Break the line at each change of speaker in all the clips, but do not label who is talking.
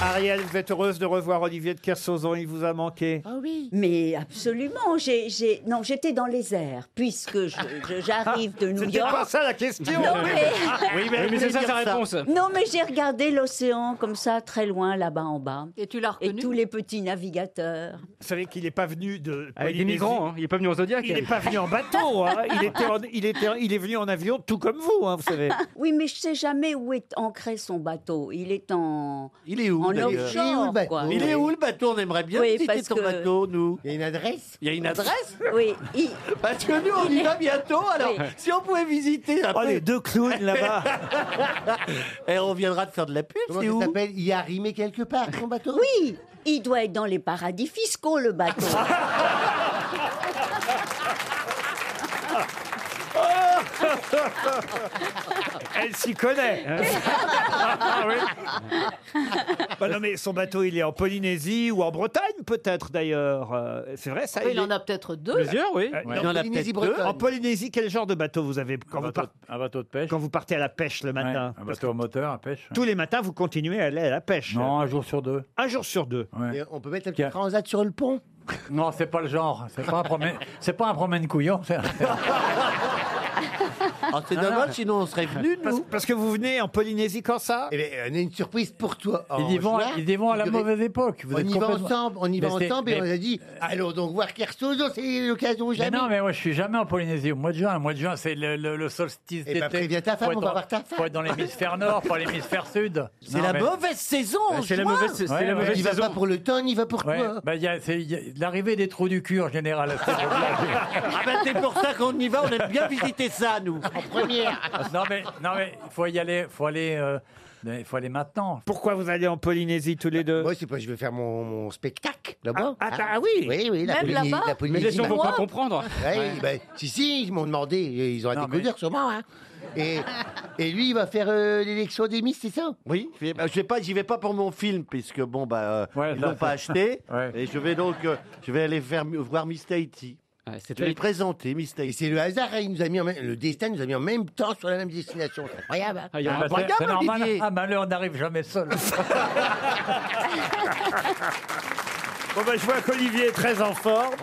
Ariel, vous êtes heureuse de revoir Olivier de Kersauzon, il vous a manqué.
Ah oui.
Mais absolument, j'ai, j'ai- non, j'étais dans les airs, puisque je- je- j'arrive de New
Ah, C'était
York.
pas ça la question
Non mais,
Oui,
Oui, mais c'est ça
dire
sa réponse.
non, mais j'ai regardé l'océan comme ça, très loin, là-bas en bas.
Et tu l'as
Et
reconnu
tous les petits navigateurs.
Vous savez qu'il n'est pas venu de
Avec des
Polynésie.
migrants, hein. il est pas venu en Zodiac.
Il n'est
elle.
pas venu en bateau, hein. il, était en- il, était, il est venu en avion tout comme vous, hein, vous savez.
Oui, mais je sais jamais où est ancré son bateau. Il est en,
Il est où
en
d'ailleurs
offshore, quoi.
Il est où le bateau On aimerait bien
Oui,
visiter
parce
ton
que-
bateau, nous.
Il y a une adresse
Il y a une adresse
Oui, il-
Parce que nous, on y va bientôt. Alors,
Oui.
si on pouvait visiter un
Oh,
peu-
les deux clowns là-bas
Eh, on viendra de faire de la pub,
Comment
c'est
ça
où
s'appelle Il y a rimé quelque part, ton bateau
oui, il doit être dans les paradis fiscaux, le bateau.
Elle s'y
Eh,
connaît. hein. Ah oui. Bah non mais son bateau il est en Polynésie ou en Bretagne peut-être d'ailleurs. Euh, C'est vrai ça.
Oui, Il
est-
en a peut-être deux.
Plusieurs, oui.
Euh,
Il y en a
Polynésie
peut-être deux.
En Polynésie quel genre de bateau vous avez quand,
Un
vous,
bateau,
par-
un bateau de pêche.
quand vous partez à la pêche le
Ouais,
matin
un
Parce
bateau à moteur à pêche.
que Tous les matins vous continuez à aller à la pêche.
Non, un jour sur deux.
Un jour sur deux.
Ouais.
Et on peut mettre la
Tiens.
petite transat sur le pont
Non, c'est pas le genre. C'est pas un promène. C'est pas un promène couillon. c'est-
Ah, c'est dommage, sinon on serait venus, nous.
Parce, parce que vous venez en Polynésie quand ça
Eh bien, on a une surprise pour toi. En
Ils y vont,
juin,
ils y vont à la
figurez-
mauvaise époque. Vous
On
êtes
y va
complètement-
ensemble, on y va
Mais c'est-
ensemble et on
mais- Euh,
a dit allons donc voir Kersozo, c'est l'occasion
Mais
jamais.
non, mais moi je suis jamais en Polynésie au mois de juin. Au mois de juin, c'est le, le- le solstice
Eh
d'été.
ben, préviens ta femme,
Faut être
on va
en-
voir ta femme.
Faut être dans l'hémisphère nord, pas l'hémisphère sud.
C'est
Non,
la
mais- Bah,
mauvaise saison, en
C'est la
juin.
mauvaise, c'est
Ouais,
la
ouais.
on
mauvaise
y va
saison.
pas pour le temps, on y va pour
Ouais,
toi.
bah, il y a- c'est- il y a- l'arrivée des trous du cul en général. à cette époque-là.
Ah ben, c'est pour ça qu'on y va. On aime bien visiter ça, nous.
Première.
non mais, non mais, faut y aller, faut aller, euh, mais faut aller maintenant.
Pourquoi vous allez en Polynésie tous les deux
Bah, Moi, c'est pas, je vais faire mon, mon spectacle là-bas.
Ah, ah, bah oui.
Oui, oui, la
Même
Polynésie.
là-bas
la
Mais
Polynésie,
les gens
bah,
vont
Moi
pas comprendre.
ouais, bah, si, si, ils m'ont demandé. Ils ont un
Non,
décodeur sûrement. Hein. Et, et lui, il va faire euh, l'élection des Miss, c'est ça
Oui, je vais- bah, je vais pas, j'y vais pas pour mon film puisque bon bah euh,
Ouais,
ils
ça,
l'ont pas acheté
Ouais.
et je vais donc euh, je vais aller faire voir Miss Tahiti.
Ouais, c'est
Je vais
très-
le présenter Miss
Et
Tahiti.
c'est le hasard, hein, il nous a mis en même- le destin nous a mis en même temps sur la même destination. C'est incroyable. hein.
Ah, il y en a
Bah,
pas-
c'est-
regarde,
c'est normal.
Olivier.
Ah, malheur n'arrive jamais seul.
Bon bah, je vois qu'Olivier est très en forme.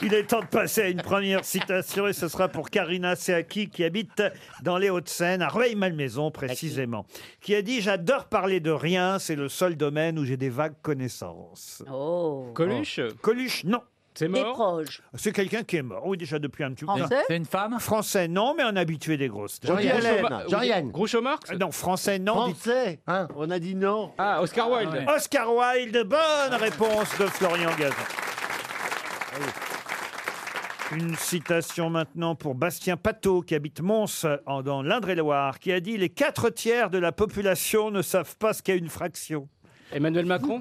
Il est temps de passer à une première citation et ce sera pour Karina Seaki qui habite dans les Hauts-de-Seine, à Rueil-Malmaison précisément, qui a dit J'adore parler de rien, c'est le seul domaine où j'ai des vagues connaissances.
Ah
Oh,
Coluche,
Coluche, non.
c'est
des
mort.
proches.
C'est quelqu'un qui est mort. Oui, déjà depuis un petit
Français.
moment.
C'est une femme.
Français, non, mais un habitué des grosses. têtes. bah,
Woody Allen.
Jean-Yann.
Groucho Marx
Ah Non, français, non. dites-
Français.
Hein
On a dit non.
Ah, Oscar Wilde.
ouais.
Oscar Wilde, bonne réponse de Florian Gazan. Une citation maintenant pour Bastien Pateau, qui habite Mons, en, dans l'Indre-et-Loire, qui a dit Les quatre tiers de la population ne savent pas ce qu'est une fraction.
Emmanuel Macron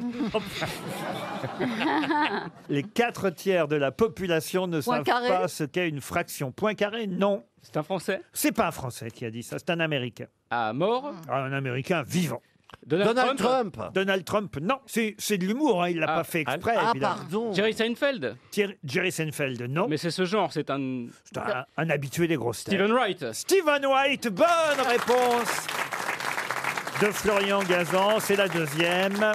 Les quatre tiers de la population ne savent
Poincaré
pas ce qu'est une fraction. Point carré, non.
C'est un Français
C'est pas un Français qui a dit ça, c'est un Américain.
Ah, mort
Un Américain vivant.
Donald,
Donald Trump.
Donald Trump, non. C'est c'est de l'humour, hein, il l'a
Ah,
pas fait exprès.
Ah
évidemment.
pardon.
Jerry Seinfeld
Thierry- Jerry Seinfeld, non.
Mais c'est ce genre, c'est un...
C'est un, un habitué des grosses têtes.
Steven Wright
Stephen White, bonne réponse de Florian Gazan, c'est la deuxième.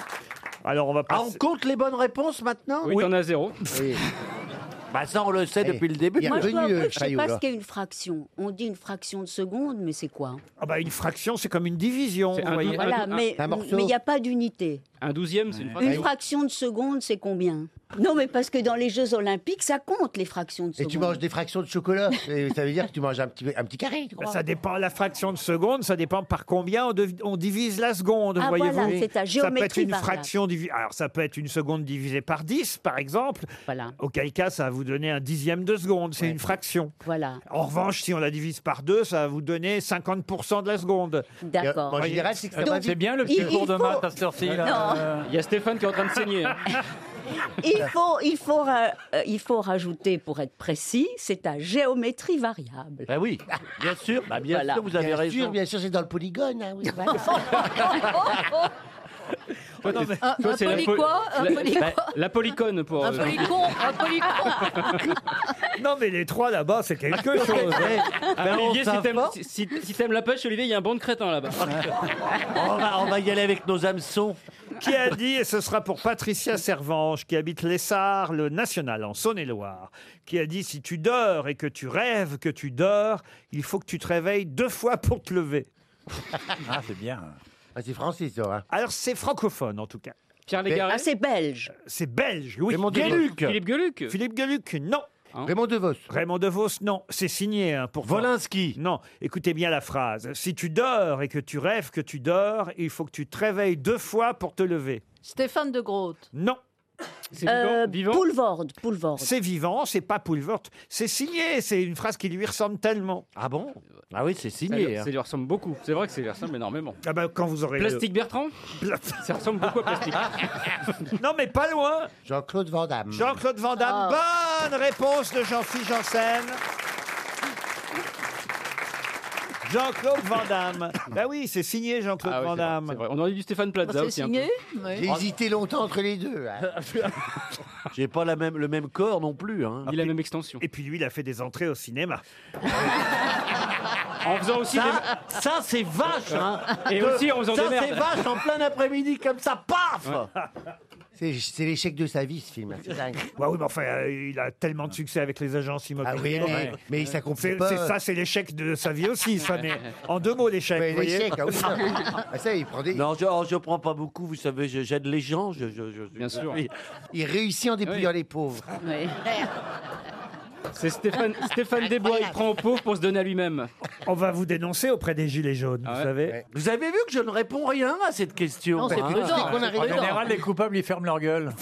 Alors on va
Ah, on
passer.
compte les bonnes réponses maintenant
Oui, t'en as zéro.
Bah ça on le sait
Eh.
depuis le début.
Eh, Il y a
Moi, je
revenu,
dois avouer
euh,
que je sais
Chaillot,
pas
là.
ce qu'est une fraction. On dit une fraction de seconde, mais c'est quoi
Ah bah, une fraction, c'est comme une division.
C'est
vous
un
voyez.
dou- un-
Voilà, mais
un morceau.
mais il n'y a pas d'unité.
Un douzième, c'est une phrase.
Une fraction de seconde, c'est combien Non, mais parce que dans les Jeux Olympiques, ça compte les fractions de
Et
seconde.
tu manges des fractions de chocolat. Et ça veut dire que tu manges un petit, un petit carré, tu
Bah,
crois
Ça dépend la fraction de seconde, ça dépend par combien on, dev- on divise la seconde,
Ah,
voyez-vous.
voilà, c'est
ça
à
peut être
géométrie
une
variable.
fraction divisée. Alors ça peut être une seconde divisée par 10 par exemple,
Voilà,
auquel cas ça va vous donner un dixième de seconde, c'est une fraction.
voilà,
En revanche, si on la divise par deux, ça va vous donner 50% de la seconde.
Et, euh,
d'accord.
En général, c'est que
Ah,
ça
Euh,
va
C'est
vite.
bien le petit
Il- il
cours de
faut-
maths à cette heure-ci. là,
Non.
euh,
Il y a Stéphane qui est en train de saigner. hein.
Il faut, il, faut, ra- euh, il faut rajouter, pour être précis, c'est à géométrie variable.
Eh
Bah oui, bien sûr. Bah bien
Voilà.
sûr, vous avez
Bien
raison.
sûr, bien sûr, c'est dans le polygone. hein, oui, voilà.
Oh,
Toi, t'es-
Un,
Oh, toi,
un
c'est la
poli
po-
quoi Un
la-
poli-
bah, La polycone pour...
un
euh,
polycon Un polycon
Non mais les trois là-bas, c'est quelque
Ah,
chose. hein. Ah,
Eh, ben, on
Olivier, si t'aimes-
s'informe.
si- Ah, si- si t'aimes la pêche, Olivier, il y a un banc de crétins là-bas.
on, va, on va y aller avec nos hameçons.
qui a dit, et ce sera pour Patricia Servange, qui habite l'Essard, le National, en Saône-et-Loire, qui a dit Si tu dors et que tu rêves que tu dors, il faut que tu te réveilles deux fois pour te lever.
Ah, c'est bien.
Ah, c'est Francis, ça. Hein.
Alors, c'est francophone, en tout cas.
Pierre Légaré
Ah, c'est belge.
C'est belge, oui.
Raymond
Gueluc.
Devos.
Philippe Gueluc Hein
Philippe Gueluc, non.
Raymond Devos.
Raymond DeVos, non. C'est signé, hein, pour
Volinsky.
Non, écoutez bien la phrase. Si tu dors et que tu rêves que tu dors, il faut que tu te réveilles deux fois pour te lever.
Stéphane de Groot.
Non,
C'est
Euh,
vivant, vivant
Poulvorde, Poulvorde.
c'est vivant, c'est pas Poulvort, c'est signé, c'est une phrase qui lui ressemble tellement.
Ah bon Ah oui, c'est
ça, lui,
signé. hein.
ça lui ressemble beaucoup. C'est vrai que ça lui ressemble énormément.
Ah ben, quand vous aurez le-
Plastique Bertrand Ça ressemble beaucoup à Plastique.
Non mais pas loin.
Jean-Claude Van
Mm.
Damme.
Ah, Jean-Claude Van Ah. Damme,
Ah.
bonne réponse de Jean-Philippe Janssen. Jean-Claude Van Damme. Ben oui, c'est signé Jean-Claude
Ah ouais,
Van
c'est vrai,
Damme.
c'est vrai. On aurait du Stéphane Plaza
C'est
Bah,
aussi. un
signé
peu.
J'ai
Oui.
Oh.
hésité longtemps entre les deux. hein.
J'ai pas la même, le même corps non plus. Hein.
Il a la même extension.
Et puis lui, il a fait des entrées au cinéma.
En faisant aussi
Ça, ça, c'est vache, hein.
des... Et aussi en faisant
Ça,
des
c'est
merdes.
vache en plein après-midi comme ça, paf
C'est c'est l'échec de sa vie, ce film. hein, C'est dingue.
Ouais, oui, mais enfin, euh, il a tellement de succès avec les agences
Ah oui,
immobilières.
mais, mais ça
C'est
complique pas.
c'est ça, c'est l'échec de sa vie aussi, ça. Mais en deux mots, l'échec.
Ouais,
vous voyez.
l'échec, ah oui, ça. Ah, ça, il prend des-
Non, je, oh, je prends pas beaucoup, vous savez, je- j'aide les gens. Je, je, je-
Bien sûr.
Oui.
Il réussit
Ah
en dépouillant les pauvres.
Oui.
C'est
Ah,
Stéphane, Stéphane Desbois, il prend au pauvre pour se donner à lui-même.
On va vous dénoncer auprès des Gilets jaunes,
Ah
vous
ouais.
savez.
Ouais.
Vous avez vu que je ne réponds rien à cette question.
Non, c'est
hein.
prudent.
qu'on
c'est
arrive
En
prudent.
général, les coupables, ils ferment leur gueule.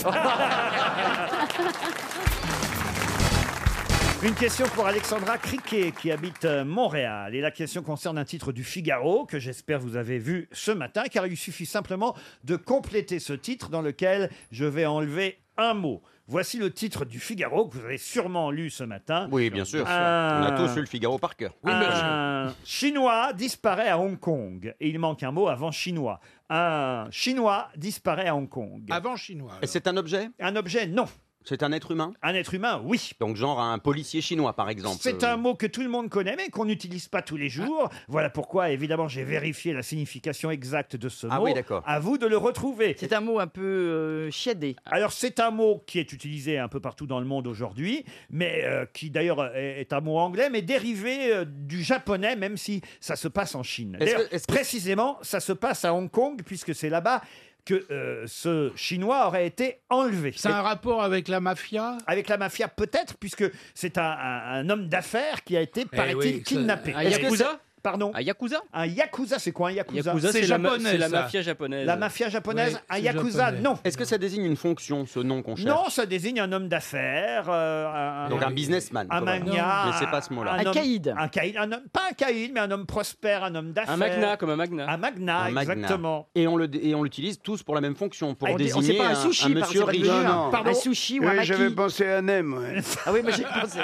Une question pour Alexandra Criquet qui habite euh, Montréal. Et la question concerne un titre du Figaro que j'espère vous avez vu ce matin, car il suffit simplement de compléter ce titre dans lequel je vais enlever un mot. Voici le titre du Figaro que vous avez sûrement lu ce matin.
Oui, bien sûr.
Euh,
On a tous eu le Figaro par cœur. Ah.
un Chinois disparaît à Hong Kong. Et il manque un mot avant Chinois. Un Chinois disparaît à Hong Kong.
Avant chinois.
Et c'est un objet
Un objet, non.
C'est un être humain
Un être humain, oui.
Donc genre un policier chinois, par exemple.
C'est un mot que tout le monde connaît, mais qu'on n'utilise pas tous les jours. Voilà pourquoi, évidemment, j'ai vérifié la signification exacte de ce
Ah
mot.
oui, d'accord.
À vous de le retrouver.
C'est un mot un peu euh, chiadé.
Alors, c'est un mot qui est utilisé un peu partout dans le monde aujourd'hui, mais euh, qui d'ailleurs est, est un mot anglais, mais dérivé euh, du japonais, même si ça se passe en Chine.
Est-ce que-
D'ailleurs,
est-ce que-
Précisément, ça se passe à Hong Kong, puisque c'est là-bas que euh, ce Chinois aurait été enlevé.
C'est un rapport avec la mafia
Avec la mafia, peut-être, puisque c'est un, un- un homme d'affaires qui a été, paraît-il,
oui, ça-
kidnappé.
Eh Un
Est-ce que
Yakuza
c'est- Pardon
Un Yakuza
Un Yakuza, c'est quoi un Yakuza,
Yakuza,
C'est
c'est la, ma-
japonais,
c'est la
ça.
mafia japonaise.
La mafia japonaise
Oui,
Un
c'est
Yakuza,
japonais.
non.
Est-ce que ça désigne une fonction, ce nom qu'on cherche
Non, ça désigne un homme d'affaires, euh, un,
Donc
un-
un businessman.
un
quand même.
magnat.
Mais c'est pas ce mot-là.
Un
homme-
caïd.
Un caïd, un homme- pas un caïd, mais un homme prospère, un homme d'affaires.
Un magna, comme un magna.
Un magna,
Un magnat.
exactement.
Et on le- et on l'utilise tous pour la même fonction, pour
Ah, on dit- on sait
désigner
pas, un
un,
sushi,
un Euh,
par-
monsieur
c'est pas
riche.
devenu
Non, non.
Un sushi ou un maki
penser à Nem.
Ah oui, mais j'ai pensé.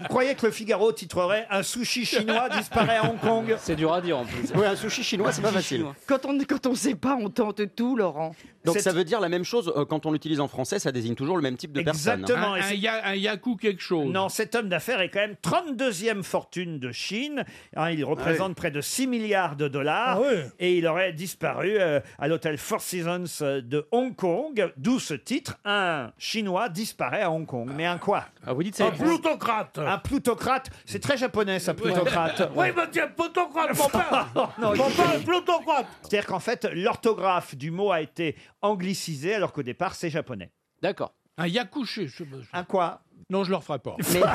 Vous croyez que le Figaro titrerait Un sushi chinois disparaît à Hong Kong
C'est dur à dire en plus.
Oui, un sushi chinois, c'est pas facile.
Quand on quand on sait pas, on tente tout, Laurent.
Donc
C'est-
ça veut dire la même chose euh, quand on l'utilise en français, ça désigne toujours le même type de personne.
Exactement.
Un,
Et
un
c'est-
ya- un yaku quelque chose.
Non, cet homme d'affaires est quand même 32e fortune de Chine. Hein, il
Ah
représente près de 6 milliards de
Ah
dollars. Et il aurait disparu euh, à l'hôtel Four Seasons euh, de Hong Kong, d'où ce titre Un Chinois disparaît à Hong Kong. Mais un quoi
Ah, vous dites ça.
Plutocrate.
Un plutocrate C'est très japonais, ça, plutocrate.
Oui, mais tiens, plutocrate, mon père.
Non,
Mon père est plutocrate.
C'est-à-dire qu'en fait, l'orthographe du mot a été anglicisée, alors qu'au départ, c'est japonais.
D'accord.
Un yakouché. je- je-
Un quoi
Non, je leur ferai pas.
Mais...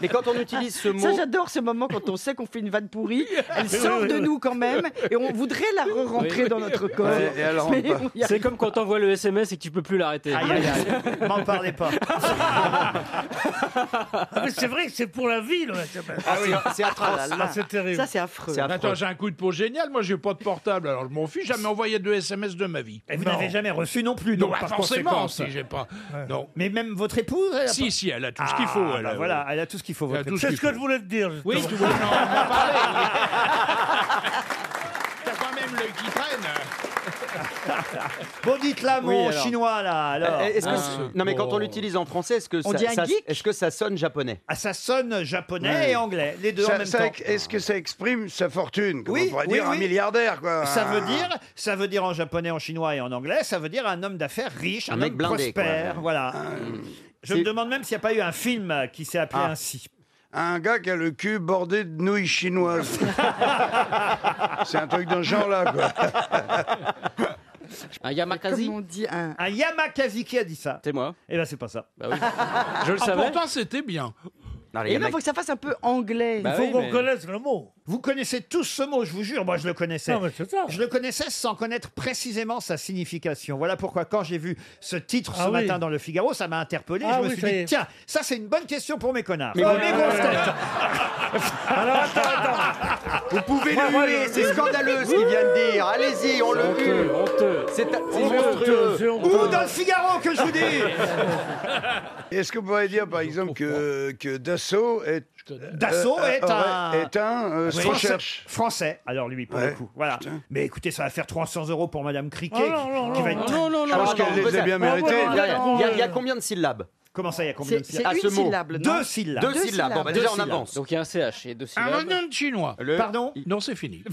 Mais quand on utilise ce
Ça,
mot,
j'adore ce moment quand on sait qu'on fait une vanne pourrie. Elle sort de nous quand même et on voudrait la re-rentrer dans notre corps. Mais on y
C'est
arrive
comme quand t'envoies le SMS et que tu peux plus l'arrêter.
Aïe, aïe, aïe. M'en parlez pas.
Ah oui, c'est atroce.
pas.
ah,
Ah,
Là, Ça, c'est affreux.
C'est affreux.
Attends, j'ai un coup de peau génial. Moi, j'ai pas de portable, alors je m'en fiche. Jamais envoyé de SMS de ma vie.
Et vous
Non.
n'avez jamais reçu non plus,
Non,
donc,
bah,
par
forcément,
conséquent.
si j'ai pas. Non.
Mais même votre épouse elle a pas-
Si, si, elle a tout ce qu'il faut.
Ah,
elle
bah
euh, a-
voilà, elle a tout ce qu'il faut.
Elle a
votre
tout ce
épouse.
qu'il faut.
voulais te dire.
Oui, tu vois, non, on va parler. T'as quand même
même l'œil qui traîne.
Bon, dites-la,
Oui,
mon
alors.
chinois, là, alors. Ah.
Euh, est-ce que c'est- non, mais quand on l'utilise en français, est-ce que,
On dit
ça,
un
ça-
geek
est-ce que ça sonne japonais
Ah, ça sonne japonais et anglais, les deux
Ça-
en même
ça-
temps.
Est-ce que ça exprime sa fortune comme
Oui,
On pourrait
oui,
dire un
oui.
milliardaire, quoi.
Ça
Un-
veut dire, ça veut dire en japonais, en chinois et en anglais, ça veut dire un homme d'affaires riche, un,
Un mec
homme
blindé, quoi.
prospère, voilà.
Ah,
Je me demande même s'il n'y a pas eu un film euh, qui s'est appelé ainsi.
Ah. Un gars qui a le cul bordé de nouilles chinoises. Ah, C'est un truc d'un genre là, quoi.
Un Yamakasi
on dit un.
Un Yamakasi qui a dit ça.
C'est moi. Bah
Eh ben c'est pas ça.
Je le
Ah,
savais.
pourtant, c'était bien.
Non,
Eh
les
ben,
Et là, il
Yamak-
faut que ça fasse un peu anglais.
Bah oui, mais-
le mot. Vous connaissez tous ce mot, je vous jure. Moi, je le connaissais. Je le connaissais sans connaître précisément sa signification. Voilà pourquoi, quand j'ai vu ce titre ce
Ah oui.
matin dans le Figaro, ça m'a interpellé.
Ah
je me
oui,
suis
ça y
dit,
est.
tiens, ça, c'est une bonne question pour mes connards.
Mais
Pour
oui.
mes grosses têtes.
Vous pouvez
Moi, moi,
le huer,
je-
c'est scandaleux ce qu'il vient de dire. Allez-y, on le hue. C'est c'est monstrueux.
Ou dans le Figaro, que je vous dis
Est-ce que vous pourriez dire, par exemple, que, que Dassault est.
Dassault
euh,
est
aurait-
un-
Est un euh, sans
Français,
cherche.
français, alors lui, pour le
Ouais.
coup. Voilà. Mais écoutez, ça va faire 300 euros pour Madame Criquet.
Oh non, non,
qui va
non,
être-
Non, non, non.
Je pense
non,
qu'elle
on
les
peut
a
faire-
bien
Il y a-
mérités.
Il y a- il y a- il y a combien de syllabes
Comment ça, il y a combien
C'est
de
c'est
syllabes
Ah,
une
ce mot.
syllabe. non
Deux syllabes.
Deux syllabes. Bon, bah, déjà, on
syllabes.
avance.
Donc il y a un CH et deux
Un
syllabes.
nom de chinois.
Le-
Pardon
Non, c'est fini.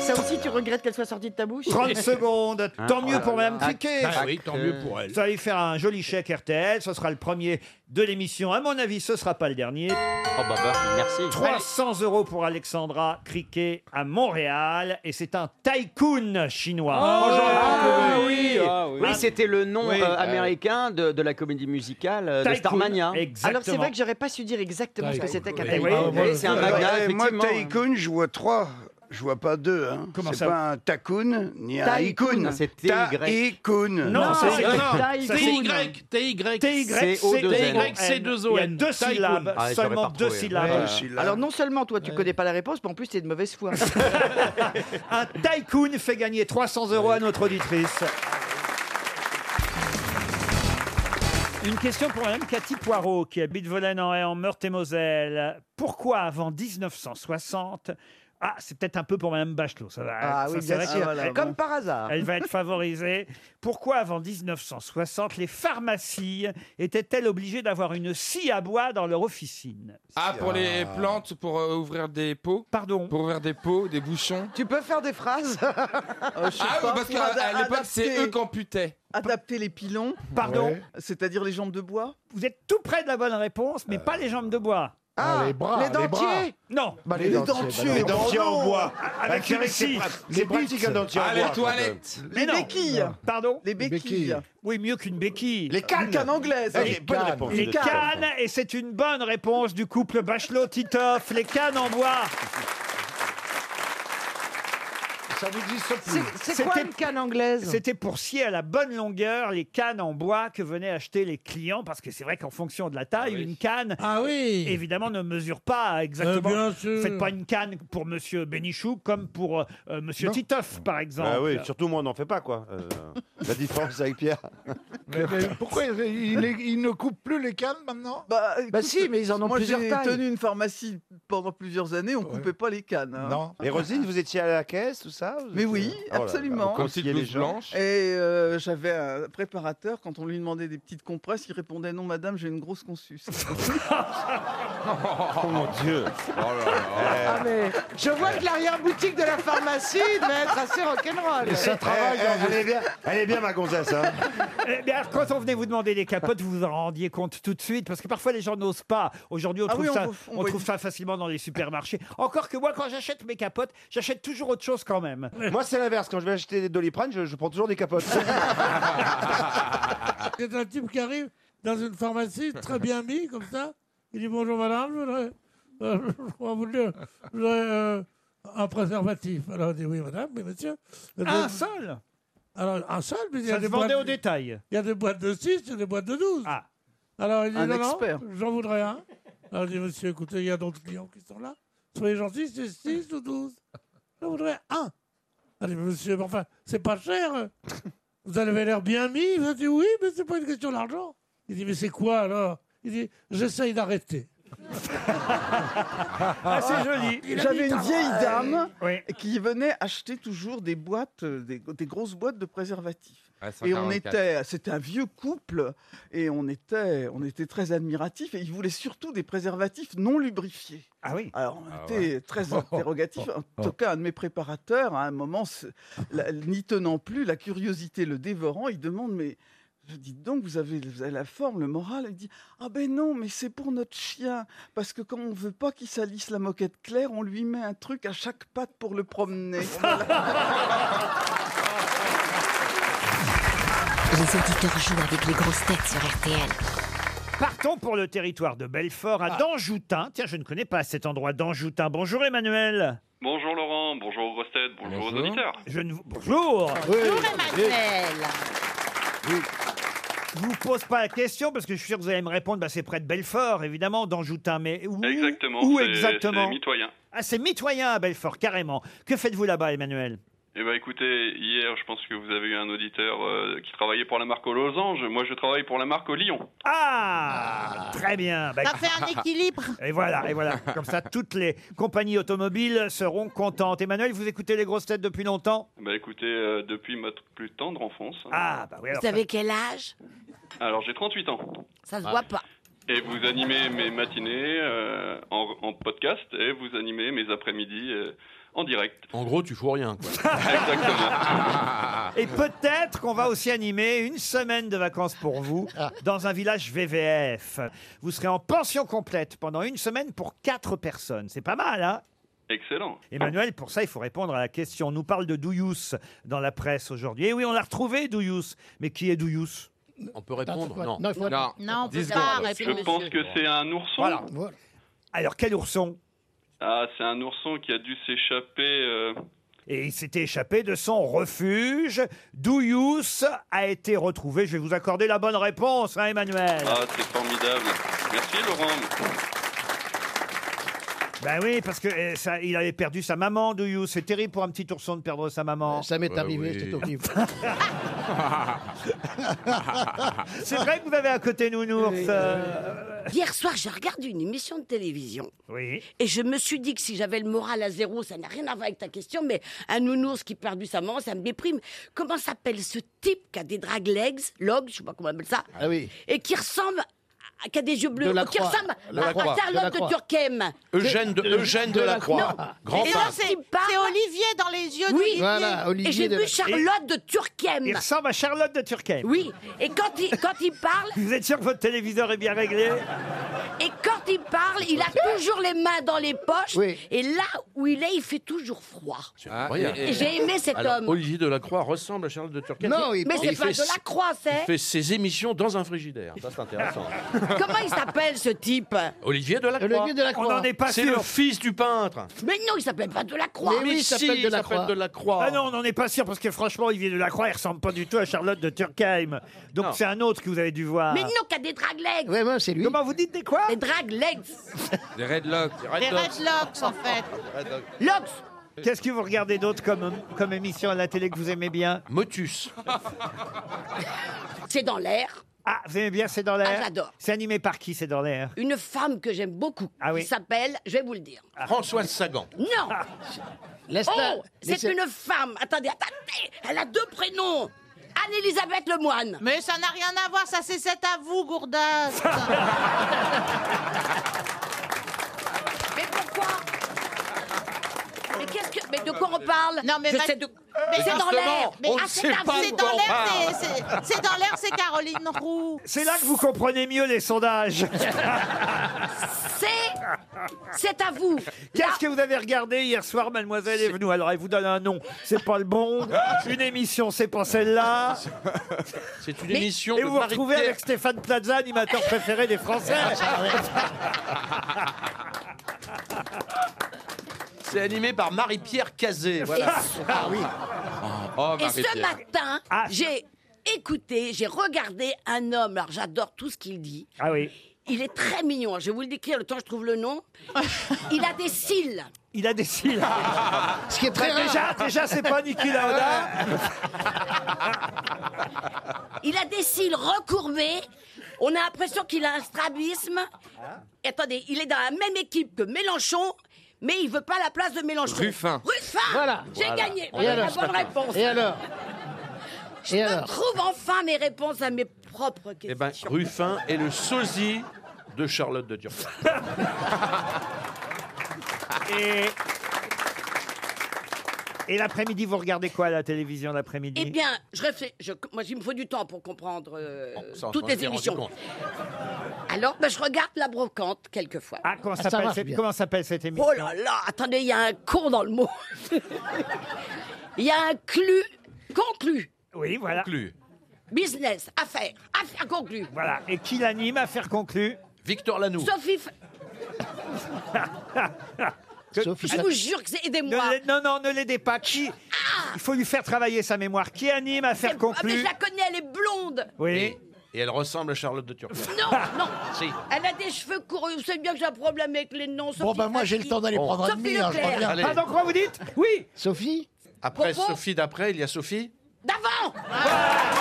Ça aussi, tu regrettes qu'elle soit sortie de ta bouche
30 secondes. Tant mieux pour Madame Criquet.
Ah oui, tant mieux pour elle.
Vous allez faire un joli chèque RTL. Ce sera le premier de l'émission. À mon avis, ce sera pas le dernier.
Oh, bah, bah, merci.
300 euros pour Alexandra Criquet à Montréal. Et c'est un tycoon
Oh,
Oh,
chinois.
Ah oui,
ah oui.
oui c'était le nom
Oui.
euh,
Ah,
américain de, de la comédie musicale euh, de
Tycoon,
Starmania.
Exactement.
Alors, c'est vrai que j'aurais pas su dire exactement ce que c'était qu'un Ah,
Eh oui.
taïwan.
Oui, c'est un magnat,
Ouais, moi,
effectivement.
Tycoon, je vois trois. Je vois pas deux. Hein.
Comment
c'est
ça
pas un Tacoon ni un
Tycoon.
Icoon.
Non, c'est TY.
Taïkoun.
Non, c'est
Non, non,
Taïwan.
TY, TY,
TY,
C'est O, deux N.
c'est
deux
Il y a
O,
deux
N.
syllabes,
Ah, je l'aurais
seulement
pas
deux
retrouvé.
syllabes.
Ouais, je suis là.
Alors, non seulement toi, tu connais pas la réponse, mais en plus, t'es de mauvaise foi.
Un tycoon fait gagner 300 euros à notre auditrice. Une question pour Mme Cathy Poirot, qui habite Volaine-en-Haye, en Meurthe-et-Moselle. Pourquoi avant 1960 Ah, c'est peut-être un peu pour Mme Bachelot, ça va.
Ah
ça,
oui,
c'est
bien
vrai
sûr.
que-
Comme par hasard.
Elle va être favorisée. Pourquoi avant 1960, les pharmacies étaient-elles obligées d'avoir une scie à bois dans leur officine
Ah, pour les plantes, pour euh, ouvrir des pots
Pardon
Pour ouvrir des pots, des bouchons
Tu peux faire des phrases
Ah oui, parce
pour
qu'à
ad-
à l'époque, c'est
adapter.
eux qui amputaient.
Adapter les pilons,
Pardon
c'est-à-dire les jambes de bois.
Vous êtes tout près de la bonne réponse,
Euh.
mais pas les jambes de bois.
Ah, les bras,
les dentiers
Non,
les dentiers,
Les dentiers en bois.
avec une scie.
C'est pratique un dentier en
Ah,
bois.
les
quand même.
toilettes
Mais
Les
non.
béquilles.
Pardon
Les béquilles.
béquilles.
Oui, mieux qu'une béquille.
Les
Les cannes anglaises.
Eh, j'ai bonne réponse.
Les
de toute façon.
cannes, et c'est une bonne réponse du couple Bachelot-Titoff. Les cannes en bois.
Ça n'existe plus.
C'est- C'est quoi
C'était-
une canne anglaise
C'était pour scier à la bonne longueur les cannes en bois que venaient acheter les clients, parce que c'est vrai qu'en fonction de la taille, une canne,
Ah oui
évidemment, ne mesure pas exactement.
Euh, bien sûr.
Faites pas une canne pour Monsieur Bénichou comme pour euh, euh, Monsieur
Non.
Titoff, par exemple.
Bah oui, surtout moi, on n'en fait pas, quoi. Euh, la différence avec Pierre.
Mais- mais Pourquoi il, il- il ne coupe plus les cannes maintenant
Bah,
Bah
écoute,
si, mais ils en ont
moi
plusieurs
j'ai
tailles.
tenu une pharmacie pendant plusieurs années, on coupait pas les cannes. hein.
Non.
Mais Rosine, vous étiez à la caisse, tout ça Vous
Mais
étiez-
oui,
Oh là là,
absolument.
vous
Comme si
conseillez les
blouse
gens
blanche.
Et euh, j'avais un préparateur, quand on lui demandait des petites compresses, il répondait non madame, j'ai une grosse consuce.
Oh mon Dieu
Oh là là.
Ah, mais je vois que l'arrière-boutique de la pharmacie devait être assez rock'n'roll.
Eh, eh,
hein.
elle, est bien, elle est bien, ma gonzesse. Hein.
Eh bien, alors, quand on venait vous demander des capotes, vous vous en rendiez compte tout de suite, parce que parfois les gens n'osent pas. Aujourd'hui, on
Ah
trouve,
oui, on
ça,
vous- on
on
voit
trouve ça facilement dans les supermarchés. Encore que moi, quand j'achète mes capotes, j'achète toujours autre chose quand même.
Moi, c'est l'inverse. Quand je vais acheter des doliprane, je, je prends toujours des capotes.
C'est un type qui arrive dans une pharmacie, très bien mis, comme ça. Il dit Bonjour madame, je voudrais, euh, je crois vous le dire, je voudrais, euh, un préservatif. Alors il dit Oui madame, mais monsieur.
Un seul
Alors un seul, mais il y, a
Ça
des
dépendait au
boîtes,
détail.
il y a des boîtes de 6, il y a des boîtes de 12.
Ah.
Alors il dit
Un
Non,
expert.
non, j'en voudrais un. Alors il Ah, dit Monsieur, écoutez, il y a d'autres clients qui sont là. Soyez gentils, c'est 6 ou 12. J'en voudrais un. Elle dit Monsieur, mais enfin, c'est pas cher. Vous avez l'air bien mis. Il dit Oui, mais c'est pas une question d'argent. Il dit Mais c'est quoi alors Il dit J'essaye d'arrêter.
Ah, c'est joli. Il
J'avais
habite
une
à
vieille
Rouen.
dame qui venait acheter toujours des boîtes, euh, des, des grosses boîtes de préservatifs.
Ouais,
Et on
144.
était, c'était un vieux couple, et on était, on était très admiratifs, et ils voulaient surtout des préservatifs non lubrifiés.
Ah Oh, oui.
Alors on
Ah
était
ouais.
très interrogatifs. En
oh.
tout cas, un de mes préparateurs, à un moment, se- la- n'y tenant plus, la curiosité le dévorant, il demande mais. Je dis donc, vous avez, vous avez la forme, le moral. Il dit Ah ben non, mais c'est pour notre chien. Parce que quand on veut pas qu'il salisse la moquette claire, on lui met un truc à chaque patte pour le promener.
Les auditeurs jouent avec les grosses têtes sur RTL. Partons pour le territoire de Belfort,
Ah.
à Danjoutin. Tiens, je ne connais pas cet endroit, Danjoutin. Bonjour Emmanuel.
Bonjour Laurent, bonjour aux grosses têtes, bonjour, aux auditeurs.
Je ne vous... Bonjour. Je vous pose pas la question parce que je suis sûr que vous allez me répondre. bah, c'est près de Belfort, évidemment, Danjoutin. Mais où
Exactement,
Où
c'est-
exactement
c'est mitoyen.
Ah, c'est mitoyen à Belfort, carrément. Que faites-vous là-bas, Emmanuel
Eh ben écoutez, hier je pense que vous avez eu un auditeur euh, qui travaillait pour la marque aux losanges, moi je travaille pour la marque au lion.
Ah, Très bien. Bah,
Ça fait un équilibre.
Et voilà, et voilà. Comme ça, toutes les compagnies automobiles seront contentes. Emmanuel, vous écoutez les grosses têtes depuis longtemps
Bah écoutez, euh, depuis ma t- plus tendre enfance. hein.
Ah bah oui.
Vous avez quel âge
Alors j'ai 38 ans.
Ça
Ah
se voit pas.
Et vous animez mes matinées euh, en, en podcast et vous animez mes après-midi euh, en direct.
En gros, tu fous rien. Quoi.
Exactement.
Et peut-être qu'on va aussi animer une semaine de vacances pour vous dans un village VVF. Vous serez en pension complète pendant une semaine pour quatre personnes. C'est pas mal, hein
Excellent.
Emmanuel, pour ça, il faut répondre à la question. On nous parle de Douyous dans la presse aujourd'hui. Et oui, on l'a retrouvé, Douyous. Mais qui est Douyous
On peut répondre Non.
Non, il faut-
non.
Non, on peut
Dix
pas
secondes.
répondre.
Je pense que c'est un ourson. Voilà.
Alors, quel ourson
Ah, c'est un ourson qui a dû s'échapper. euh,
Et il s'était échappé de son refuge. Douyous a été retrouvé. Je vais vous accorder la bonne réponse, hein, Emmanuel.
Ah, c'est formidable. Merci Laurent.
Ben oui, parce que eh, ça, il avait perdu sa maman, Douillou. C'est terrible pour un petit ourson de perdre sa maman. Ça
Euh, m'est Ouais, arrivé, Bah oui. c'était horrible.
C'est vrai que vous avez à côté Nounours. euh,
Hier soir, j'ai regardé une émission de télévision.
Oui.
Et je me suis dit que si j'avais le moral à zéro, ça n'a rien à voir avec ta question, mais un nounours qui perd du sa maman, ça me déprime. Comment s'appelle ce type qui a des drag legs, logs, je sais pas comment on appelle ça,
Ah oui.
et qui ressemble, à, qui a des yeux bleus,
De la
qui
Croix.
ressemble
De la
à,
Croix.
à Charlotte
De
de,
la Croix.
Turckheim.
Eugène de, Eugène de la Croix. Grand
Et
peintre.
là, c'est c'est Olivier dans les yeux
d'Olivier. Voilà, Olivier
Et j'ai
de-
vu Charlotte de Turckheim.
Il ressemble à Charlotte de Turckheim.
Oui, et quand il, quand il parle,
Vous êtes sûr que votre téléviseur est bien réglé
et quand il parle, il a toujours les mains dans les poches. Et là où il est, il fait toujours froid.
Ah,
Et- et- J'ai aimé cet
Alors,
homme.
Olivier Delacroix ressemble à Charles de Turquette.
Non, il- Mais
Et
c'est
il
pas
fait
de la
ses-
Croix, c'est-
Il fait ses émissions dans un frigidaire. Ça, c'est intéressant.
Comment il s'appelle ce type
Olivier Delacroix.
Olivier Delacroix. On n'en est pas
C'est
sûr.
le fils du peintre.
Mais non, il s'appelle pas Delacroix.
si, il s'appelle Delacroix.
Ah non, on n'en est pas sûr parce que franchement, Olivier Delacroix, il ressemble pas du tout à Charlotte de Turckheim. Donc c'est un autre que vous avez dû voir.
Mais non, qu'à des drag legs.
Ouais, ouais, c'est lui. Comment vous dites des quoi
Des drag legs.
Des Redlocks.
Des redlocks, en fait. Lox.
Qu'est-ce que vous regardez d'autre comme, comme émission à la télé que vous aimez bien
Motus.
C'est dans l'air.
Ah, vous aimez bien C'est dans l'air
Ah, j'adore.
C'est animé par qui C'est dans l'air
Une femme que j'aime beaucoup.
Ah oui. Ah.
Qui s'appelle, je vais vous le dire.
Françoise Sagan.
Non
Ah. Laisse-la-
Oh C'est
laisse-la-
une femme Attendez, attendez Elle a deux prénoms Anne-Elisabeth Lemoine
Mais ça n'a rien à voir, ça c'est cet à vous, Gourdas.
Mais pourquoi Mais qu'est-ce que. Mais de quoi on parle
Non, mais
Je
ma-
sais de-
Mais
c'est
justement,
dans l'air Mais
on
ah,
ne
c'est
sait
à
pas
vous.
de C'est dans quoi on l'air, parle. c'est- c'est dans l'air, c'est Caroline Roux.
C'est là que vous comprenez mieux les sondages.
C'est. C'est à vous.
Qu'est-ce que vous avez regardé hier soir, mademoiselle Evenou Alors, elle vous donne un nom, c'est pas le bon. Une émission, c'est pas celle-là.
C'est une
Mais-
émission
Et
de
vous vous
Marie
retrouvez
Pierre.
avec Stéphane Plaza, animateur préféré des Français.
C'est animé par Marie-Pierre Cazé. Voilà.
Ah oui.
Oh,
Et ce
Marie-Pierre. Ah.
matin, j'ai écouté, j'ai regardé un homme. Alors j'adore tout ce qu'il dit.
Ah oui.
Il est très mignon. hein. Je vais vous le décrire le temps que je trouve le nom. Il a des cils.
Il a des cils.
Ce qui est très
Bah, déjà,
rare.
déjà, c'est pas Niki Lauda.
Il a des cils recourbés, On a l'impression qu'il a un strabisme. Et attendez, il est dans la même équipe que Mélenchon, mais il veut pas la place de Mélenchon.
Ruffin.
Ruffin
Voilà.
J'ai
Voilà.
gagné.
Et
Voilà la
alors
bonne réponse.
Et alors
Je
Et
me
alors
trouve enfin mes réponses à mes propres questions.
Eh ben, Ruffin est le sosie de Charlotte de Turquie.
Et, et l'après-midi, vous regardez quoi à la télévision l'après-midi
Eh bien, je réfléchis. je- moi, il me faut du temps pour comprendre euh,
ça, on
toutes
s'en
les
est rendu
émissions.
compte.
Alors, ben, je regarde la brocante quelquefois.
Ah, comment s'appelle cette, comment s'appelle cette émission
Oh là là, attendez, il y a un con dans le mot. Il y a un clu conclu.
Oui, voilà.
Business, affaires, affaires conclues.
Voilà. Et qui l'anime Affaire conclue.
Victor Lanoux.
Sophie, F- je vous jure que c'est aidez-moi. Ah,
Non, non, ne l'aidez pas. Qui Il faut lui faire travailler sa mémoire. Qui anime Affaire
Ah, mais je
conclue
la connais, elle est blonde.
Oui.
Et elle ressemble à Charlotte de Turquie.
Non, non. Elle a des cheveux courts. Vous savez bien que j'ai un problème avec les noms.
Bon, bah, moi, j'ai le temps d'aller prendre un
Sophie
demi, hein, je
Leclerc.
reviens. Allez.
Pardon, quoi vous dites Oui.
Sophie
Après
Propos
Sophie d'après, il y a Sophie.
D'avant
Ah.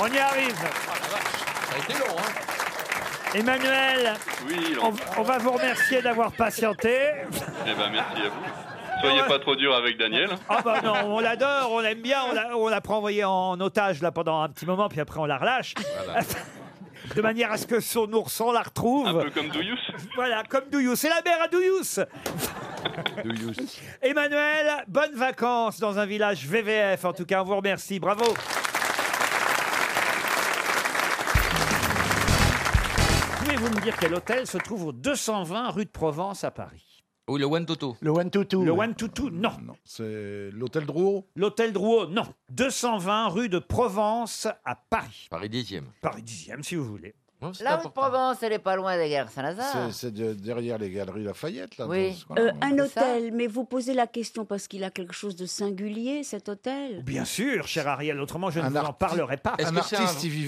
On y arrive.
Ça a été long, hein
Emmanuel,
Oui,
on,
Laurent.
on va vous remercier d'avoir patienté.
Eh ben, merci à vous. Soyez pas trop dur avec Daniel.
Ah bah non, on l'adore, on l'aime bien, on la, on la prend envoyée en otage là pendant un petit moment, puis après on la relâche. De manière à ce que son ourson la retrouve. Un peu
comme Douillous.
Voilà, comme Douillous. C'est la mère à Douillous. Emmanuel, bonnes vacances dans un village VVF. En tout cas, on vous remercie. Bravo. Pouvez-vous me dire quel hôtel se trouve au 220 rue de Provence à Paris
Oui, le One Toto.
le One to Two. Le One to Two, non. C'est l'hôtel Drouot L'hôtel Drouot, non. 220 rue de Provence à Paris.
Paris 10e.
Paris 10e, si vous voulez.
La Haute-Provence, elle est pas loin des gares Saint-Lazare.
C'est de- derrière les galeries Lafayette, là.
Oui.
dans ce
ah. Euh,
coin-là.
un hôtel, mais vous posez la question parce qu'il a quelque chose de singulier, cet hôtel
Bien sûr, cher Ariel, autrement je ne vous en parlerai pas.
vivait.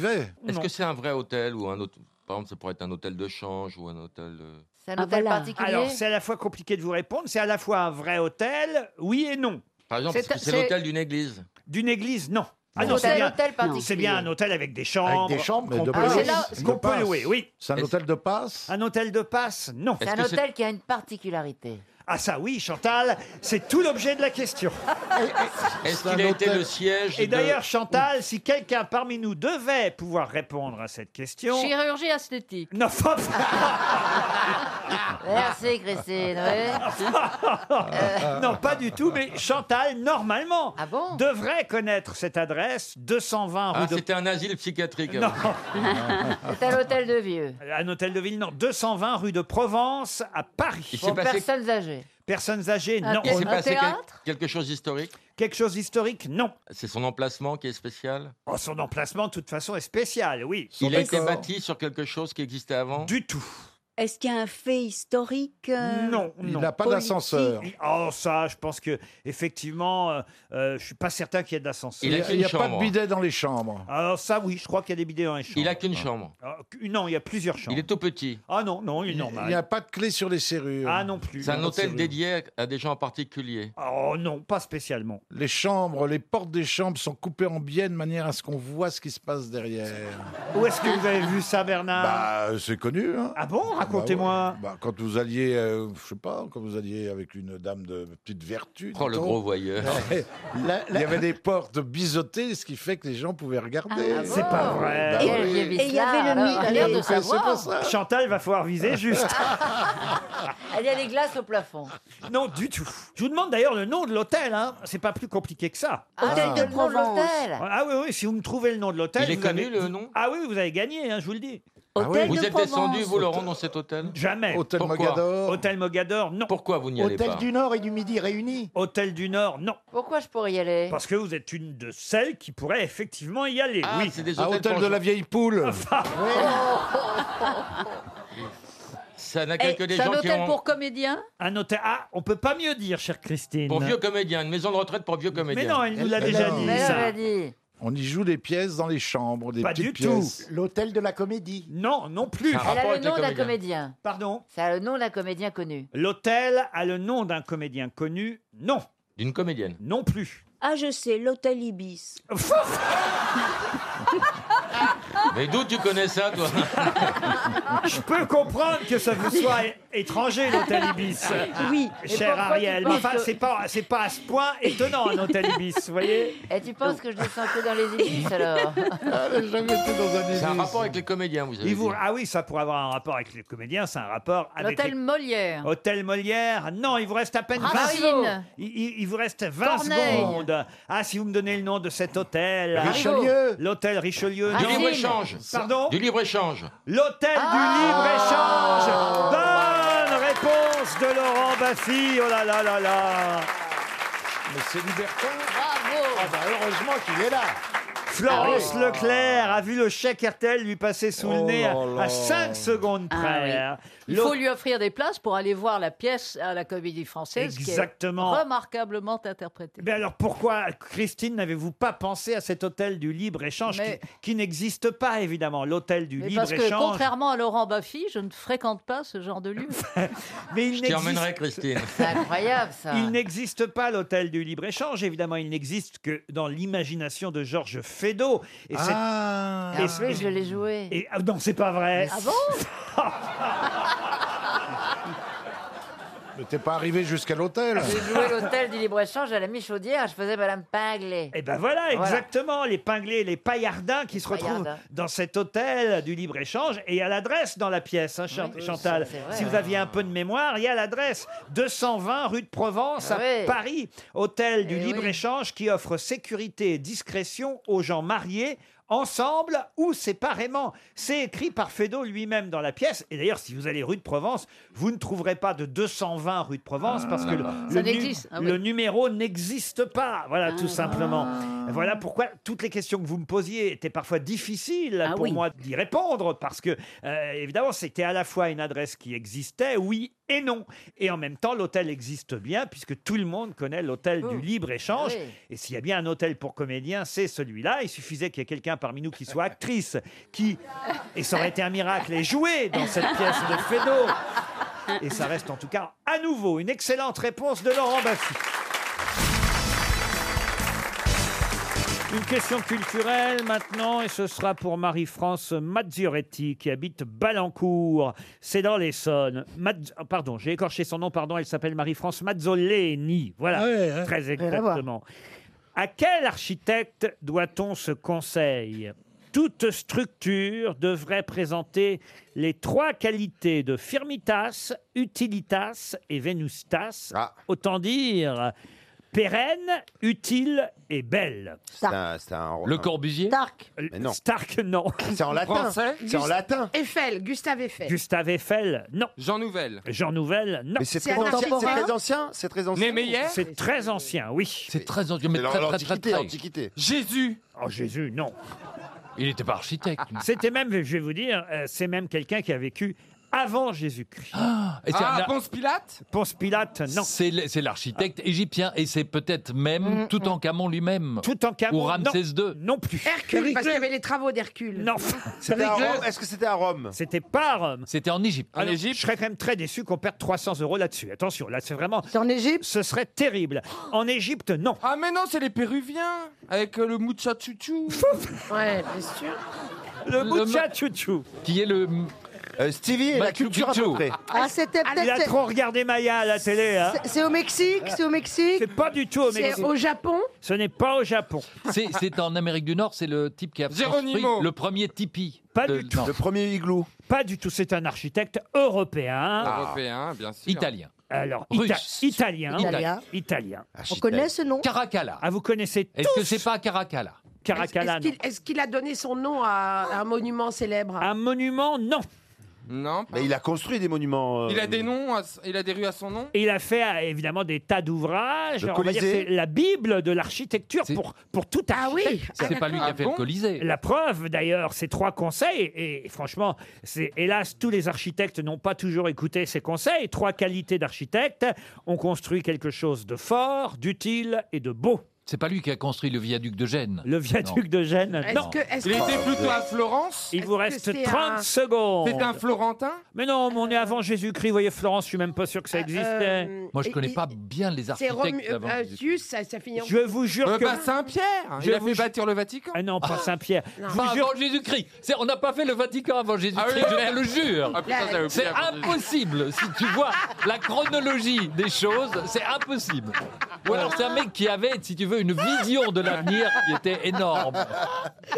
Est-ce
Non.
que c'est un vrai hôtel ou un autre Par exemple, ça pourrait être un hôtel de change ou un hôtel. euh,
C'est un
Ah,
hôtel
voilà.
particulier.
Alors, c'est à la fois compliqué de vous répondre, c'est à la fois un vrai hôtel, oui et non.
Par exemple, est-ce que c'est l'hôtel d'une église.
D'une église, non. Ah
Un
non, c'est
hôtel-
bien,
hôtel
c'est
particulier.
bien un hôtel avec des chambres.
Avec des chambres Mais qu'on de peut-
qu'on
passe.
peut,
Ah, c'est là- De passe.
louer, oui.
C'est un hôtel
de passe Un hôtel de passe, non.
C'est un hôtel qui a une particularité.
Ah ça oui, Chantal, c'est tout l'objet de la question.
Est-ce qu'il a été le siège
Et
de-
d'ailleurs, Chantal, si quelqu'un parmi nous devait pouvoir répondre à cette question...
Chirurgie esthétique.
Non, enfin,
Merci, Christine. oui. Euh,
non, pas du tout, mais Chantal, normalement,
Ah
devrait connaître cette adresse, 220
Ah,
rue de...
c'était un asile psychiatrique.
Non.
C'est un hôtel de vieux.
Un hôtel de ville, non, 220 rue de Provence à Paris.
Il s'est
Pour personnes âgées.
Personnes âgées,
Un
non.
thé-
Il s'est
Un
passé quel-
théâtre
quelque chose d'historique
Quelque chose d'historique, non.
C'est son emplacement qui est spécial
Oh, son emplacement, de toute façon, est spécial, oui.
Il a été bâti sur quelque chose qui existait avant
Du tout.
Est-ce qu'il y a un fait historique euh,
Non,
Il n'a pas
politique
d'ascenseur.
Oh, ça, je pense que effectivement, euh, euh, je suis pas certain qu'il y ait de l'ascenseur.
Il n'y a, pas de bidet dans les chambres.
Alors ça, oui, je crois qu'il y a des bidets dans les chambres.
Il a qu'une chambre.
Ah, qu- non, il y a plusieurs chambres.
Il est tout petit.
Ah non, non, il est
Il
normal.
n'y a pas de clé sur les serrures.
Ah non plus.
C'est un
Non,
hôtel
c'est-
dédié à des gens en particulier.
Oh non, pas spécialement.
Les chambres, les portes des chambres sont coupées en biais de manière à ce qu'on voit ce qui se passe derrière.
Où est-ce que vous avez vu ça, Bernard
Bah, euh, c'est connu. Hein.
Ah bon Racontez-moi.
Bah ouais. Bah, quand vous alliez, euh, je sais pas, quand vous alliez avec une dame de petite vertu.
Oh, le
dit-on.
gros voyeur.
Ouais.
La-
Il y avait des portes biseautées, ce qui fait que les gens pouvaient regarder.
Ah, C'est pas vrai.
Bah oui. Ah,
Et il y avait le
alors, elle a l'air de
mythe.
Ah,
savoir.
Chantal va falloir viser juste.
Il y a des glaces au plafond.
non, du tout. Je vous demande d'ailleurs le nom de l'hôtel. Hein. C'est pas plus compliqué que ça.
Hôtel de Provence.
Ah oui, oui, si vous me trouvez le nom de l'hôtel.
Il est
vous
connu,
avez-
le nom
Ah oui, vous avez gagné, hein, je vous le dis.
Bah,
Ah oui, vous êtes descendu, vous, Laurent, dans cet hôtel
Jamais.
Hôtel
Pourquoi
Mogador.
Hôtel Mogador, non.
Pourquoi vous n'y allez pas
Nord et du Midi réunis Hôtel du Nord, non.
Pourquoi je pourrais y aller
Parce que vous êtes une de celles qui pourrait effectivement y aller.
Ah,
oui, Ah,
c'est des
Ah,
hôtels
hôtel
pour
de
gens.
la vieille poule.
bah.
Ça n'accueille
Eh,
que des
C'est un
gens qui
hôtel
ont...
pour comédiens
Un hôtel. Ah, on peut pas mieux dire, chère Christine.
Pour vieux comédiens, une maison de retraite pour vieux comédiens.
Mais non, elle nous l'a déjà dit,
Mais
ça.
elle a dit.
On y joue des pièces dans les chambres, des
Pas
petites
du
pièces. Ah,
tout.
L'hôtel de la comédie.
Non, non plus.
Ça a
Elle a le nom d'un comédien.
Pardon
Ça a le nom d'un comédien connu.
L'hôtel a le nom d'un comédien connu Non.
D'une comédienne
Non plus.
Ah, je sais, l'hôtel Ibis.
Mais d'où tu connais ça, toi
Je peux comprendre que ça vous soit é- étranger, l'hôtel Ibis.
Ah
Oui. Et
Cher
pourquoi tu
Ariel. Mais
penses
enfin,
que-
c'est pas, c'est pas à ce point étonnant, un hôtel Ibis, vous voyez
Et tu penses
Oh.
que je descends que dans les ibis alors
C'est un rapport avec les comédiens, vous avez
Il vous-
dit.
Ah oui, ça pour avoir un rapport avec les comédiens, c'est un rapport avec
L'hôtel Molière.
les- Hôtel Molière. Non, il vous reste à peine 20
Racine.
secondes. Il, il- il vous reste 20
Corneille.
secondes. Ah, si vous me donnez le nom de cet hôtel.
Richelieu.
L'hôtel Richelieu.
Du
Ah,
non.
libre-échange.
Pardon
Du libre-échange.
L'hôtel du
Ah.
libre-échange. Bonne réponse de Laurent Baffy. Oh là là là là.
Mais c'est libertin. Bravo Heureusement qu'il est là.
Florence
Ah oui.
Leclerc a vu le chèque RTL lui passer sous le
Oh
nez à-
là
à
là.
5 secondes
Ah
près.
Il
L'hô-
faut lui offrir des places pour aller voir la pièce à la Comédie Française
Exactement.
qui est remarquablement interprétée.
Mais alors pourquoi, Christine, n'avez-vous pas pensé à cet hôtel du libre-échange
Mais-
qui, qui n'existe pas, évidemment, l'hôtel du
Mais parce que
libre-échange
contrairement à Laurent Baffy, je ne fréquente pas ce genre de lieu.
Mais il
Je t'y
n'existe-
emmènerai, Christine.
C'est incroyable ça.
Il n'existe pas l'hôtel du libre-échange, évidemment, il n'existe que dans l'imagination de Georges Feydeau. Et c'est-
Ah,
et
en
c'est-
plus, je l'ai joué.
et- ah, non, c'est pas vrai.
Ah bon
Mais t'es pas arrivé jusqu'à l'hôtel.
Ah,
J'ai joué l'hôtel du libre-échange à la Michaudière, je faisais Madame Pinglé.
Et ben voilà, exactement, les pinglés, et les paillardins qui se retrouvent
Paillardins.
dans cet hôtel du libre-échange. Et il y a l'adresse dans la pièce, hein, Chan- Chantal.
c'est vrai.
Si vous aviez un peu de mémoire, il y a l'adresse 220 rue de Provence à
Ah ouais.
Paris. Hôtel du
Eh oui.
libre-échange qui offre sécurité et discrétion aux gens mariés. Ensemble ou séparément. C'est écrit par Fedot lui-même dans la pièce. Et d'ailleurs, si vous allez rue de Provence, vous ne trouverez pas de 220 rue de Provence parce que le,
Ça
le nu-
n'existe. Ah oui.
le numéro n'existe pas. Voilà, tout simplement. Voilà pourquoi toutes les questions que vous me posiez étaient parfois difficiles
Ah
pour
oui.
moi d'y répondre, parce que, euh, évidemment, c'était à la fois une adresse qui existait, oui et non. Et en même temps, l'hôtel existe bien, puisque tout le monde connaît l'hôtel du libre-échange.
Ah oui.
Et s'il y a bien un hôtel pour comédiens, c'est celui-là. Il suffisait qu'il y ait quelqu'un parmi nous qui soit actrice, qui, et ça aurait été un miracle, et jouer dans cette pièce de Fedot. Et ça reste en tout cas à nouveau une excellente réponse de Laurent Baffy. Une question culturelle maintenant, et ce sera pour Marie-France Mazzioretti, qui habite Balancourt. C'est dans l'Essonne. Mazz- oh, Pardon, j'ai écorché son nom, pardon, elle s'appelle Marie-France Mazzoleni. Voilà,
Ah ouais, hein.
très
Rien à voir.
exactement. À quel architecte doit-on ce conseil Toute structure devrait présenter les trois qualités de firmitas, utilitas et venustas.
Ah.
Autant dire pérenne, utile et belle.
Le Corbusier
Stark. non. Stark, non.
Euh, C'est en latin. Français C'est en latin.
Eiffel, Gustave Eiffel.
Gustave Eiffel, non.
Jean Nouvel.
Jean Nouvel, non.
Mais c'est C'est très ancien- contemporain c'est très ancien,
C'est très
ancien. Niemeyer
C'est très ancien, oui.
C'est très ancien, mais C'est très, très, très, très. l'Antiquité.
Jésus. Oh, Jésus, non.
Il n'était pas architecte.
C'était même, je vais vous dire, euh, c'est même quelqu'un qui a vécu avant Jésus-Christ.
et c'est Ah, un- Ponce
Pilate Ponce Pilate, non.
C'est l- c'est l'architecte égyptien et c'est peut-être
Mm,
même Toutankhamon lui-même.
Toutankhamon,
Ou Ramsès II.
Non plus.
Hercule, parce qu'il y avait les travaux d'Hercule.
Non.
C'était à Rome.
Est-ce que c'était à Rome C'était pas à Rome.
C'était en Égypte.
En Égypte Je serais quand même très déçu qu'on perde 300 euros là-dessus. Attention, là c'est vraiment.
en Égypte
Ce serait terrible. En Égypte, non.
Ah mais non, c'est les Péruviens avec euh, le mucha chuchu.
Ouais, bien sûr.
Le
Mucha
Chuchu.
Qui est le.
Stevie et la culture à peu près.
Ah, c'était
Il a
peut-être.
trop regardé Maya à la télé. hein.
c'est- C'est au Mexique, c'est au Mexique.
C'est pas du tout au
C'est
Mexique.
au Japon.
Ce n'est pas au Japon.
C'est c'est en Amérique du Nord, c'est le type qui a construit
Geronimo.
le premier tipi.
Pas
de-
du tout.
non.
premier igloo. Pas du tout. C'est un architecte européen.
Européen, bien sûr.
Italien.
Alors,
Russe.
Ita- italien.
Italien.
Italien.
Architecte. connaît ce
nom
Caracalla.
Ah, vous connaissez tous
Est-ce que c'est pas Caracalla
Caracalla,
Est-ce qu'il- Est-ce qu'il a donné son nom à à un monument célèbre
Un monument, non.
Non.
Mais il a construit des monuments. euh,
Il a des noms, à- il a des rues à son nom.
Et il a fait euh, évidemment des tas d'ouvrages.
Le
On va dire que
Colisée.
c'est la Bible de l'architecture pour, pour tout architecte. Ah oui
C'est pas lui qui a fait le Colisée.
La preuve, d'ailleurs, ces trois conseils, et, et franchement, c'est hélas, tous les architectes n'ont pas toujours écouté ces conseils. Trois qualités d'architecte on construit quelque chose de fort, d'utile et de beau.
C'est pas lui qui a construit le viaduc de Gênes.
Le viaduc de Gênes,
Est-ce
non.
que- est-ce Il que- était plutôt à
Florence. Il vous reste
c'est
30
un-
secondes.
C'est un
Florentin Mais non, mais on est avant Jésus-Christ. Vous voyez, Florence, je suis même pas sûr que ça existait.
euh, Moi, je et- connais et- pas
bien les
C'est Romu- euh, Zius, ça, ça finit en...
Je vous jure
Euh,
que...
bah,
Saint-Pierre
Je vous bâtir le Vatican Ah non, pas Saint-Pierre. Je vous
Pas
jure-
avant Jésus-Christ. C'est- On n'a pas fait le Vatican avant Jésus-Christ,
Ah oui,
je te le jure.
Ah putain, j'avais oublié
c'est
la chronologie.
impossible. Si tu vois la chronologie des choses, c'est impossible. Ou alors c'est un mec qui avait, si tu veux, une vision de l'avenir qui était énorme.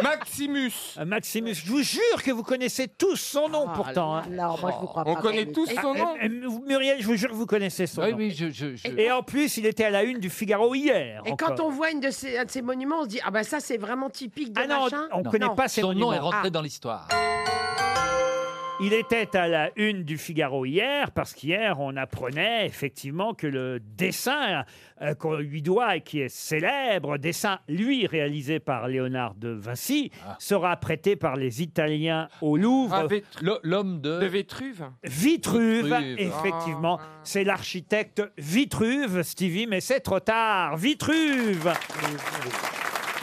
Maximus. Euh, Maximus, je vous jure que vous connaissez tous son nom pourtant. hein.
non, Ah, moi, je vous crois pas. On connaît tous son
Ah, euh,
nom.
euh, Muriel, je vous jure que vous connaissez son
Oui,
nom.
oui, je- je- je-
Et en plus, il était à la une du Figaro hier.
Et
encore.
quand on voit une de ces, un de ces monuments, on se dit Ah, bah ça, c'est vraiment typique de
Ah non,
machin.
on connaît pas ces
Son nom est
monuments.
rentré
Ah.
dans l'histoire.
Il était à la une du Figaro hier, parce qu'hier, on apprenait effectivement que le dessin euh, qu'on lui doit et qui est célèbre, dessin, lui, réalisé par Léonard de Vinci, sera prêté par les Italiens au Louvre.
Ah, Vétru- L'ho- L'homme de...
De
Vétruve.
Vitruve, ah,
Vitruve. ah.
effectivement. C'est l'architecte Vitruve, Stevie, mais c'est trop tard. Vitruve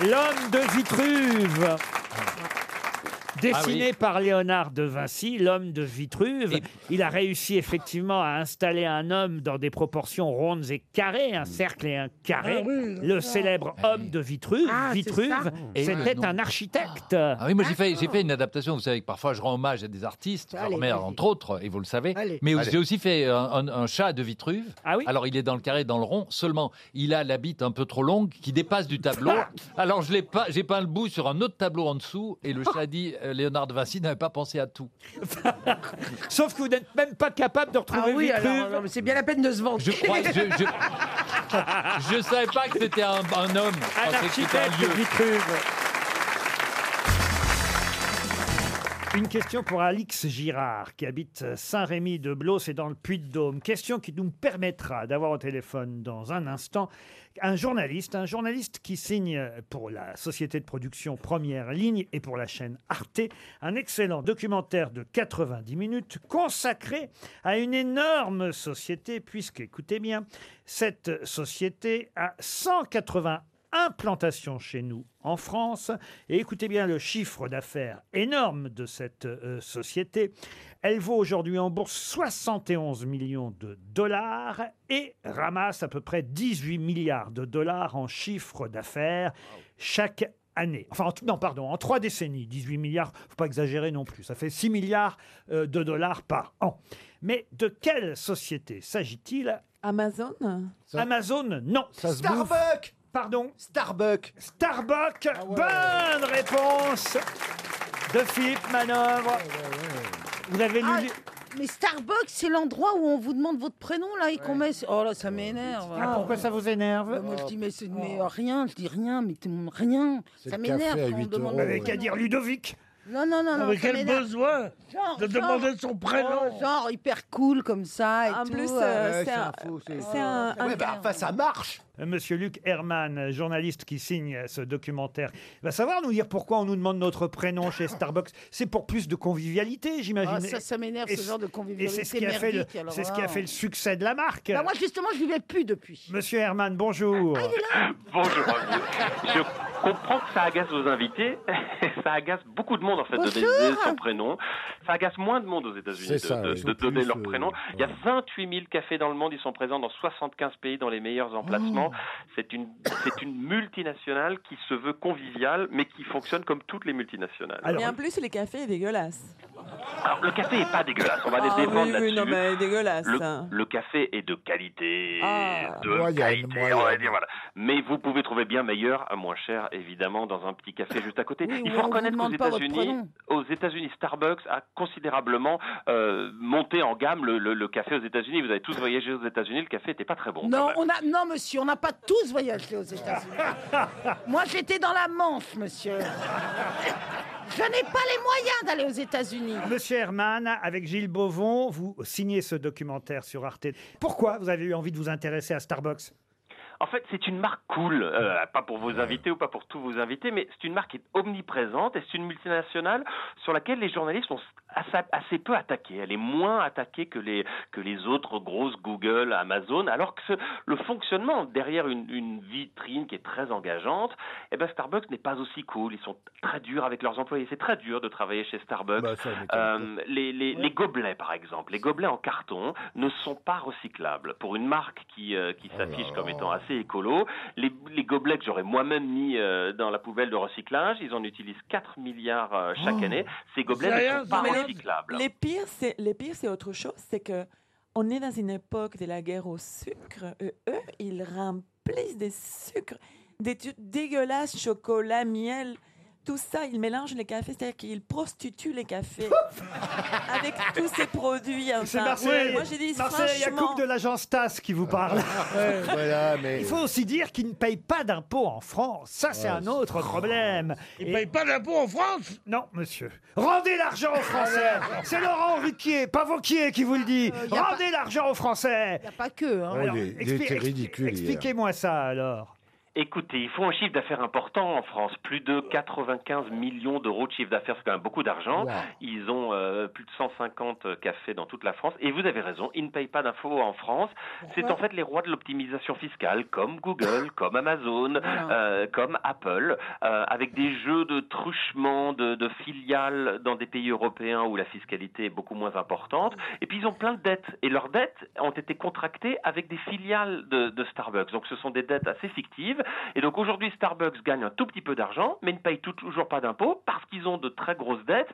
L'homme de Vitruve Dessiné
Ah oui.
par Léonard de Vinci, l'homme de Vitruve, il a réussi effectivement à installer un homme dans des proportions rondes et carrées, un cercle et un carré.
Ah oui,
le
d'accord. Ah,
célèbre homme de Vitruve,
c'est
Vitruve,
ça. Et le
c'était
nom.
un architecte.
Ah oui, moi j'ai fait, j'ai fait une adaptation, vous savez que parfois je rends hommage à des artistes,
Allez,
Vermeer
vas-y.
entre autres, et vous le savez,
Allez. Ah
mais
Allez.
j'ai aussi fait un, un- un chat de Vitruve. Alors il est dans le carré, dans le rond, seulement il a la bite un peu trop longue qui dépasse du tableau. Alors je l'ai pas, j'ai peint le bout sur un autre tableau en dessous, et le chat dit euh, Léonard de Vinci n'avait pas pensé à tout.
Sauf que vous n'êtes même pas capable de retrouver
Ah oui,
Vitruve.
alors, non, mais c'est bien la peine de se vendre.
Je crois, je, je, je savais pas que c'était un, un homme. Je pensais que c'était
architecte
un lieu.
Une question pour Alix Girard, qui habite Saint-Rémy-de-Blos, c'est dans le Puy-de-Dôme. Question qui nous permettra d'avoir au téléphone dans un instant un journaliste, un journaliste qui signe pour la société de production Première Ligne et pour la chaîne Arte un excellent documentaire de 90 minutes consacré à une énorme société, puisque, écoutez bien, cette société a 180 implantation chez nous en France. Et écoutez bien le chiffre d'affaires énorme de cette euh, société. Elle vaut aujourd'hui en bourse 71 millions de dollars et ramasse à peu près 18 milliards de dollars en chiffre d'affaires chaque année. Enfin, en tout- non, pardon, en trois décennies, 18 milliards, faut pas exagérer non plus, ça fait 6 milliards euh, de dollars par an. Mais de quelle société s'agit-il
Amazon
Amazon, non.
se bouffe. Ah
Starbucks Pardon Starbucks. Starbucks Bonne réponse de Philippe Manœuvre. Vous avez lu...
Ah, Mais Starbucks, c'est l'endroit où on vous demande votre prénom là et qu'on met. Oh là, ça m'énerve. Bah,
Ah, pourquoi ça vous énerve
Moi, je dis mais,
Oh.
c'est- mais euh, rien, je dis rien, mais tout le monde- rien. Ça m'énerve quand on me demande.
Vous
mon
n'avez qu'à
prénom.
dire Ludovic.
Non, non, non,
Ah,
non.
mais
ça
quel
m'énerve.
besoin
Genre,
de
genre-
demander son prénom.
Oh, genre hyper cool comme ça et
En
tout.
plus,
euh,
euh, Ouais, c'est c'est un- un c'est un- un- Ouais, bah,
enfin, ça marche. Euh, Monsieur Luc Herman, journaliste qui signe ce documentaire, va savoir nous dire pourquoi on nous demande notre prénom chez Starbucks. C'est pour plus de convivialité, j'imagine.
Ah, ça, ça m'énerve,
Et
ce genre de
c-
convivialité
Et c'est ce, qui a fait le,
merdique, alors
c'est ce qui
là.
a fait le succès de la marque.
Bah, moi, justement, je vivais plus depuis. Ah,
Monsieur Herman, bonjour.
Bonjour. Je comprends que ça agace vos invités. ça agace beaucoup de monde, en fait,
Bonjour.
de donner son prénom. Ça agace moins de monde aux États-Unis
C'est
de,
ça,
de-
ils sont
de donner
plus,
leur
euh,
prénom. Il y a 28 000 cafés dans le monde. Ils sont présents dans 75 pays, dans les meilleurs emplacements.
Oh.
C'est une, c'est une multinationale qui se veut conviviale, mais qui fonctionne comme toutes les multinationales.
Mais en plus, les cafés est dégueulasse.
Alors, le café est pas dégueulasse. On va les
Ah
défendre
oui, oui,
là-dessus.
non, mais dégueulasse.
Le, le café est de qualité,
Ah.
de
Moyenne,
qualité,
moyenne.
on va dire, voilà. Mais vous pouvez trouver bien meilleur à moins cher, évidemment, dans un petit café juste à côté.
Oui,
Il faut
ou on vous
reconnaître qu'aux
demande pas votre
États-Unis,
prénom.
aux États-Unis, Starbucks a considérablement euh, monté en gamme le, le- le café aux États-Unis. Vous avez tous voyagé aux États-Unis, le café n'était pas très bon. quand
Non,
même.
on a, non, monsieur, on n'a pas tous voyagé aux États-Unis. Moi, j'étais dans la Manche, monsieur. Je n'ai pas les moyens d'aller aux États-Unis.
Monsieur Herman, avec Gilles Beauvon, vous signez ce documentaire sur Arte. Pourquoi vous avez eu envie de vous intéresser à Starbucks
En fait, c'est une marque cool, euh, pas pour vos invités ou pas pour tous vos invités, mais c'est une marque qui est omniprésente et c'est une multinationale sur laquelle les journalistes ont assez, assez peu attaquée. Elle est moins attaquée que les, que les autres grosses Google, Amazon, alors que ce- le fonctionnement derrière une, une vitrine qui est très engageante, eh ben Starbucks n'est pas aussi cool. Ils sont très durs avec leurs employés. C'est très dur de travailler chez Starbucks. Euh, les, les- les gobelets, par exemple, les gobelets en carton ne sont pas recyclables. Pour une marque qui, euh, qui s'affiche comme étant assez écolo, les, les gobelets que j'aurais moi-même mis euh, dans la poubelle de recyclage, ils en utilisent 4 milliards euh, chaque
Oh.
année. Ces gobelets ne
Sérieux
sont pas
Non, mais le-
recyclables.
Les pires, c'est les pires, c'est autre chose, c'est que on est dans une époque de la guerre au sucre. et eux, ils remplissent des sucres, des trucs dégueulasses, chocolat, miel, tout ça. Ils mélangent les cafés, c'est-à-dire qu'ils prostituent les cafés avec tous ces produits.
C'est
enfin,
Marseille.
Moi, j'ai dit
Marseille
franchement.
Yacoub de l'agence TAS qui vous parle.
voilà, mais-
Il faut aussi dire qu'ils ne payent pas d'impôts en France. Ça, c'est
Ouais,
un autre problème. Ils ne payent
pas d'impôts en France
Non, monsieur. Rendez l'argent aux Français. c'est Laurent Ruquier, pas Vauquier, qui vous le dit.
y a
Rendez l'argent aux Français.
Il n'y a pas que. Hein.
Alors,
Alors,
expli- expli- Expliquez-moi ça alors.
Écoutez, ils font un chiffre d'affaires important en France, plus de 95 millions d'euros de chiffre d'affaires, c'est quand même beaucoup d'argent.
Wow.
Ils ont euh, plus de 150 cafés dans toute la France. Et vous avez raison, ils ne payent pas d'impôts en France. C'est en fait les rois de l'optimisation fiscale, comme Google, comme Amazon, euh, comme Apple, euh, avec des jeux de truchement de, de filiales dans des pays européens où la fiscalité est beaucoup moins importante. Et puis ils ont plein de dettes. Et leurs dettes ont été contractées avec des filiales de, de Starbucks. Donc ce sont des dettes assez fictives. Et donc aujourd'hui, Starbucks gagne un tout petit peu d'argent, mais ne paye tout- toujours pas d'impôts parce qu'ils ont de très grosses dettes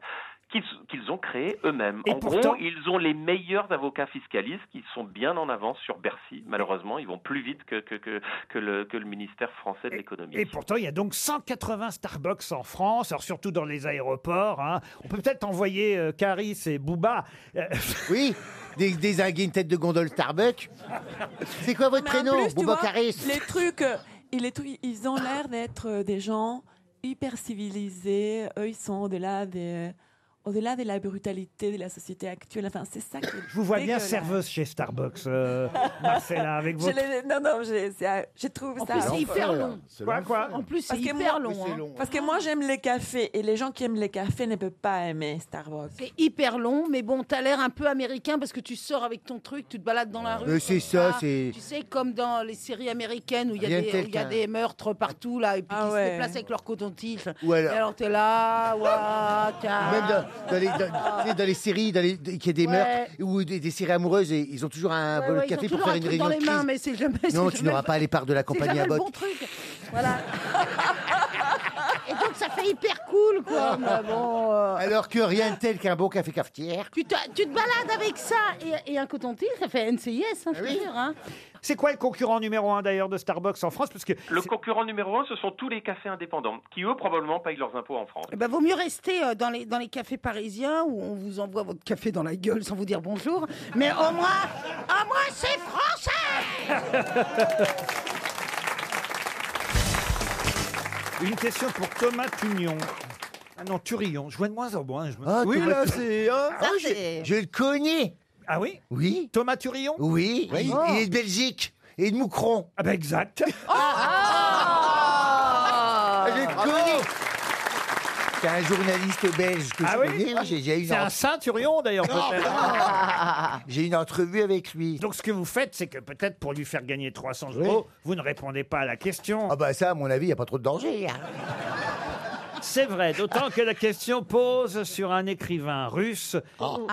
qu'ils qu'ils ont créées eux-mêmes.
Et
En
pourtant-
gros, ils ont les meilleurs avocats fiscalistes qui sont bien en avance sur Bercy. Malheureusement, ils vont plus vite que, que, que, que le, que le ministère français de l'économie.
Et pourtant, il y a donc 180 Starbucks en France, alors surtout dans les aéroports. hein. On peut peut-être envoyer euh, Caris et Booba. euh,
oui, des, une tête de gondole Starbucks.
C'est quoi votre
Mais en
prénom
plus, tu vois,
Boubacaris
Les trucs, euh, et les trucs, ils ont l'air d'être euh, des gens hyper civilisés. Eux, ils sont au-delà des- euh, au-delà de la brutalité de la société actuelle. Enfin, c'est ça qui.
Je vous vois bien serveuse chez Starbucks, euh, Marcella, avec votre...
Non, non, j'ai- c'est- euh, je trouve
En
ça.
plus, c'est hyper long. C'est Quoi, l'enfer. quoi
En plus,
c'est hyper long,
hein.
Parce que moi, j'aime les cafés et les gens qui aiment les cafés ne peuvent pas aimer Starbucks.
C'est hyper long, mais bon, t'as l'air un peu américain parce que tu sors avec ton truc, tu te balades dans la rue.
Mais Euh, c'est ça,
Ah,
c'est-
Tu sais, comme dans les séries américaines où il y,
Rien
a
de
des-
tel
où il y a
qu'un-
des meurtres partout, là, et puis qui se
ouais.
déplacent avec leur coton-tige.
Ou alors-
Et alors t'es là, ouah, tiens.
Même dans, dans les, dans- tu sais, dans les séries, dans les, qu'il y a des
Ouais.
meurtres ou des, des séries amoureuses, et ils ont toujours un
Ouais,
bol
ouais,
de
ils ont
café pour
toujours
faire
un
une
truc
réunion de
dans les mains,
crise.
mais c'est jamais- c'est
non,
jamais
tu
le
n'auras
bon-
pas les parts de la
C'est
compagnie
jamais
à
le
boc.
bon truc. Voilà. Et donc ça fait hyper cool, quoi. mais bon, euh,
Alors que rien de tel qu'un bon café cafetière.
Tu te, tu te balades avec ça et, et un coton-tige, ça fait NCIS, hein,
Eh
je te jure. hein.
C'est quoi le concurrent numéro un d'ailleurs de Starbucks en France Parce que
Le concurrent numéro un, ce sont tous les cafés indépendants qui, eux, probablement payent leurs impôts en France.
Eh ben, vaut mieux rester euh, dans les, dans les cafés parisiens où on vous envoie votre café dans la gueule sans vous dire bonjour. Mais au moins, au moins c'est français
Une question pour Thomas Tugnon. Ah non, Turillon. Je vois de moins en moins. Je me...
Ah,
Oui,
Thomas
là,
Turillon.
c'est... ah,
Ça,
oui, je-
c'est- Je le connais.
Ah oui
Oui.
Thomas Turillon
Oui.
Oui.
Il,
Oh.
il est de Belgique et de Moucron.
Ah ben exact.
Je le connais. C'est un journaliste belge que
Ah
je
oui
connais. Moi, j'ai déjà eu une
C'est un
entre-
saint Turion d'ailleurs
Non,
peut-être. Ah.
J'ai une entrevue avec lui.
Donc ce que vous faites, c'est que peut-être pour lui faire gagner 300 euros, vous ne répondez pas à la question.
Ah bah ça, à mon avis, il n'y a pas trop de danger. hein.
C'est vrai, d'autant que la question pose sur un écrivain russe,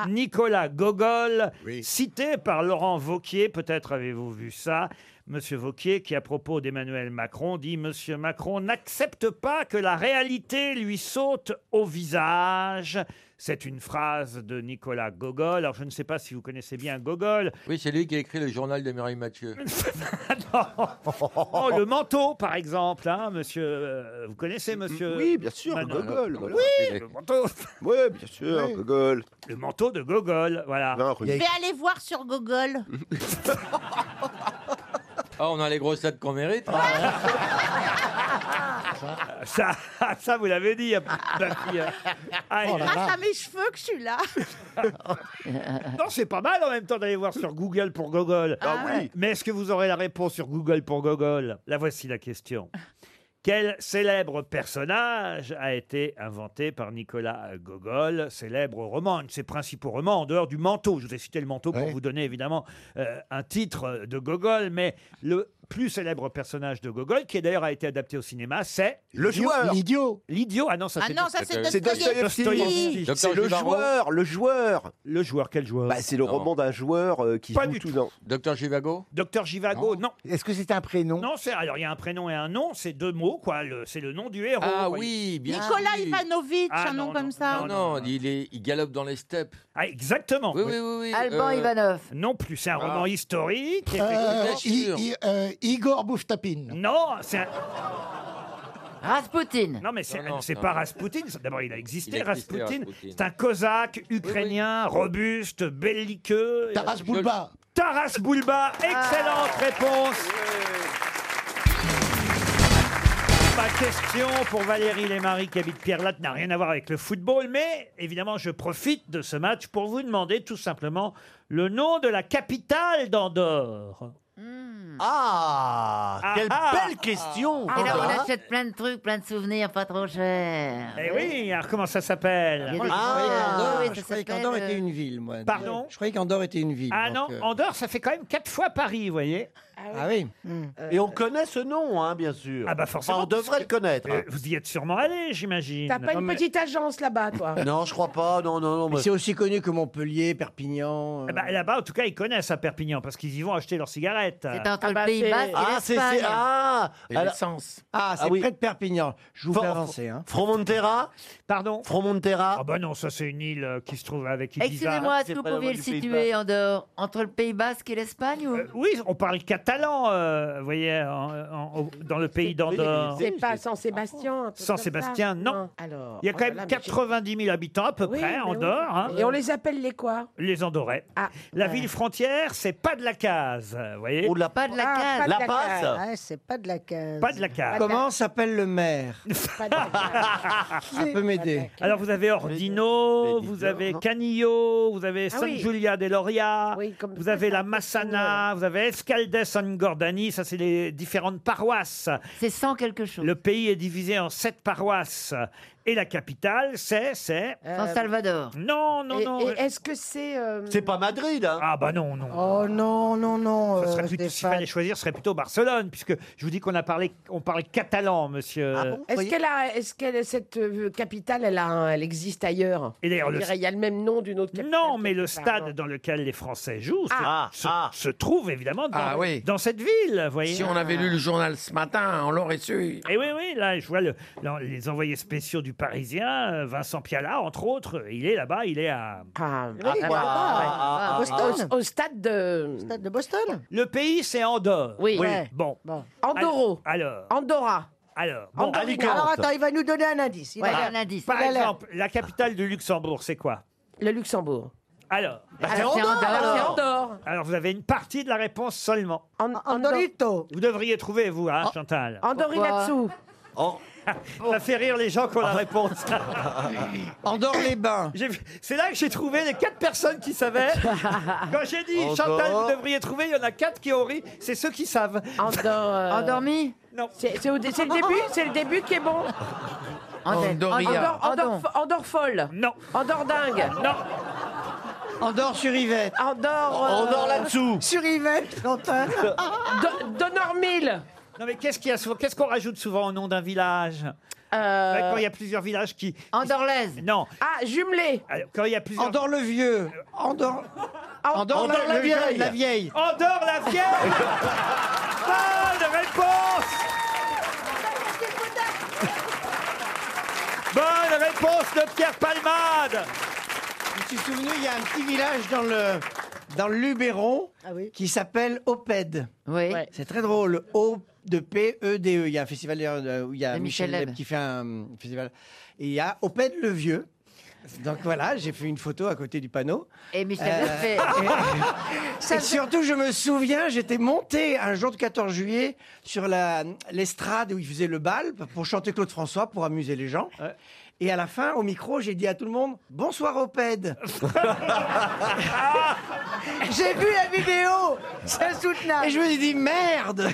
Nicolas Gogol, cité par Laurent Vauquier. Peut-être avez-vous vu ça. Monsieur Vauquier, qui à propos d'Emmanuel Macron dit Monsieur Macron n'accepte pas que la réalité lui saute au visage. C'est une phrase de Nicolas Gogol. Alors je ne sais pas si vous connaissez bien Gogol.
Oui, c'est lui qui a écrit le journal de Mireille Mathieu.
Oh, le manteau, par exemple, hein, monsieur. euh, Vous connaissez, monsieur
Oui, bien sûr,
Manon-
Gogol, voilà.
Oui, le manteau.
Oui, bien sûr,
Oui.
Gogol.
Le manteau de Gogol, voilà.
Non,
Il y a-
aller voir sur Google.
Mhm.
Ah, on a les grosses têtes qu'on mérite.
Ah.
Ah, Ça, ça vous l'avez dit,
Ah.
ma fille. Aïe.
Ah, Grâce à mes cheveux que je suis là.
non, c'est pas mal en même temps d'aller voir sur Google pour Gogol.
Ah oui.
Mais est-ce que vous aurez la réponse sur Google pour Gogol La voici la question. Quel célèbre personnage a été inventé par Nicolas Gogol, célèbre roman, un de ses principaux romans, en dehors du manteau Je vous ai cité le manteau pour vous donner évidemment euh, un titre de Gogol, mais le plus célèbre personnage de Gogol, qui d'ailleurs a été adapté au cinéma, c'est...
Le joueur.
L'idiot L'idiot, ah non, ça
Ah
c'est...
non, ça, c'est
C'est Dostoïevski.
Dostoïevski.
C'est le joueur, le joueur.
Le joueur, quel joueur
bah, C'est le roman d'un joueur euh, qui joue tout dans.
Docteur Givago Docteur Givago, non.
Est-ce que c'est un prénom
Non, c'est alors il y a un prénom et un nom, c'est deux mots quoi. le- C'est le nom du héros.
Ah
quoi.
oui, bien
Nicolas
sûr.
Ivanovitch,
Ah,
un nom
non,
comme ça.
Non, non, il, est, il galope dans les steppes.
Ah, exactement.
Oui, oui, oui. oui,
Alban
euh,
Ivanov.
Non plus, c'est un
Ah.
roman historique.
Euh,
effectivement.
I- I- euh,
Igor Bouffetapine.
Non, c'est un...
Rasputin.
Non, mais c'est
Non, non,
c'est
non.
pas Rasputin. c'est- D'abord, il a existé,
Il a existé,
Rasputin.
Rasputin.
C'est un cosaque ukrainien, robuste, belliqueux.
Taras Bulba.
Taras Bulba, excellente
Ah.
réponse. Ma question pour Valérie Lémarie qui habite Pierre-Latte n'a rien à voir avec le football, mais évidemment, je profite de ce match pour vous demander tout simplement le nom de la capitale d'Andorre.
Ah,
quelle belle question Ah.
Et là, on achète plein de trucs, plein de souvenirs, pas trop chers.
Eh oui, alors comment ça s'appelle
Ah, oui, ça
je croyais
s'appelle,
qu'Andorre
euh,
était une ville, moi.
Pardon
Je croyais qu'Andorre était une ville.
Ah non,
donc, euh,
Andorre, ça fait quand même quatre fois Paris, vous voyez.
Ah oui.
Et on connaît ce nom, hein, bien sûr.
Ah bah forcément.
Enfin, on devrait le connaître.
Euh, Vous y êtes sûrement allé, j'imagine.
T'as pas une petite agence là-bas, toi
Non, je crois pas. Non, non, non.
Mais c'est aussi connu que Montpellier, Perpignan. euh.
Ah bah, Là-bas, en tout cas, ils connaissent à Perpignan parce qu'ils y vont acheter leurs cigarettes.
C'est entre le
bah,
Pays
c'est-
Basque et
Ah,
l'Espagne.
c'est- c'est- ah,
Et
alors-
l'essence.
Ah, c'est
Ah oui.
près de Perpignan. Je vous fais avancer. Hein.
Fromontera
Pardon
Fromontera
Ah bah non, ça c'est une île euh, qui se trouve avec Ibiza.
Excusez-moi, est-ce que vous pouviez le situer, Andorre Entre le Pays Basque et l'Espagne ou...
Oui, on parle catalan, euh, vous voyez, en- en- au- dans le pays d'Andorre.
C'est pas San Sébastien. un truc
San
comme
Sébastien,
ça
non.
Alors,
Il y a quand
oh là
même
là, mais j'ai-
90 000 habitants à peu
Oui,
près,
mais oui.
Andorre. hein.
Et on les appelle les quoi Ah,
Les Andorais. la ville frontière, c'est pas de la case, vous voyez. Ou
Pas de Oh, la
Ah,
case.
pas de La la Passe. case.
Ouais, c'est pas de la case.
Pas de la case.
Comment s'appelle le maire Ça peut m'aider.
Alors vous avez Ordino, vous avez Canillo, vous avez
Ah
San
oui.
Giulia de Loria,
comme-
vous avez la Massana, vous avez Escaldes San Gordani, ça c'est les différentes paroisses.
C'est sans quelque chose.
Le pays est divisé en sept paroisses et la capitale c'est c'est
Euh, San Salvador.
Non, non,
Et-
non.
et Est-ce que c'est. euh,
C'est pas Madrid, hein
Ah bah non, non.
Oh non, non, non.
Ça serait
euh,
plutôt, s'il fallait choisir, ce serait plutôt Barcelone, puisque je vous dis qu'on a parlé, on parle catalan, monsieur.
Ah Est-ce qu'elle a, est-ce qu'elle cette euh, capitale, elle a, un- elle existe ailleurs
Et d'ailleurs,
On
le-
dirait, il y a le même nom d'une autre capitale.
Non, mais le
quelque part,
stade
non.
dans lequel les Français jouent se,
Ah,
se- se trouve évidemment dans,
Ah oui.
dans cette ville. vous Voyez.
Si on avait lu
le journal ce matin, on l'aurait su. Et oui, oui, là, je vois le- là, les envoyés spéciaux du Parisien, euh, Vincent Piala, entre autres, il est là-bas, il est à.
Oui,
ah,
là-bas,
ah,
ouais.
ah,
Boston. Au, au stade de.
de Boston.
Le pays, c'est Andorre.
Oui. Ouais.
Bon.
Andorro.
Alors.
Andorra.
Alors. bon. bah,
Andorre. Alors attends, il va nous donner un indice. Il
Ouais,
a l'air-
un indice.
Par
Il a l'air-
exemple, la capitale du Luxembourg, c'est quoi
Le Luxembourg.
Alors.
Ah,
Ah,
c'est Alors, c'est Andorre, Andorre, alors.
C'est Andorre.
Alors, vous avez une partie de la réponse seulement.
Andorito.
Vous devriez trouver, vous, hein, Chantal.
Andorri là-dessous.
Ça fait rire les gens qui ont la réponse.
Andorre les bains.
J'ai vu- C'est là que j'ai trouvé les quatre personnes qui savaient. Quand j'ai dit
Encore.
Chantal, vous devriez trouver, il y en a quatre qui ont ri. C'est ceux qui savent.
Andorre. euh,
Endormi
Non.
C'est c'est au dé- c'est le début, c'est le début qui est bon.
Andorria.
Ah
Andorre, Andorre, Andorre folle.
Non.
Andorre dingue.
Non.
Andorre sur Yvette.
Andorre. euh,
Andorre là-dessous.
Sur Yvette, Chantal.
Do- Donormille.
Non, mais qu'est-ce qu'il y a souvent- Qu'est-ce qu'on rajoute souvent au nom d'un
Euh,
village C'est vrai que Quand il y a plusieurs villages qui.
Andorlaise.
Non.
Ah, jumelé.
Alors, Quand il y a plusieurs. Euh,
Andorre le vieux. Andorre. Andorre,
Andorre
la,
la
le vieil,
vieille.
La vieille.
Andorre la vieille Bonne réponse Bonne réponse de Pierre Palmade
Je suis souvenu, il y a un petit village dans le dans le Luberon qui s'appelle Oped.
Ah Oui.
C'est très drôle. O de P E D E. Il y a un festival euh, où il y a
Et
Michel
Michel Leb.
Leb qui fait un hum, festival. Et il y a Oped le vieux. Donc voilà, j'ai fait une photo à côté du panneau.
Et Michel
Euh,
Leb fait.
et surtout, je me souviens, j'étais monté un jour de 14 juillet sur la- l'estrade où il faisait le bal pour chanter Claude François, pour amuser les gens. Et à la fin, au micro, j'ai dit à tout le monde Bonsoir, Oped. j'ai vu la vidéo, c'est insoutenable. Et je me suis dit Merde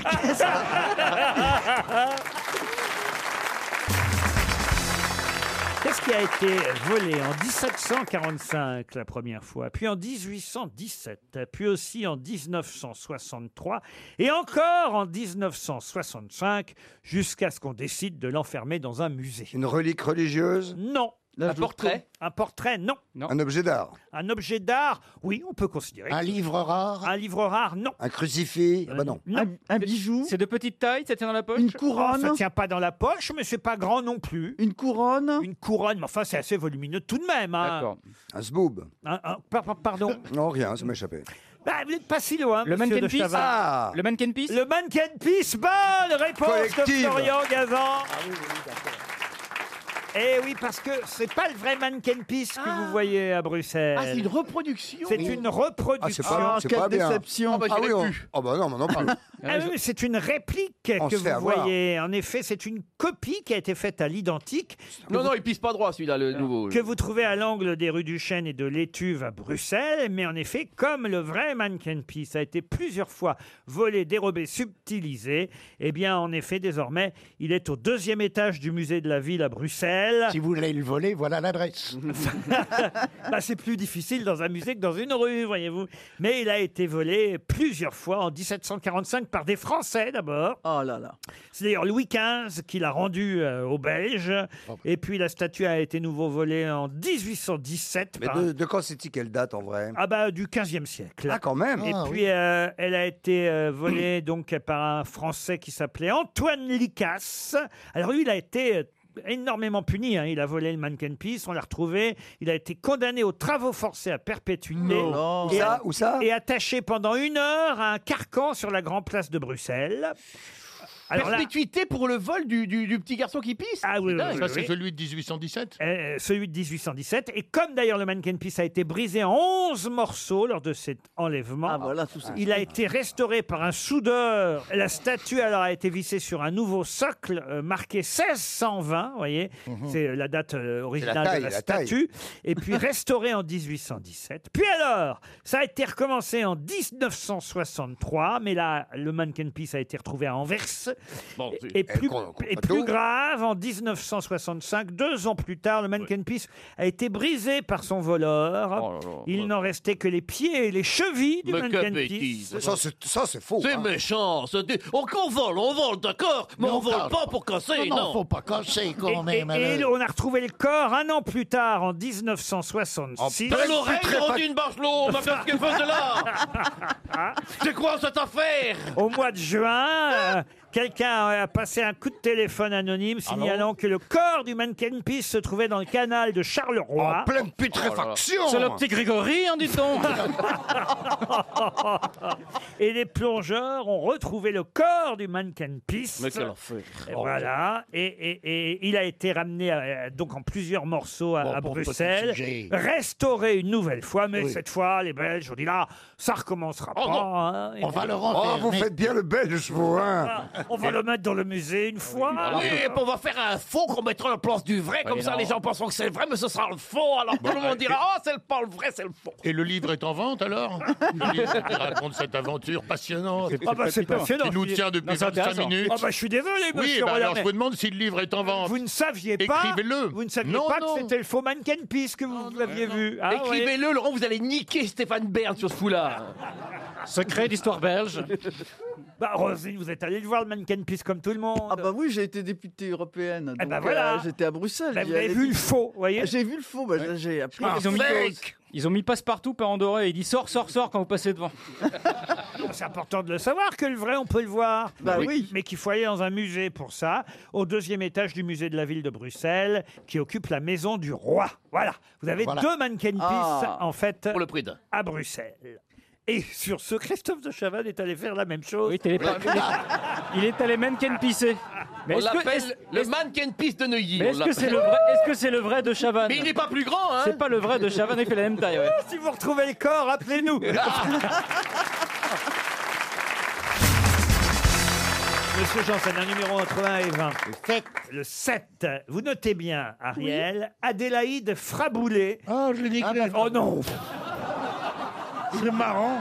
qu'est-ce que-
qui a été volée en 1745 la première fois, puis en 1817, puis aussi en 1963 et encore en 1965 jusqu'à ce qu'on décide de l'enfermer dans un musée.
Une relique religieuse
Non.
Un portrait
Un portrait, non.
Un objet d'art
Un objet d'art, oui, on peut considérer.
Un
livre rare Un livre rare, non.
Un crucifix Ah bah non.
Un, bijou
C'est de petite taille, ça tient dans la poche
couronne Oh, Ça tient pas dans la poche, mais c'est pas grand non plus. Une couronne Une couronne, mais enfin, c'est assez volumineux tout de même. hein.
Un zboob
Un- un- par- par- pardon
Non, rien, ça m'a échappé.
Bah, vous n'êtes pas si loin,
Le
monsieur
mannequin
de
pisse
Chavannes.
Ah.
Le mannequin pisse Le mannequin pisse Bonne réponse
Collective. Ah
de Florian Gazan Eh oui, parce que c'est pas le vrai mannequin pisse que vous voyez à Bruxelles.
Ah, c'est une reproduction.
C'est une reproduction.
Ah, c'est pas, c'est pas bien. Ah, bah, oui, on- ah bah non, moi non plus.
Ah oui, mais c'est une réplique
On
que
se fait
vous
avoir.
voyez. En effet, c'est une copie qui a été faite à l'identique.
Non, non, il pisse pas droit celui-là, le nouveau.
Ah. Que vous trouvez à l'angle des rues du Chêne et de l'Étuve à Bruxelles, mais en effet, comme le vrai mannequin piece a été plusieurs fois volé, dérobé, subtilisé, eh bien, en effet, désormais, il est au deuxième étage du musée de la ville à Bruxelles.
Si vous voulez le voler, voilà l'adresse.
Bah, c'est plus difficile dans un musée que dans une rue, voyez-vous. Mais il a été volé plusieurs fois en 1745 par des Français d'abord. Oh là là. C'est d'ailleurs Louis XV qui l'a rendu euh, aux Belges. Et puis la statue a été nouveau volée en 1817.
Mais
par un-
de, de quand c'est-il qu'elle date en vrai
hein. Ah bah du 15e siècle.
Ah, quand même.
Et
Ah,
puis euh, elle a été euh, volée donc par un Français qui s'appelait Antoine Licasse. Alors lui il a été euh, énormément puni. hein. Il a volé le mannequin piece, on l'a retrouvé. Il a été condamné aux travaux forcés à perpétuité.
Non. Où
Et
ça
a-
Où ça
Et attaché pendant une heure à un carcan sur la grande place de Bruxelles. là-
Perpétuité pour le vol du, du- du petit garçon qui pisse
Ah oui, oui, oui,
Ça,
oui.
c'est celui de 1817
Euh, celui de 1817. Et comme d'ailleurs le mannequin piece a été brisé en 11 morceaux lors de cet enlèvement, il a été restauré par un soudeur. La statue alors a été vissée sur un nouveau socle euh, marqué 1620, vous voyez, Mhm. c'est la date euh, originale
taille,
de la,
la taille.
statue, et puis restauré en 1817. Puis alors, ça a été recommencé en 1963, mais là, le mannequin piece a été retrouvé à Anvers. Et- et,
Eh,
plus,
qu'on- qu'on
et
fasse
plus
tout.
grave, en 1965, deux ans plus tard, le mannequin piece a été brisé par son voleur.
Oh
Il n'en restait que les pieds et les chevilles du
Mais
mannequin
quelle
piece.
bêtise. Ça, c'est-
faux. hein.
C'est méchant. ça dit- On, on vole, on vole, d'accord, mais,
Mais
on,
on
vole
cache
pas pour casser, non.
casser
quand
et,
même, hein.
Et, hein. et
alors.
on a retrouvé le corps un an plus tard, en 1966.
Dans l'oreille Rondine Bachelot, ma femme, qu'elle faisait là C'est quoi cette affaire
Au mois de juin, euh, quelqu'un a passé un coup de téléphone anonyme
Ah
signalant que le corps du mannequin Peace se trouvait dans le canal de Charleroi.
En pleine putréfaction. C'est le petit
Grégory, hein, dit-on Et les plongeurs ont retrouvé le corps du mannequin Peace.
Mais quel enfer.
Et
Oh.
voilà, et, et- et il a été ramené euh, donc en plusieurs morceaux à, à
pour petit
Bruxelles,
sujet.
restauré une nouvelle fois, mais
Oui.
cette fois, les Belges ont dit là, ça recommencera
Oh non.
pas. hein. Et-
Oh, vous faites bien le belge, vous, hein
on va le mettre dans le musée
Ah
une fois.
Oui, et puis on va faire un faux qu'on mettra en place du vrai, comme
ah, Oui,
ça
non.
les gens penseront que c'est le vrai, mais ce sera le faux, alors tout le monde dira « Oh, c'est le pas le vrai, c'est le
Ah
faux
Et le livre est en vente alors Le livre qui raconte cette aventure passionnante.
Ah bah c'est passionnant.
Qui nous tient depuis
Non, c'est
25
intéressant.
minutes.
Ah bah je suis désolé, monsieur.
Oui, bah
Rollin,
alors je
mais
vous demande si le livre est en vente.
Vous ne saviez pas.
Écrivez-le.
Vous ne saviez
Non,
pas
non.
que c'était le faux mannequin piece que vous, vous aviez vu. Ah, ouais.
Oh, Écrivez-le, Laurent, vous allez niquer Stéphane Bern sur ce coup-là.
Secret d'histoire belge. Bah Rosine, vous êtes allé le voir le mannequin piece comme tout le monde.
Ah bah oui, j'ai été députée européenne.
Eh
Donc,
bah voilà.
euh, J'étais à Bruxelles.
Bah,
j'y
vous avez
allais
vu le
tout-
faux, voyez
J'ai vu le faux, bah, j'ai appris.
Ah,
les
ils ont mis
choses.
fake.
Ils ont mis passe-partout par Andorra et il dit sort, sort, sort quand vous passez devant.
C'est important de le savoir que le vrai, on peut le voir.
Bah
Mais-
oui.
Mais qu'il faut aller dans un musée pour ça, au deuxième étage du musée de la ville de Bruxelles, qui occupe la maison du roi. Voilà. Vous avez
Voilà.
deux mannequin piece,
Ah.
en fait,
Pour le prix d'un.
à Bruxelles. Et sur ce, Christophe de Chavannes est allé faire la même chose.
Il est, pas- il est- il est allé mannequin pisser.
on
est-ce que-
l'appelle
est-ce-
le
est-ce-
mannequin piste de Neuilly.
mais
on
est-ce que c'est
l'appelle.
le vrai Est-ce que c'est le vrai de Chavannes
Mais il n'est pas plus grand, hein
C'est pas le vrai de Chavannes, il fait la même taille. ouais.
Si vous retrouvez le corps, appelez-nous. Monsieur Janssen, un numéro entre 1 et 20. Le 7. Le 7. Vous notez bien, Ariel, Adélaïde
Ah,
Ah, bah, Fraboulé.
Oh, je l'ai niqué.
Oh non
C'est marrant.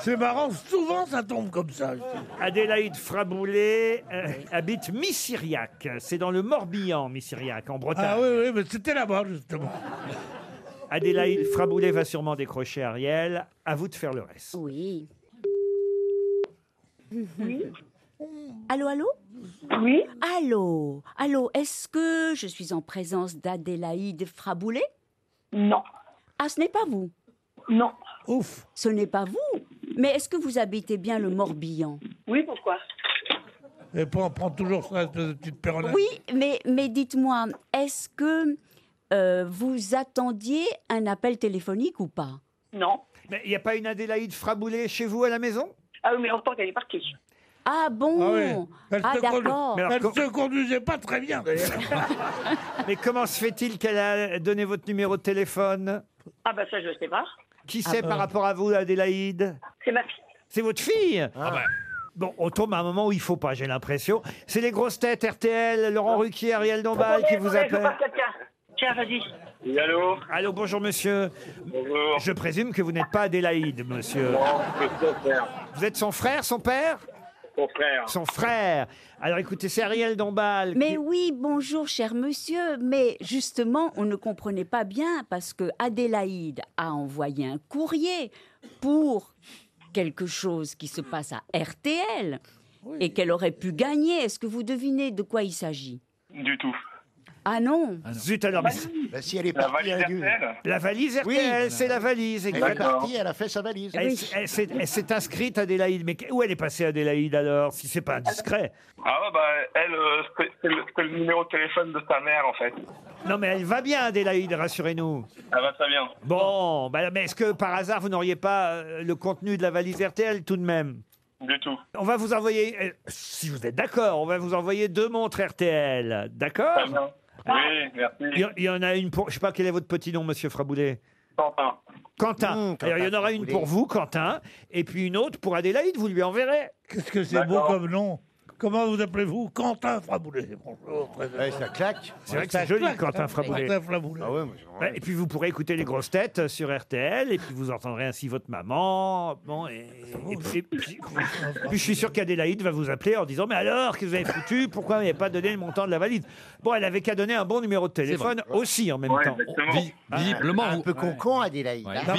C'est marrant, souvent ça tombe comme ça.
Adélaïde Fraboulet euh, habite Missiriac. C'est dans le Morbihan, Missiriac, en Bretagne.
Ah oui, oui, mais c'était là-bas, justement.
Adélaïde Fraboulet va sûrement décrocher Ariel. À vous de faire le reste. Oui.
Allô, allô Oui. Allô, allô, est-ce que je suis en présence d'Adélaïde Fraboulet Non. Ah, ce n'est pas vous Non. Ouf. Ce n'est pas vous Mais est-ce que vous habitez bien le Morbihan
Oui, pourquoi
Et puis on prend toujours ça, espèce de petite peronnette.
Oui, mais, mais dites-moi, est-ce que euh, vous attendiez un appel téléphonique ou pas
Non.
Mais il n'y a pas une Adélaïde Fraboulet chez vous à la maison
Ah oui, mais longtemps qu'elle est partie.
Ah bon
Ah oui. Elle
Ah,
se condu-
d'accord.
Elle se conduisait pas très bien, d'ailleurs.
Mais comment se fait-il qu'elle a donné votre numéro de téléphone
Ah bah ça, je sais pas.
Qui
Ah,
c'est
euh.
par rapport à vous, Adélaïde
C'est ma fille.
C'est votre fille
Ah,
Bon, on tombe à un moment où il faut pas, j'ai l'impression. C'est les grosses têtes RTL, Laurent Ruquier, Ariel Dombal
Attendez,
qui vous
attendez, je
appellent.
parle à quelqu'un. Tiens, vas-y.
allô Allô, Oh, bonjour monsieur. Bonjour. Je présume que vous n'êtes pas Adélaïde, monsieur. Vous êtes son frère, son père
Mon frère.
Son frère. Alors écoutez, c'est Ariel Dombal.
Mais oui, bonjour cher monsieur, mais justement, on ne comprenait pas bien parce que Adélaïde a envoyé un courrier pour quelque chose qui se passe à RTL et qu'elle aurait pu gagner. Est-ce que vous devinez de quoi il s'agit
Du tout.
Ah non
Zut alors.
si elle est La partie, valise elle a dû- RTL
La valise RTL,
Oui.
c'est la valise.
Elle est
exactement.
partie,
elle a fait sa valise.
Elle, s- elle s'est- elle s'est inscrite, Adélaïde. Mais où elle est passée, Adélaïde, alors Si c'est pas indiscret.
Ah ouais, bah, elle, euh, c'est- c'est le, c'est le numéro de téléphone de sa mère, en fait.
Non, mais elle va bien, Adélaïde, rassurez-nous.
Ah bah, ça vient.
Bon, bah, mais est-ce que par hasard, vous n'auriez pas euh, le contenu de la valise RTL tout de même
Du tout.
On va vous envoyer, euh, si vous êtes d'accord, on va vous envoyer deux montres RTL. D'accord
Ah
Ah.
Oui,
il, y
merci.
en- il y en a une pour. Je sais pas quel est votre petit nom, monsieur Fraboulet Quentin. Quentin. Alors, il y en aura une pour vous, Quentin, et puis une autre pour Adélaïde, vous lui enverrez.
Qu'est-ce que c'est beau comme nom Comment vous appelez-vous Quentin Fraboulet. Bonjour.
ça claque. C'est vrai que c'est joli,
hein.
Quentin Fraboulet.
Quentin Fraboulet.
Ah
Ouais, Et puis vous pourrez écouter les grosses têtes euh, sur RTL, et puis vous entendrez ainsi votre maman. Bon, et, et puis, et puis- puis je suis sûr qu'Adélaïde va vous appeler en disant Mais alors, qu'est-ce que vous avez foutu Pourquoi vous n'avez pas donné le montant de la valise Bon, elle avait qu'à donner un bon numéro de téléphone
vrai.
aussi en même
Ouais,
temps. Oh,
exactement. Vi- visiblement,
un
peu con-con, Adélaïde. hein.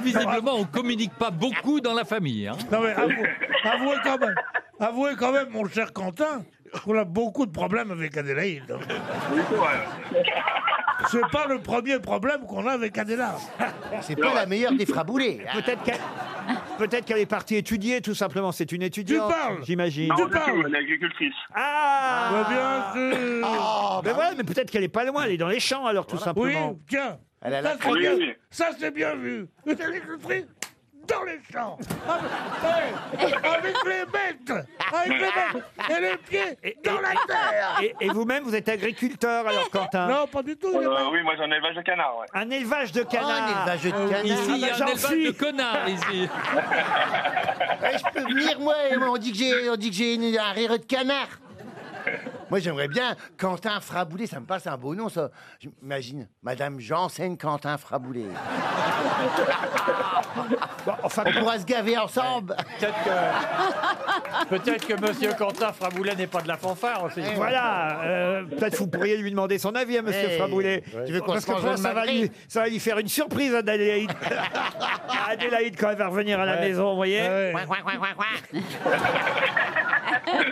Visiblement, on communique pas beaucoup dans la famille. hein.
Non mais avouez, avouez quand même, avouez quand même, mon cher Quentin, qu'on a beaucoup de problèmes avec Adélaïde. C'est pas le premier problème qu'on a avec Adélaïde.
C'est pas la meilleure des hein. fraboulées.
Peut-être qu'elle peut-être qu'elle est partie étudier, tout simplement. C'est une étudiante,
parles
j'imagine.
Non, du tout, une agricultrice.
Ah
bien sûr
mais voilà, mais peut-être qu'elle est pas loin, elle est dans les champs alors tout
Oui,
simplement.
tiens.
Elle a la
ça, c'est
crue.
bien,
Oui.
ça, c'est bien vu. Une agricultrice dans les champs. Avec, hey, avec les bêtes. Avec les bêtes. Et les pieds dans la terre.
Et, et vous-même, vous êtes agriculteur alors, Quentin
Non, pas du tout.
Euh, oui, moi Oh, j'ai un élevage de canards, ouais.
Un élevage de canards.
Oh,
élevage de
Euh,
Ah oui.
canards. Ici, il y a
Ah,
un
j'en
élevage
suis.
de
Connard, ici.
Ouais, je peux venir, moi. et moi, On dit que j'ai, on dit que j'ai une- un rire de canard. Moi, j'aimerais bien Quentin Fraboulet. Ça me passe un beau nom, ça. J'imagine Madame Janssen Quentin Fraboulet. on pourra se gaver ensemble.
Peut-être que, peut-être que Monsieur Quentin Fraboulet n'est pas de la fanfare
Eh
aussi.
Voilà, euh, peut-être vous pourriez lui demander son avis à Monsieur
Eh,
Fraboulet.
ouais. Tu veux qu'on
Parce
se
que
mange
je pense
le
ça va,
malgré
lui, ça va lui faire une surprise à Adélaïde. À Adélaïde quand elle va revenir à la
Ouais.
maison, vous voyez.
Ouais.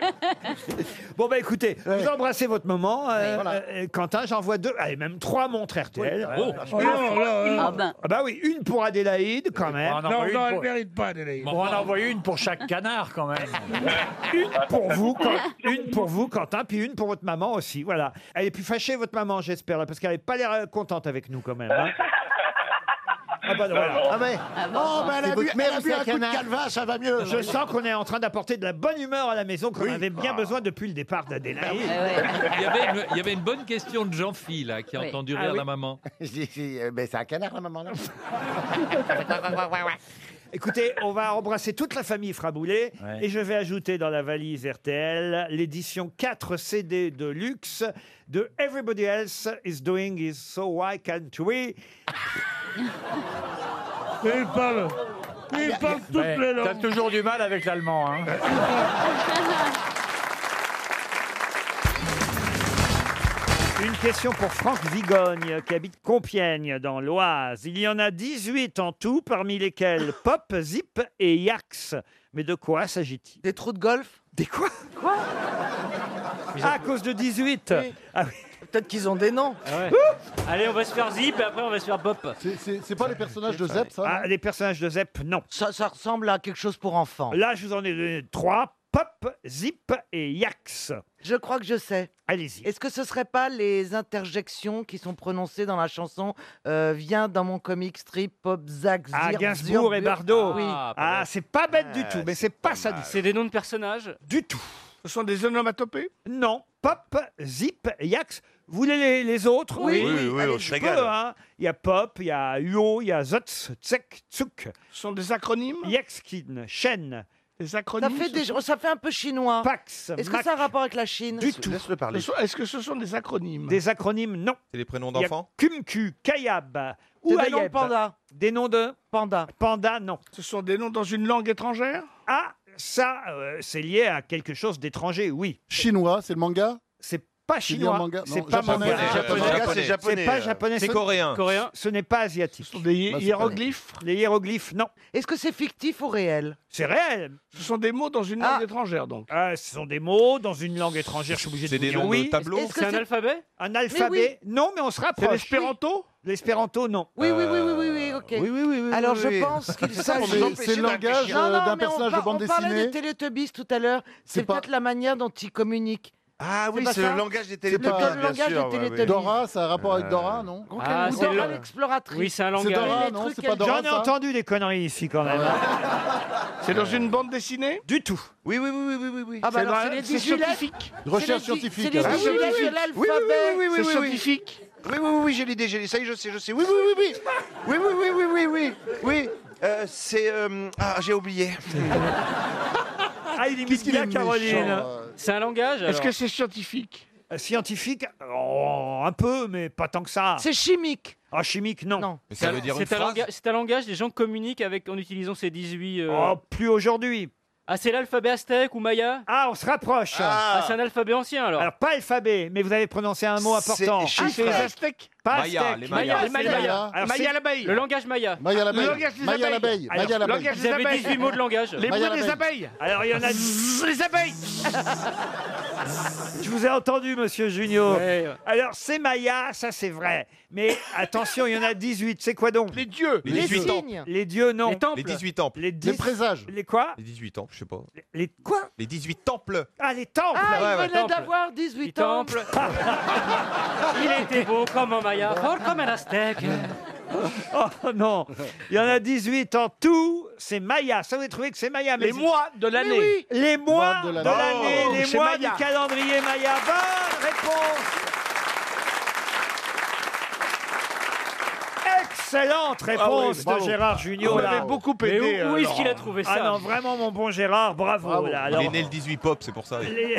Bon bah écoutez, vous embrassez votre moment. euh, Quentin, j'envoie deux, allez même trois montres RTL.
Oui, ouais, Oh, ouais. non, là, là.
Ah, ben. Euh, Ah bah oui, une pour Adélaïde quand même.
Non, non, elle ne mérite pas Adélaïde. Ah
On va en envoyer une pour chaque canard quand même.
une pour vous, Quentin- une pour vous, Quentin, puis une pour votre maman aussi. Voilà. Elle est plus fâchée, votre maman, j'espère, là, parce qu'elle n'avait pas l'air euh, contente avec nous quand même. hein. Ah bah non, voilà.
Ah ouais. Oh, bah, elle a bu, elle a bu un coup de calva, ça va mieux.
Je sens qu'on est en train d'apporter de la bonne humeur à la maison qu'on avait
Ah.
bien besoin depuis le départ
Bah
d'Adélaïde.
Il y, avait une, il y avait une bonne question de Jean-Phi, là, qui a
Oui.
entendu
Ah
rire
oui.
la maman.
J'ai- j'ai- euh, ben, c'est un canard, la maman, là.
Écoutez, on va embrasser toute la famille Fraboulet et je vais ajouter dans la valise RTL l'édition 4 CD de luxe de Everybody Else is Doing It So Why Can't We
Et il parle,
Ah,
il parle toutes
Ouais,
les
T'as
langues.
toujours du mal avec l'allemand. Hein.
Une question pour Franck Vigogne, qui habite Compiègne, dans l'Oise. Il y en a 18 en tout, parmi lesquels Pop, Zip et Yax. Mais de quoi s'agit-il Des trous de golf Des quoi Quoi À cause de Ah 18
Peut-être qu'ils ont des noms.
Ah
Allez, on va se faire zip et après on va se faire bop.
C'est pas les personnages
de Zep, ça,
Ah, Les personnages de Zep, non.
Ça, ressemble à quelque chose pour enfants.
Là, je vous en ai donné trois. Pop, Zip et Yax.
Je crois que je sais.
Allez-y.
Est-ce que ce serait pas les interjections qui sont prononcées dans la chanson euh, Viens dans mon comic strip, pop, zac, zir,
Ah, Gainsbourg et
zur, bur
Bardot.
Oui. Ah,
Ah, c'est pas bête du tout, mais c'est pas ça du tout.
C'est des noms de personnages
Du tout.
Ce sont des onomatopées
Non. Pop, Zip, Yax. Vous voulez les, les autres
Oui, oui, oui,
allez,
on
je
se régale.
peux, hein. Il y a Pop, il y a Uo, il y a Zotz, Tsek, Tsuk. Ce sont des acronymes Yaxkin, Shen. Des
Ça
acronymes
fait, des- ça fait un peu chinois.
Pax.
Est-ce que ça a rapport avec la Chine
Du tout. Est-ce que ce sont des acronymes Des acronymes, non.
C'est les prénoms
Il y a
d'enfants
Kumku, Kayab,
C'est
ou
des noms de pandas.
Des noms de
Panda.
Panda, non.
Ce sont des noms dans une langue étrangère
Ah, ça, euh, c'est lié à quelque chose d'étranger, oui. Chinois, c'est le manga C'est pas
C'est lié au
chinois,
manga
c'est
Non,
pas
japonais.
manga.
Euh, Japonais. japonais. Manga, c'est japonais,
C'est pas
euh,
japonais.
c'est
ce-
coréen. Coréen.
Ce n'est pas asiatique. Ce sont
des hi- Bah, c'est
hiéroglyphes
Les hiéroglyphes, non.
Est-ce que c'est fictif ou réel Ah
C'est réel.
Ce sont des mots dans une
langue
étrangère, donc.
Ah, ce sont des mots dans une langue étrangère, je suis obligé de
C'est
vous
des
dire
noms de
oui.
tableaux Est-ce que c'est-
alphabet
Un
Mais
alphabet Non, mais on se rapproche.
l'espéranto
L'espéranto, non.
Oui, oui, oui, oui, oui, oui, ok. Alors je pense qu'il s'agit. Non, non, mais on par- On parlait des Teletubbies tout à l'heure. C'est peut-être la manière dont ils communiquent.
Ah oui,
pas
c'est le
ça
langage des
C'est
Teletubbies,
pas- Le
bien
langage
sûr,
des
ouais, ouais.
Teletubbies.
Dora,
ça a
rapport Euh, avec Dora, non
Ah, Ou c'est Dora
le-
l'exploratrice.
Oui, c'est un langage.
Les trucs qu'elle-
J'en ai entendu des conneries ici quand même.
C'est dans une bande dessinée
Du tout.
Oui, oui, oui, oui, oui, oui.
Ah bah alors c'est les 18 lettres. C'est les dix- C'est
Ah
les 18 lettres de l'alphabet.
Ah Oui, oui, oui, oui, oui, oui, oui.
scientifique.
Oui, oui, oui, oui, j'ai l'idée, j'ai l'idée. Ça y est, je sais, je sais. Oui, oui, oui, oui. Oui, oui, oui, oui, oui, oui. Oui, euh, c'est... euh, Ah, j'ai oublié.
Ah, il imite bien Caroline.
euh
C'est un langage
euh, Est-ce
alors
que c'est scientifique Scientifique oh, Un peu, mais pas tant que ça.
C'est chimique.
Ah, chimique, non.
C'est un- c'est un, langage- c'est un langage, les gens communiquent avec, en utilisant ces 18. euh,
Oh, plus aujourd'hui.
Ah, c'est l'alphabet aztèque ou maya
Ah, on se rapproche.
Ah, c'est un alphabet ancien alors.
Alors, pas alphabet, mais vous avez prononcé un mot
C'est-
important.
chez- Ah, c'est les chez- Aztèques
Pas
Maya,
aztèques.
les Mayas. Les Mayas.
Alors,
Maya
c'est-
l'abeille. Le langage maya. Maya l'abeille. Le langage des Maya abeilles. l'abeille. Maya
Alors,
l'abeille. Langage des Vous avez abeilles. 18 mots de langage. Les Maya bruits des l'abeille. abeilles.
Alors, il y en a...
Zzzz, les abeilles
Je vous ai entendu, monsieur Junio.
Ouais, ouais.
Alors, c'est Maya, ça c'est vrai. Mais attention, il y en a 18. C'est quoi donc Les dieux.
Les Les 18 signes. temples.
Les dieux, non.
Les temples. Les 18 temples.
Les,
Les présages.
Les quoi
Les 18 ans, je sais pas.
Les quoi
Les 18 temples.
Ah, les temples
Ah,
Ouais,
il
ouais.
venait
Temple.
d'avoir 18 ans.
Il était beau comme un maya, fort comme un aztèque.
Oh non Il y en a 18 en tout. C'est Maya. Ça, vous avez trouvé que c'est Maya. mais
Les
c'est-
mois de l'année. Mais oui.
Les mois de l'année.
Oh,
les
chez
mois
Maya.
du calendrier Maya. Bonne réponse Excellente réponse
Ah oui, bravo. Ah
de Gérard Junior.
Vous m'avez beaucoup aidé, Mais où- où euh, est-ce qu'il a Laurent. trouvé ça
Ah non, vraiment, mon bon Gérard, Ah, bravo. là. Alors,
Il est né le 18 pop, c'est pour ça.
les...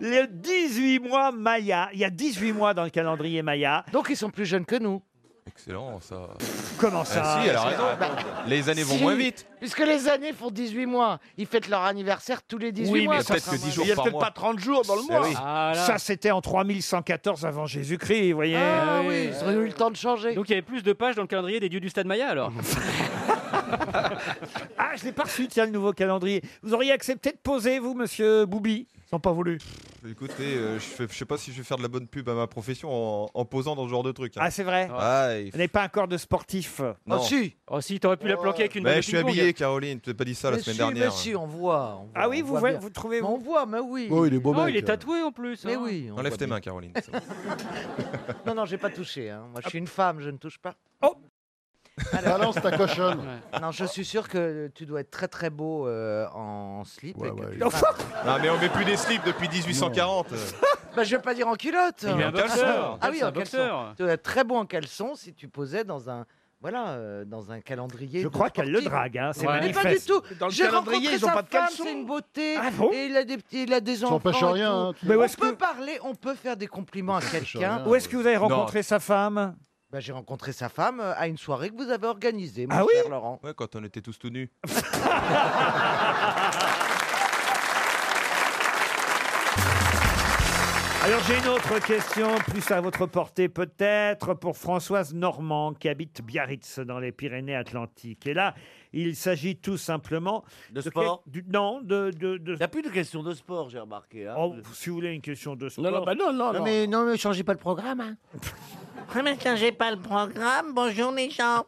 les 18 mois Maya. Il y a 18 mois dans le calendrier Maya.
Donc ils sont plus jeunes que nous.
Excellent, ça.
Comment ça
Ah, si, elle a raison.
Bah,
Les années vont
si,
moins vite.
Puisque les années font 18 mois. Ils fêtent leur anniversaire tous les 18
Oui, mais
mois.
peut-être
ça
que
sera
10
moins.
jours Il y a par peut-être mois. pas
30 jours dans le
mois. oui.
Ah, là.
Eh Ça, c'était en 3114 avant Jésus-Christ, vous voyez.
Ah oui, ils auraient eu
le temps de changer.
Donc il y avait plus de pages dans le calendrier des dieux du stade Maya alors.
Ah, je l'ai pas reçu, tiens, le nouveau calendrier. Vous auriez accepté de poser, vous, monsieur Boubi Sans pas voulu.
Écoutez, euh, je, fais- je sais pas si je vais faire de la bonne pub à ma profession en, en posant dans ce genre de truc. hein.
Ah, c'est vrai
Ah, il
Vous n'avez pas un corps de sportif
Non. Oh, si.
Ah
Oh si, t'aurais pu la planquer avec une balle
Mais
de
je suis
ping-pong.
habillé, Caroline. Tu n'as pas dit ça la semaine
Monsieur,
dernière.
monsieur, on voit. on
Ah oui,
on
vous
voit
voyez,
bien.
vous trouvez.
Mais on voit, mais oui.
Oh, il est beau
Non,
mec.
il est
tatoué en plus.
Mais
hein.
oui. on
Enlève
voit
tes
bien.
mains, Caroline.
Non, non, j'ai pas touché. hein. Moi, je suis une femme, je ne touche pas.
Oh
Alors,
Balance ta cochonne.
Ouais. Non, je suis sûr que tu dois être très très beau euh, en slip. et que tu-
non, Ah, mais on met plus des slips depuis 1840.
Bah, je vais pas dire en culotte.
Il est un boxeur.
Ah oui,
C'est un
en caleçon.
boxeur.
Tu dois être très beau en caleçon si tu posais dans un. Voilà, euh, dans un calendrier.
Je
de
crois qu'elle le
sportif.
drague, hein, c'est
Mais pas du
manifeste.
tout.
Dans le
J'ai
calendrier,
rencontré
ils ont
sa
pas de
femme,
caleçon.
C'est une beauté.
Ah bon
et il a des petits, il a des
Ça
enfants.
empêche
et
rien,
tout.
hein, tu- Mais où
on
est-ce
peut parler, on peut faire des compliments à quelqu'un.
Où est-ce que vous avez rencontré sa femme
Bah, J'ai rencontré sa femme euh, à une soirée que vous avez organisée, mon
Ah
cher Laurent.
Ouais, quand on était tous tout nus.
Alors j'ai une autre question, plus à votre portée peut-être, pour Françoise Normand qui habite Biarritz dans les Pyrénées-Atlantiques. Et là, il s'agit tout simplement de
sport
quel- du- Non, de. de, de...
Plus de question de sport, j'ai remarqué. hein.
Oh, si vous voulez une question de sport.
non, bah non, non,
Non, mais non, mais changez pas le programme. Hein.
j'ai pas le programme. Bonjour les gens.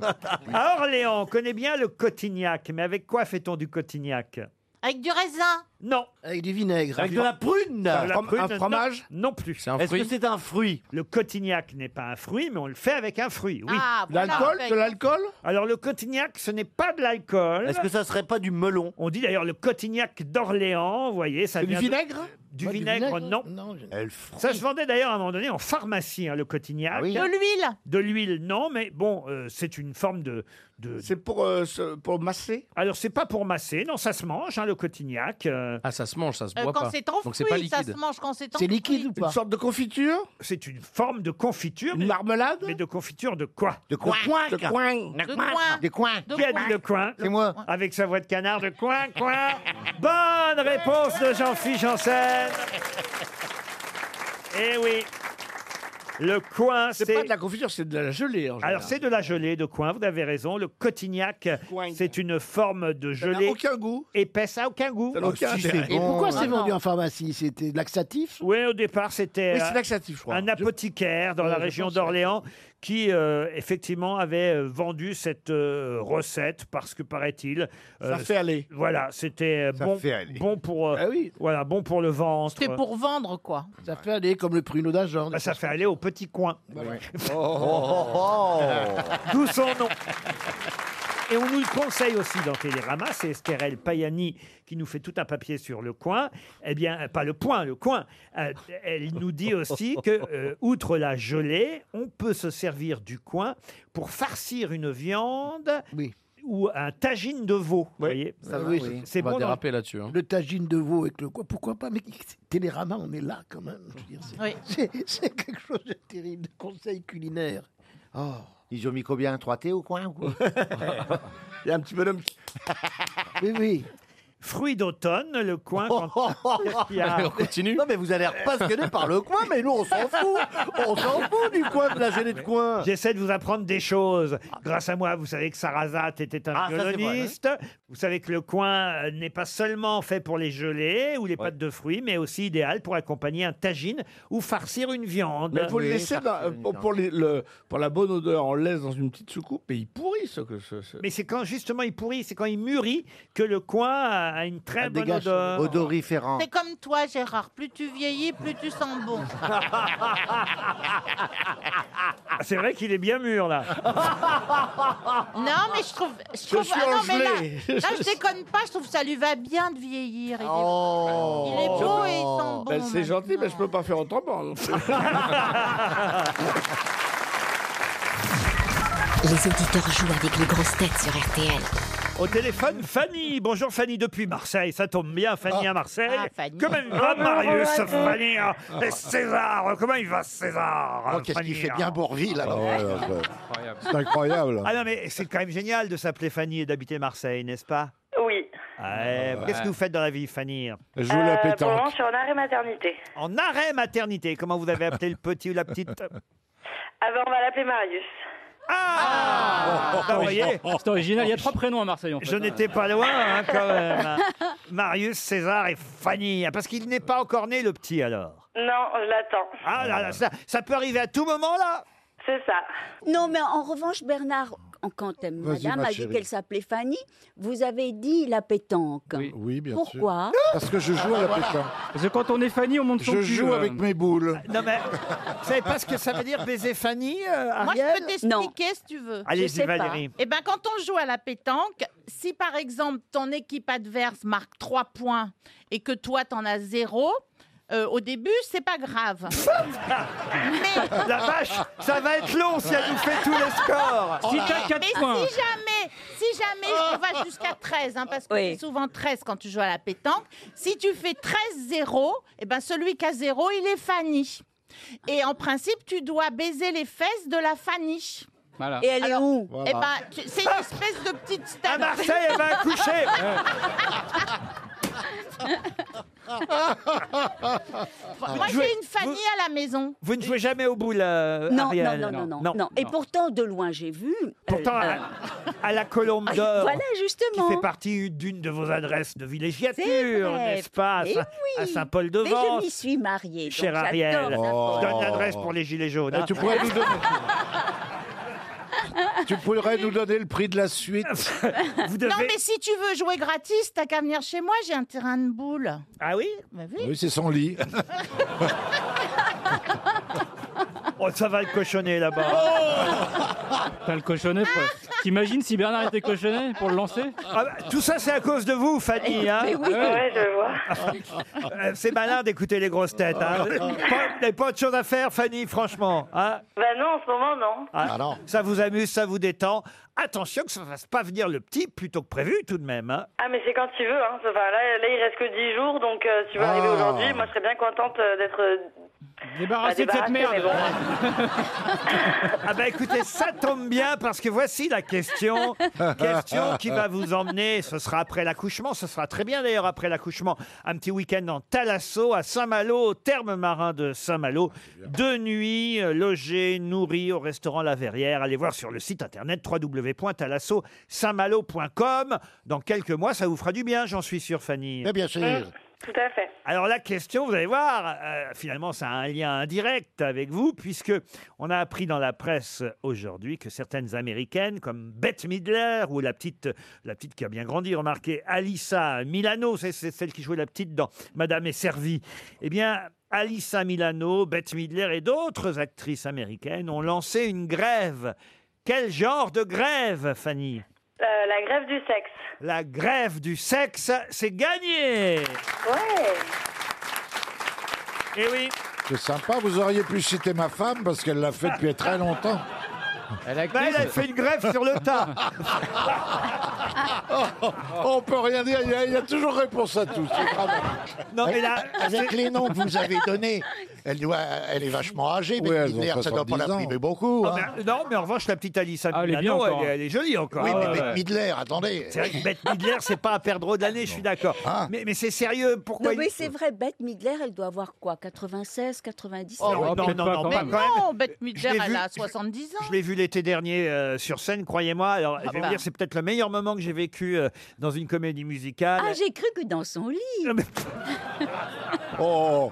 À Orléans, on connaît bien le cotignac, mais avec quoi fait-on du cotignac
Avec du raisin.
Non.
Avec du vinaigre.
Un
Avec de la
fro-
prune.
Un
Un
prune,
fromage
Non, non plus.
Est-ce que c'est un fruit
Le cotignac n'est pas un fruit, mais on le fait avec un fruit, oui.
Ah, voilà, L'alcool avec- De
l'alcool Alors le cotignac, ce n'est pas de l'alcool.
Est-ce que ça serait pas du melon
On dit d'ailleurs le cotignac d'Orléans, vous voyez, ça
C'est du
vient de-
vinaigre
du,
Ouais, du
vinaigre,
vinaigre,
non. ça se vendait d'ailleurs à un moment donné en pharmacie, hein, le
Ah
cotignac.
De l'huile.
De l'huile, non, mais bon, euh, c'est une forme de. C'est pour, euh, pour masser Alors, c'est pas pour masser, non, ça se mange, hein, le cotignac. Ah, ça se mange, ça se
Euh, quand c'est en fruit, ça se mange quand c'est en fruit.
Une sorte de confiture C'est une forme de confiture. Une marmelade Mais de confiture de quoi De
coin. De coin. De coin.
De coin.
De
Qui a
coin.
dit de coin
C'est moi.
Avec sa voix de canard, de coin, coin. Bonne réponse de Jean-Philippe Janssen. Eh oui. Le coin, c'est...
pas de la confiture, c'est de la gelée. En
Alors, c'est de la gelée de coin, vous avez raison. Le cotignac, c'est une forme de
n'a
gelée. aucun goût. Épaisse, ça n'a aucun goût.
n'a aucun intérêt.
Et pourquoi
hein.
c'est vendu en pharmacie C'était laxatif
Oui, au départ, c'était
Oui, c'est
euh,
laxatif, je crois.
un apothicaire dans
Ouais,
la
je
région
pense,
d'Orléans qui, euh, effectivement, avait euh, vendu cette euh, recette parce que, paraît-il...
Ça fait aller.
Voilà, c'était euh,
Ça
bon,
fait aller. Ah
bon, pour, euh, voilà, bon pour le ventre.
C'était pour vendre, quoi.
Ça fait aller comme le pruneau d'Agen.
Bah, ça fait aller au petit coin.
oh,
D'où son nom. Et on nous le conseille aussi dans Télérama, c'est Estherelle Payani qui nous fait tout un papier sur le coin. Eh bien, euh, pas le point, le coin. Euh, elle nous dit aussi que, euh, outre la gelée, on peut se servir du coin pour farcir une viande ou un tagine de veau. Vous voyez
ça va, oui.
C'est
On va
bon. dans-
déraper
là-dessus.
Le tagine de veau avec le quoi Pourquoi pas Mais Télérama, on est là quand même. Je veux dire, c'est- C'est c'est quelque chose de terrible, de conseil culinaire.
Oh. Ils ont mis combien 3 thé au coin ou quoi
Il y a un petit bonhomme. oui, oui. Fruit d'automne, le coin. Quand... Qu'est-ce qu'il y a
continue.
Non, Oh, mais vous allez repassionner par le coin, mais nous, on s'en fout. On s'en fout du coin de la gelée de coin.
J'essaie de vous apprendre des choses. Grâce à moi, vous savez que Sarrazat était un
Ah, ça, c'est vrai,
violoniste. Vous savez que le coin euh, n'est pas seulement fait pour les gelées ou les pâtes de fruits, mais aussi idéal pour accompagner un tagine ou farcir une viande.
Mais faut le laisser dans- pour, pour les- le- pour la bonne odeur, on le laisse dans une petite soucoupe et il pourrit ce que ce- ce-
Mais c'est quand justement il pourrit, c'est quand il mûrit que le coin a a une très bonne
dégage
odeur.
odoriférant.
C'est comme toi, Gérard. Plus tu vieillis, plus tu sens bon.
Ah, C'est vrai qu'il est bien mûr là.
non, mais je trouve. Je, trouve-
suis
ah non, mais là,
engelé.
là, je déconne pas. Je trouve que ça lui va bien de vieillir. Il est-
Oh.
Oh.
il est, beau et il sent bon.
Ben, c'est gentil, mais je peux pas faire autrement. non plus.
Les auditeurs jouent avec les grosses têtes sur RTL.
Au téléphone, Fanny. Bonjour Fanny depuis Marseille. Ça tombe bien, Fanny à Marseille.
Ah, Fanny.
Comment il va, Marius
Ah,
Fanny hein Et César, comment il va, César hein,
Oh, qu'est-ce qu'il
Fanny,
fait
hein
bien Bourvil, alors. Ah ouais, ouais, ouais. C'est incroyable.
Ah non, mais c'est quand même génial de s'appeler Fanny et d'habiter Marseille, n'est-ce pas
Oui.
Ah, eh,
ouais.
Qu'est-ce que vous faites dans la vie, Fanny
Euh, Pour le moment, je suis en arrêt maternité.
En arrêt maternité. Comment vous avez appelé le petit ou la petite
Avant, on va l'appeler Marius.
Ah, vous voyez
C'est original, il y a trois prénoms à Marseille en fait.
Je n'étais pas loin, hein, quand même. hein. Marius, César et Fanny. Ah, Parce qu'il n'est pas encore né, le petit, alors.
Non, je l'attends.
Ah là là, ça, ça peut arriver à tout moment, là
C'est ça.
Non, mais en revanche, Bernard, en- quand euh,
Vas-y,
madame
ma
a dit
chérie.
qu'elle s'appelait Fanny, vous avez dit la pétanque.
Oui, bien sûr.
Pourquoi
Parce que je joue à la pétanque.
Parce que quand on est Fanny, on monte son
Je
cul,
joue
euh.
avec mes boules.
Non, mais vous savez pas ce que ça veut dire baiser Fanny, euh,
Moi, je peux
Ariel
t'expliquer si tu veux.
Allez-y,
Je sais pas.
Valérie.
Eh ben, quand on joue à la pétanque, si par exemple ton équipe adverse marque 3 points et que toi t'en as 0, au début, c'est pas grave. Mais-
La vache, ça va être long si elle nous fait tous les scores.
Mais si jamais, si jamais on va jusqu'à 13, hein, parce que
Oui.
c'est souvent 13 quand tu joues à la pétanque, si tu fais 13-0, eh ben celui qui a 0, il est Fanny. Et en principe, tu dois baiser les fesses de la Fanny.
Voilà.
Et elle est où
Voilà.
ben, C'est une espèce de petite
À
star.
Marseille, elle va accoucher. Ah,
Moi, j'ai une Fanny à la maison.
Vous ne jouez jamais au boule, euh,
Non, non,
Ariel
non, non, non, non. Et pourtant, de loin, j'ai vu. euh,
Pourtant,
euh,
à, à la Colombe d'Or,
Ah, Voilà, justement.
qui fait partie d'une de vos adresses de
C'est
villégiature,
vrai.
n'est-ce pas, à,
Eh
Saint-
oui.
à
Mais
Saint-Paul-de-Vence.
je m'y suis mariée. donc
Cher
j'adore
Ariel, Oh,
Saint-Paul.
je donne l'adresse pour les gilets jaunes.
Eh,
hein.
tu, pourrais nous donner... tu pourrais nous donner le prix de la suite
Non, mais si tu veux jouer gratis, t'as qu'à venir chez moi, j'ai un terrain de boules.
Ah oui
Bah
Oui, c'est son lit.
Oh, ça va le cochonner là-bas.
Oh
Oh.
T'as le cochonnet, pote. T'imagines si Bernard était cochonnet pour le lancer
Ah bah, tout ça, c'est à cause de vous, Fanny. Hein
Mais oui. Ouais,
je vois. c'est malin d'écouter les grosses têtes. Hein Pas- vous n'avez pas autre chose à faire, Fanny, franchement. Hein
Ben non, en ce moment, non.
Ah, Ça vous amuse, ça vous détend. Attention que ça ne fasse pas venir le petit plutôt que prévu, tout de même. hein.
Ah, mais c'est quand tu veux. Hein. Enfin, là, là, il reste que 10 jours, donc euh, tu veux arriver
Ah.
aujourd'hui. Moi, je serais bien contente euh, d'être. euh,
Débarrassé de
pas
cette
débarrassée,
merde.
mais bon.
Ah bah écoutez, ça tombe bien parce que voici la question, question qui va vous emmener. Ce sera après l'accouchement, ce sera très bien d'ailleurs après l'accouchement. Un petit week-end en Thalasso à Saint-Malo, au terme marin de Saint-Malo, deux nuits, euh, logés, nourris au restaurant La Verrière. Allez voir sur le site internet www.thalassosaintmalo.com. Dans quelques mois, ça vous fera du bien, j'en suis sûr, Fanny.
Eh bien sûr.
Euh,
Tout à fait.
Alors la question, vous allez voir, euh, finalement, ça a un lien indirect avec vous, puisque on a appris dans la presse aujourd'hui que certaines Américaines, comme Bette Midler ou la petite, la petite qui a bien grandi, remarquez, Alissa Milano, c'est c'est celle qui jouait la petite dans Madame est servie, eh bien... Alissa Milano, Bette Midler et d'autres actrices américaines ont lancé une grève. Quel genre de grève, Fanny
Euh, la grève du sexe.
La grève du sexe, c'est gagné
Ouais.
Eh oui
C'est sympa, vous auriez pu citer ma femme parce qu'elle l'a fait depuis très longtemps.
Bah, Elle a, fait une grève sur le tas.
Oh, on peut rien dire, il y a, il y a toujours réponse à tout. c'est grave.
Non, mais là,
avec les noms que vous avez donnés, elle, doit, elle est vachement âgée, mais
elles ont
Midler, ça doit pas
70 ans.
l'imprimer beaucoup.
Ah, mais- non, mais en revanche, la petite Alice
elle est bien
Milano, elle,
encore,
est-
hein.
elle est jolie encore.
Oui, mais
Ah,
Bette
ouais.
Midler, attendez. Ah.
C'est vrai que Bette Midler, c'est pas à perdre d'année, je suis d'accord. Mais, mais c'est sérieux, pourquoi
Non, mais
il-
c'est vrai, Bette Midler, elle doit avoir quoi 96, 97
Oh, non, non, non, non, pas
Mais
quand même.
non, Bette Midler,
l'ai
elle
vu-
a 70 ans.
Je l'ai vu l'été dernier euh, sur scène, croyez-moi.
Ah
Alors, je vais
bah.
vous dire, c'est peut-être le meilleur moment que j'ai vécu euh, dans une comédie musicale.
Ah, j'ai cru que dans son lit.
Oh,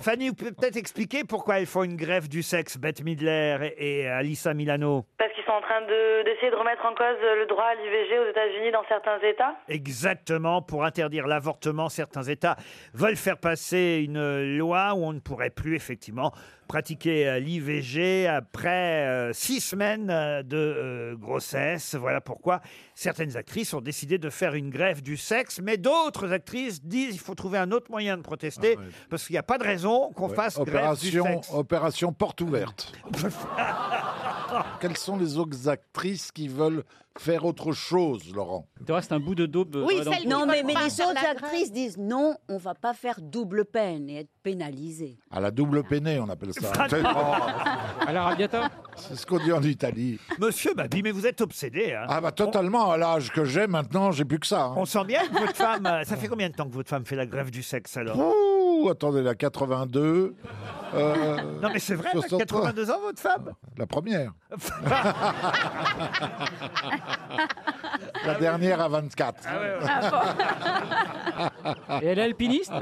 Fanny, vous pouvez peut-être expliquer pourquoi elles font une grève du sexe, Bette Midler et, et Alissa Milano.
Parce qu'ils sont en train de- d'essayer de remettre en cause le droit à l'IVG aux États-Unis dans certains États.
Exactement, pour interdire l'avortement, certains États veulent faire passer une loi où on ne pourrait plus effectivement pratiquer euh, l'IVG après euh, six semaines euh, de euh, grossesse. Voilà pourquoi certaines actrices ont décidé de faire une grève du sexe, mais d'autres actrices disent il faut trouver un autre moyen de protester parce qu'il n'y a pas de raison qu'on
Ah Ouais,
fasse grève du
opération,
sexe.
opération porte ouverte. Quelles sont les autres actrices qui veulent faire autre chose, Laurent
Il te reste un bout de daube. euh, dans-
Non, mais, mais les autres actrices disent non, on va pas faire double peine et être pénalisées.
À la double peinée, on appelle ça.
À l'Arabiata
C'est ce qu'on dit en Italie.
Monsieur Babi, mais vous êtes obsédé. hein.
Ah bah totalement, à l'âge que j'ai maintenant, j'ai plus que ça. hein.
On sent bien que votre femme. euh, Ça fait combien de temps que votre femme fait la grève du sexe alors
Ouh, attendez, la 82. euh,
Non mais c'est vrai, elle a
63,
82 ans votre
Euh,
femme
La première. la dernière à 24.
Ah
Et elle est alpiniste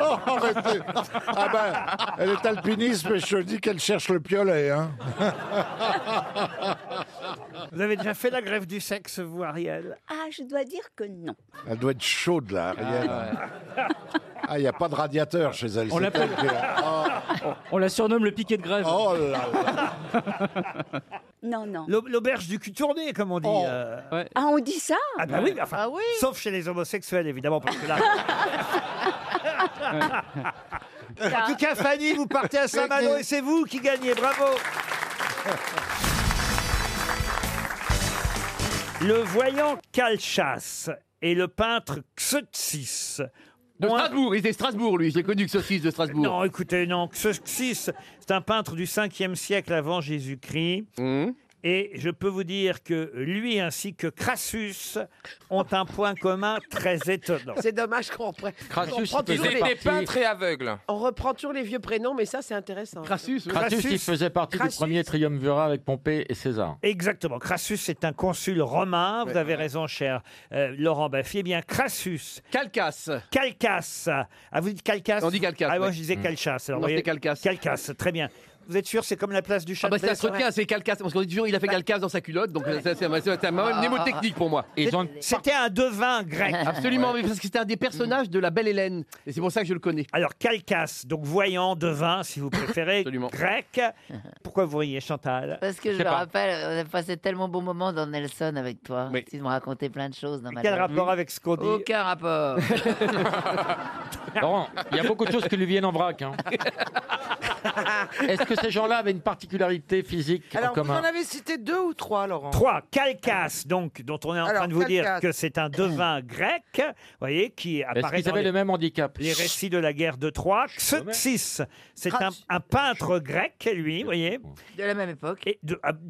Oh, arrêtez. Ah ben, elle est alpiniste, mais je dis qu'elle cherche le piolet. Hein.
Ah,
Vous avez déjà fait la grève du sexe, vous, Ariel
Ah, je dois dire que non.
Elle doit être chaude, là, Ariel. Ah, il n'y a pas de radiateur chez elle.
On
c'est
l'appelle-
elle qui est- Oh,
On la surnomme le piquet de grève.
Oh là
Non, non.
L'au- L'auberge du cul tourné, comme on dit. euh.
Ah, on dit ça
Ah bah oui, mais enfin, sauf chez les homosexuels, évidemment, parce que là... en tout cas, Fanny, vous partez à Saint-Malo et c'est vous qui gagnez, bravo Le voyant Calchas et le peintre Xeuxis
De Strasbourg, il était Strasbourg, lui. J'ai connu que saucisse de Strasbourg.
Non, écoutez, non. Xerxes, c'est un peintre du 5e siècle avant Jésus-Christ.
Mmh.
Et je peux vous dire que lui ainsi que Crassus ont un point commun très étonnant.
C'est dommage qu'on reprenne.
Crassus,
on reprend
il faisait
toujours les-
partie- Peintre et
aveugle.
On reprend toujours les vieux prénoms, mais ça, c'est intéressant.
Crassus,
Crassus, il faisait partie
Crassus.
du premier triumvirat avec Pompée et César.
Exactement. Crassus est un consul romain. Vous
Ouais.
avez raison, cher euh, Laurent Baffy. Eh bien, Crassus.
Calcas.
Calcas. Ah, vous dites Calcas
On dit Calcas,
Ah, moi,
ouais.
je disais
Mm.
Calchas.
Non, c'est
Calcas. Calcas, très bien. Vous êtes sûr, c'est comme la place du
Ah
chat
bah c'est un truc bien, c'est Calcas, parce qu'on dit toujours il a fait Calcas dans sa culotte, donc euh, ça, c'est c'est- c'est un
Bah. Ah.
mnémotechnique pour moi.
Et ils ont- C'était un devin grec.
Absolument,
Ouais.
mais parce que c'était un des personnages de la Belle Hélène, et c'est pour ça que je le connais.
Alors Calcas, donc voyant, devin, si vous préférez, grec. Pourquoi vous riez, Chantal
Parce que je, me rappelle, on a passé tellement bon moment dans Nelson avec toi. Tu m'as raconté plein de choses dans ma
Quel
vie.
rapport
Mhm.
avec ce qu'on dit
Aucun rapport.
Laurent, il y a beaucoup de choses qui lui viennent en vrac. hein. Est-ce que ces gens-là avaient une particularité physique en
Alors, vous
commun
en avez cité deux ou trois, Laurent
3. Calcas, donc, dont on est en
Alors,
train de vous dire
Calcas.
que c'est un devin grec, vous voyez, qui
Est-ce
apparaît
qu'ils
dans
avaient
les,
le même handicap
les récits de la guerre de Troie. Xerxes, c'est un, un peintre grec, lui, vous voyez. ah,
De la même époque.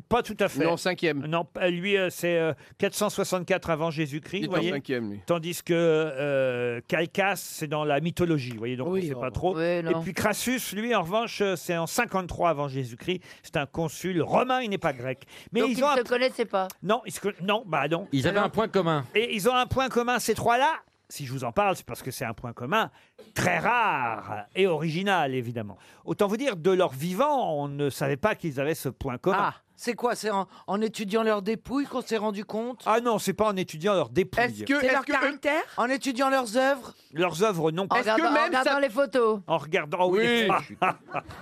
pas tout à fait.
Non, cinquième.
Non, pas- lui, euh, c'est euh, 464 avant Jésus-Christ,
Il
vous
est en
voyez.
cinquième, lui.
Tandis que euh, Calcas, c'est dans la mythologie, vous voyez, donc
oh,
on ne sait pas trop. Et puis Crassus, lui, en revanche, euh, c'est en 53 avant Jésus-Christ. C'est un consul romain, il n'est pas grec. Mais
Donc
ils
ils
ont
ne
un-
se connaissaient pas.
non, ils se conna- non, bah non.
Ils avaient un point commun.
Et ils ont un point commun, ces trois-là. Si je vous en parle, c'est parce que c'est un point commun très rare et original, évidemment. Autant vous dire, de leur vivant, on ne savait pas qu'ils avaient ce point commun.
Ah, c'est quoi C'est en, en étudiant leurs dépouilles qu'on s'est rendu compte
Ah, non, c'est pas en étudiant leurs dépouilles.
C'est leur caractère En étudiant leurs œuvres
Leurs œuvres non
En regardant- en regardant
les photos
En regardant, oh oui. Ah.
Oui,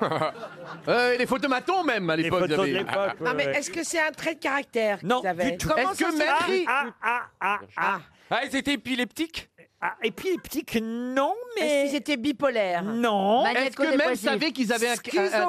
je Euh, les photomatons même à l'époque.
photos de
j'avais-
l'époque,
Non, Ah, mais est-ce que c'est un trait de caractère Non,
du tout.
Comment
Est-ce
ça
que
s'écrit
même- Ah, ah, ah, ah. Ah, ils étaient épileptiques ah, Épileptiques, non,
Euh,
mais.
Est-ce qu'ils étaient bipolaires
Non.
Est-ce que même savaient qu'ils avaient un, un-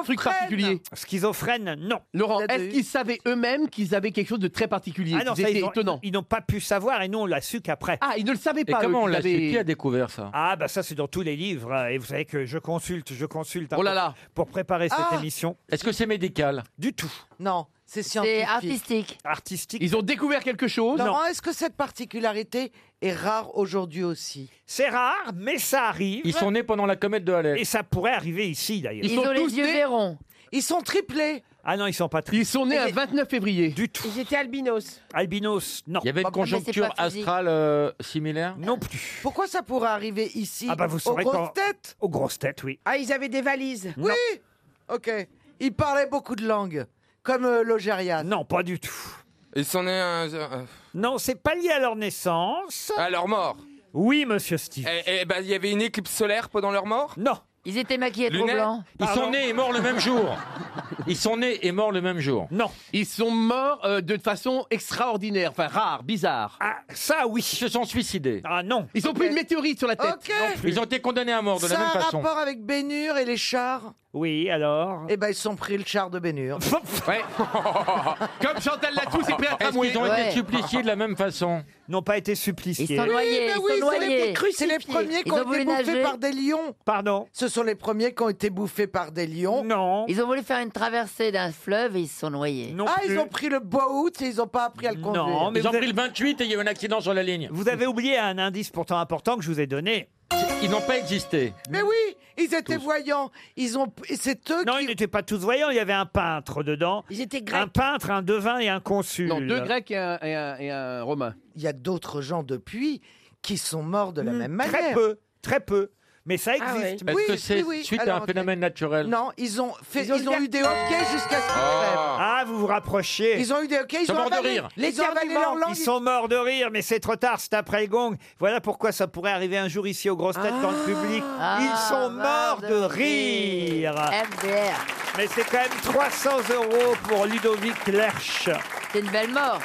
un truc particulier
Schizophrène, non.
Laurent, est-ce qu'ils savaient eux-mêmes qu'ils avaient quelque chose de très particulier
Ah non, ça,
C'était
ils ont-
étonnant.
Ils n'ont pas pu savoir et nous, on l'a su qu'après.
Ah, ils ne le savaient pas. eux, qu'ils avaient- découvert ça
Ah, bah ça, c'est dans tous les livres. euh, Et vous savez que je consulte, je consulte. hein,
Oh là
pour-
là.
Pour préparer
Ah.
cette émission.
Est-ce que c'est médical
Du tout.
Non, c'est scientifique.
artistique.
Artistique.
Ils ont découvert quelque chose
Laurent, est-ce que cette particularité est rare aujourd'hui aussi
C'est rare, mais ça arrive.
Ils sont nés pendant la comète de Halley.
Et ça pourrait arriver ici, d'ailleurs.
Ils Ils ont ont les tous yeux nés-
verrons.
Ils sont triplés.
Ah non, ils sont pas
Ils sont nés
un
un 29 février.
Du tout.
Ils étaient albinos.
Albinos, non.
Il y avait une
Ah, mais c'est
conjoncture
pas physique.
astrale euh, similaire
Non plus.
Pourquoi ça pourrait arriver ici
Ah bah vous saurez
Aux grosses
quand-
têtes
Aux grosses têtes, oui.
Ah, ils avaient des valises Oui Ok. Ils parlaient beaucoup de langues, comme euh, Logérias.
Non, pas du tout.
Ils sont nés un. euh,
Non, c'est pas lié à leur naissance.
À leur mort.
Oui, monsieur Steve.
Eh eh ben, il y avait une éclipse solaire pendant leur mort
Non.
Ils étaient maquillés trop
Lunettes
blancs.
Ils sont nés et morts le même jour. Ils sont nés et morts le même jour.
Non.
Ils sont morts euh, de façon extraordinaire, enfin rare, bizarre.
Ah, ça oui.
Ils se sont suicidés.
Ah non.
Ils ont pris une météorite sur la tête.
Ok. Non plus.
Ils ont été condamnés à mort de
ça
la même
a un
façon.
rapport avec Bénur et les chars
Oui, alors
Eh ben, ils se sont pris le char de Bénur.
Ouais. Comme Chantal Latou s'est pris à tramway. Est-ce qu'ils ont été suppliciés de la même façon
N'ont pas été suppliciés.
Ils sont noyés,
mais
ils
oui,
sont
c'est les-
noyés.
C'est les premiers qui
Ils
ont
ont voulu
été bouffés
nager.
par des lions.
Pardon
Ce sont les premiers qui ont été bouffés par des lions.
Non.
Ils ont voulu faire une traversée d'un fleuve et ils se sont noyés.
ah, ils ont pris le bois août et ils n'ont pas appris à le conduire.
Ils ont pris le 28 et il y a eu un accident sur la ligne.
Vous avez oublié un indice pourtant important que je vous ai donné.
Ils n'ont pas existé.
Mais oui, ils étaient voyants. Ils ont, et c'est eux
Non, ils n'étaient pas tous voyants. Il y avait un peintre dedans.
Ils étaient
Un peintre, un devin et un consul.
Non, deux Grecs et un, et un- et un Romain.
Il y a d'autres gens depuis qui sont morts de la même manière.
Hmm, Très peu, très peu. Mais ça existe.
Ah ouais.
Est-ce
Oui,
que c'est
oui, oui.
suite
Alors, euh,
à un phénomène naturel
Non, ils ont, fait, ils
Ils
ont,
ont
eu des hoquets jusqu'à ce qu'ils crèvent.
Ah, vous vous rapprochez.
Ils ont eu des hoquets, ils ont avalé-
Les
ils ont avalé leur langue.
Ils sont morts de rire, mais c'est trop tard, c'est après le gong. Voilà pourquoi ça pourrait arriver un jour ici aux grosses têtes dans
Ah.
le public. Ils sont morts de rire.
Eh.
Mais c'est quand même 300 euros pour Ludovic Lerch.
C'est une belle mort.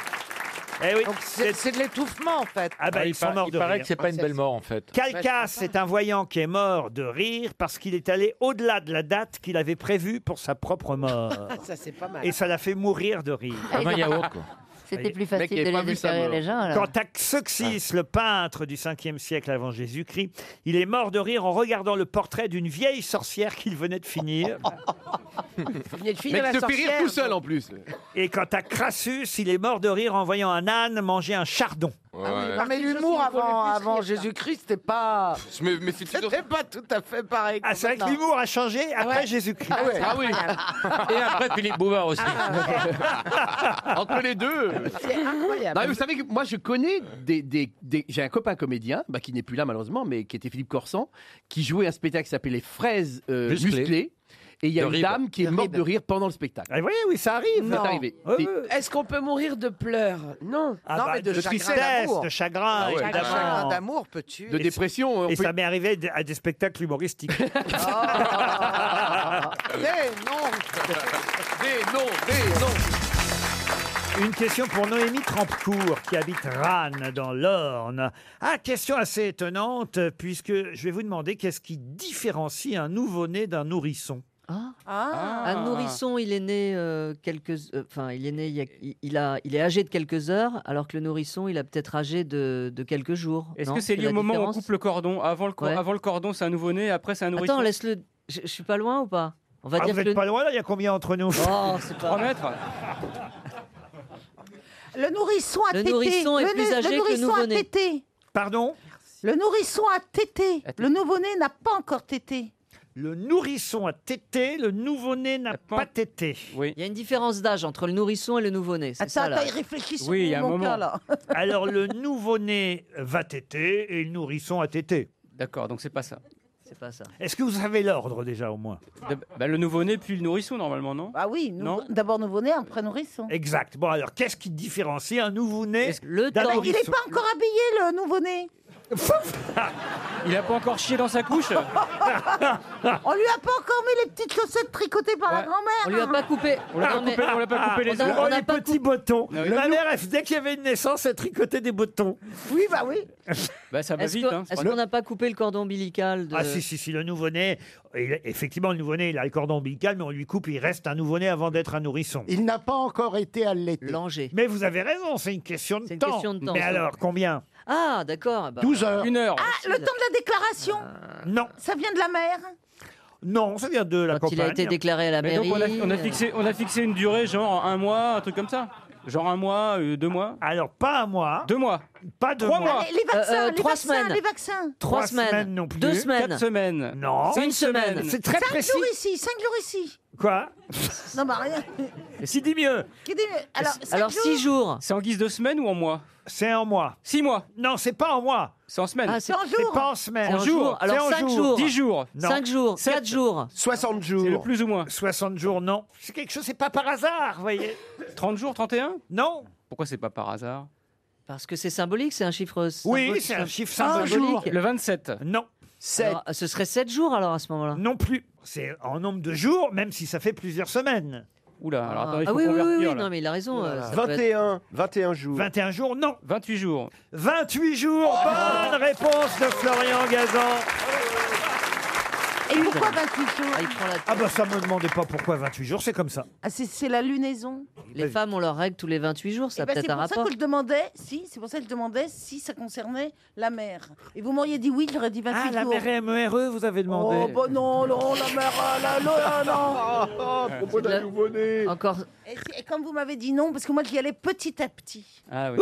Eh oui.
C'est c'est de l'étouffement en fait.
Ah bah,
Ah,
ils
il
sont
par-
morts
il
de
paraît
rire.
que c'est pas une belle mort, en fait.
Calcas, c'est un voyant qui est mort de rire parce qu'il est allé au-delà de la date qu'il avait prévue pour sa propre mort.
Ah, Ça, c'est pas mal.
Et ça l'a fait mourir de rire.
Ah,
Comme un yaourt,
quoi.
Ah,
C'était plus facile de les différer les gens. alors.
Quant à Xoxis, le peintre du 5e siècle avant Jésus-Christ, il est mort de rire en regardant le portrait d'une vieille sorcière qu'il venait de finir.
venait de finir Mais la il se fait rire sorcière. tout seul,
en plus. Et quant à Crassus, il est mort de rire en voyant un âne manger un chardon.
Ah
Non, mais l'humour avant, avant Jésus-Christ, c'était pas.
C'était
pas tout à fait pareil.
Ah, c'est vrai que l'humour a changé après Jésus-Christ.
Ah ouais. Ah
Ah oui. Et après Philippe Bouvard aussi.
Entre les deux.
C'est incroyable.
Non, mais vous savez que moi, je connais des. des- des- J'ai un copain comédien, bah, qui n'est plus là malheureusement, mais qui était Philippe Corsan, qui jouait un spectacle qui s'appelait Les fraises euh,
Musclées.
musclées. Et il y a
De
une
rire.
dame qui est
De
morte
rire.
de rire pendant le spectacle.
Ah oui, oui, ça arrive.
C'est arrivé. Et-
Euh,
Est-ce qu'on peut mourir de pleurs Non.
Ah
non,
bah,
mais de,
de
chagrin
tristesse,
d'amour.
de chagrin,
Ah ouais.
évidemment.
Chagrin d'amour peut tuer.
Et ça- Et ça m'est arrivé d- à des spectacles humoristiques.
Mais non
Mais non, mais non
Une question pour Noémie Trampecourt qui habite Rannes dans l'Orne. Ah, question assez étonnante puisque je vais vous demander qu'est-ce qui différencie un nouveau-né d'un nourrisson
Ah.
Un nourrisson, il est né euh, quelques, euh, enfin, il est né, il, y a- il- il a, il est âgé de quelques heures, alors que le nourrisson, il a peut-être âgé de, de quelques jours.
Est-ce
non
que c'est lié
la
au moment où on
différence
coupe le cordon Avant le, cor-
Ouais.
avant le cordon, c'est un nouveau-né, après, c'est un nourrisson.
Attends, laisse-le. Je, je suis pas loin ou pas On va
Ah,
dire
vous
que
êtes
le-
pas loin là, il y a combien entre nous
Oh, c'est pas-
3 mètres
Le nourrisson a
Le
tété.
nourrisson est plus
nu-
âgé que le
nourrisson a
nouveau-né.
tété.
Pardon
Le nourrisson a tété. Le nouveau-né n'a pas encore tété.
Le nourrisson a tété, le nouveau-né n'a pas tété.
Oui.
Il y a une différence d'âge entre le nourrisson et le nouveau-né. c'est ça, là.
Alors le nouveau-né va téter et le nourrisson a tété.
D'accord, donc c'est pas ça.
C'est pas ça.
Est-ce que vous savez l'ordre déjà au moins
De- bah, le nouveau-né, puis le nourrisson, normalement, non
Ah oui, nou- d'abord nouveau-né, après nourrisson.
Exact. Bon alors qu'est-ce qui différencie un nouveau-né d'un
Bah, il n'est
nourrisson
pas encore habillé, le nouveau-né.
Il a pas encore chié dans sa couche
Ah,
On lui a pas encore mis les petites chaussettes tricotées par la grand-mère.
On lui a pas
coupé.
On l'a pas coupé- on l'a pas
Ah,
coupé les Ah
On a-
ongles.
on a Oh, les petits boutons. Ma mère, elle- dès qu'il y avait une naissance, elle tricotait des boutons.
Oui, bah oui.
Bah, ça va
Est-ce
vite,
que-
hein.
est-ce qu'on n'a pas coupé le cordon ombilical de...
Ah si, si, si, le nouveau-né, il- effectivement, le nouveau-né, il a le cordon ombilical, mais on lui coupe, il reste un nouveau-né avant d'être un nourrisson.
Il n'a pas encore été allaité.
Langer.
Mais vous avez raison, c'est une question de,
une
temps.
question de temps,
Mais
ça.
alors, combien
Ah, d'accord. bah,
Ah, le temps de la déclaration.
Euh,
Non.
Ça vient de la mère.
Non, ça vient de la
Quand il a
campagne.
été déclaré à la
Mais donc, on a,
mairie,
on a
euh,
fixé, on a fixé une durée, genre un mois, un truc comme ça Genre un mois, euh, deux mois
Alors, pas un mois. hein.
Deux mois
Pas deux
Trois
mois.
mois
Les, les vaccins,
Euh, euh,
les
trois
vaccins,
semaines.
les vaccins.
Trois semaines. non plus.
Deux semaines. Quatre semaines.
Non.
C'est une semaine.
C'est très
cinq
précis.
jours ici, cinq jours ici.
Quoi
Non, bah rien.
Si dit mieux.
Qui dit- Alors, cinq
jours.
C'est en guise de semaine ou en mois
C'est en mois.
Six mois.
Non, c'est pas en mois.
C'est en semaine.
Ah, c'est- C'est en jours. pas en semaine.
C'est En
C'est en
jours.
jours. C'est en
Alors 5
jours.
jours. 10 jours.
Non. Cinq jours.
Sept.
Quatre jours.
60 jours. C'est le plus ou moins.
60 jours, non. C'est quelque chose, c'est pas par hasard, vous voyez.
30 jours, 31
Non.
Pourquoi c'est pas par hasard
Parce que c'est symbolique, c'est un chiffre
Oui,
symbolique.
c'est un chiffre symbolique. Le 27.
Non.
Alors, ce serait 7 jours alors à ce moment-là
Non plus. C'est en nombre de jours, même si ça fait plusieurs semaines.
Oula, alors
Ah,
attendez, il
ah
faut
oui, oui, oui,
convertir,
oui,
là.
non, mais il a raison. euh, ça peut être-
21,
21 jours. 21 jours, non.
28 jours.
28 jours, bonne réponse de Florian Gazan.
Et pourquoi 28 jours
Ah bah ça me demandez pas pourquoi 28 jours, c'est comme ça.
Ah, c'est- C'est la lunaison.
Les femmes ont leurs règles tous les 28 jours, ça
Eh
a
ben, c'est
peut-être un
pour ça
rapport.
que je demandais si, c'est pour ça que je demandais si ça concernait la mère. Et vous m'auriez dit oui, j'aurais dit 28
Ah, la
jours.
mère MERE, vous avez demandé.
Oh, bah non, non, la mère,
oh
ah, la, la, la, non.
propos d'un
nouveau-né.
Encore.
Et, c'est- et comme vous m'avez dit non, parce que moi, j'y allais petit à petit.
Ah oui.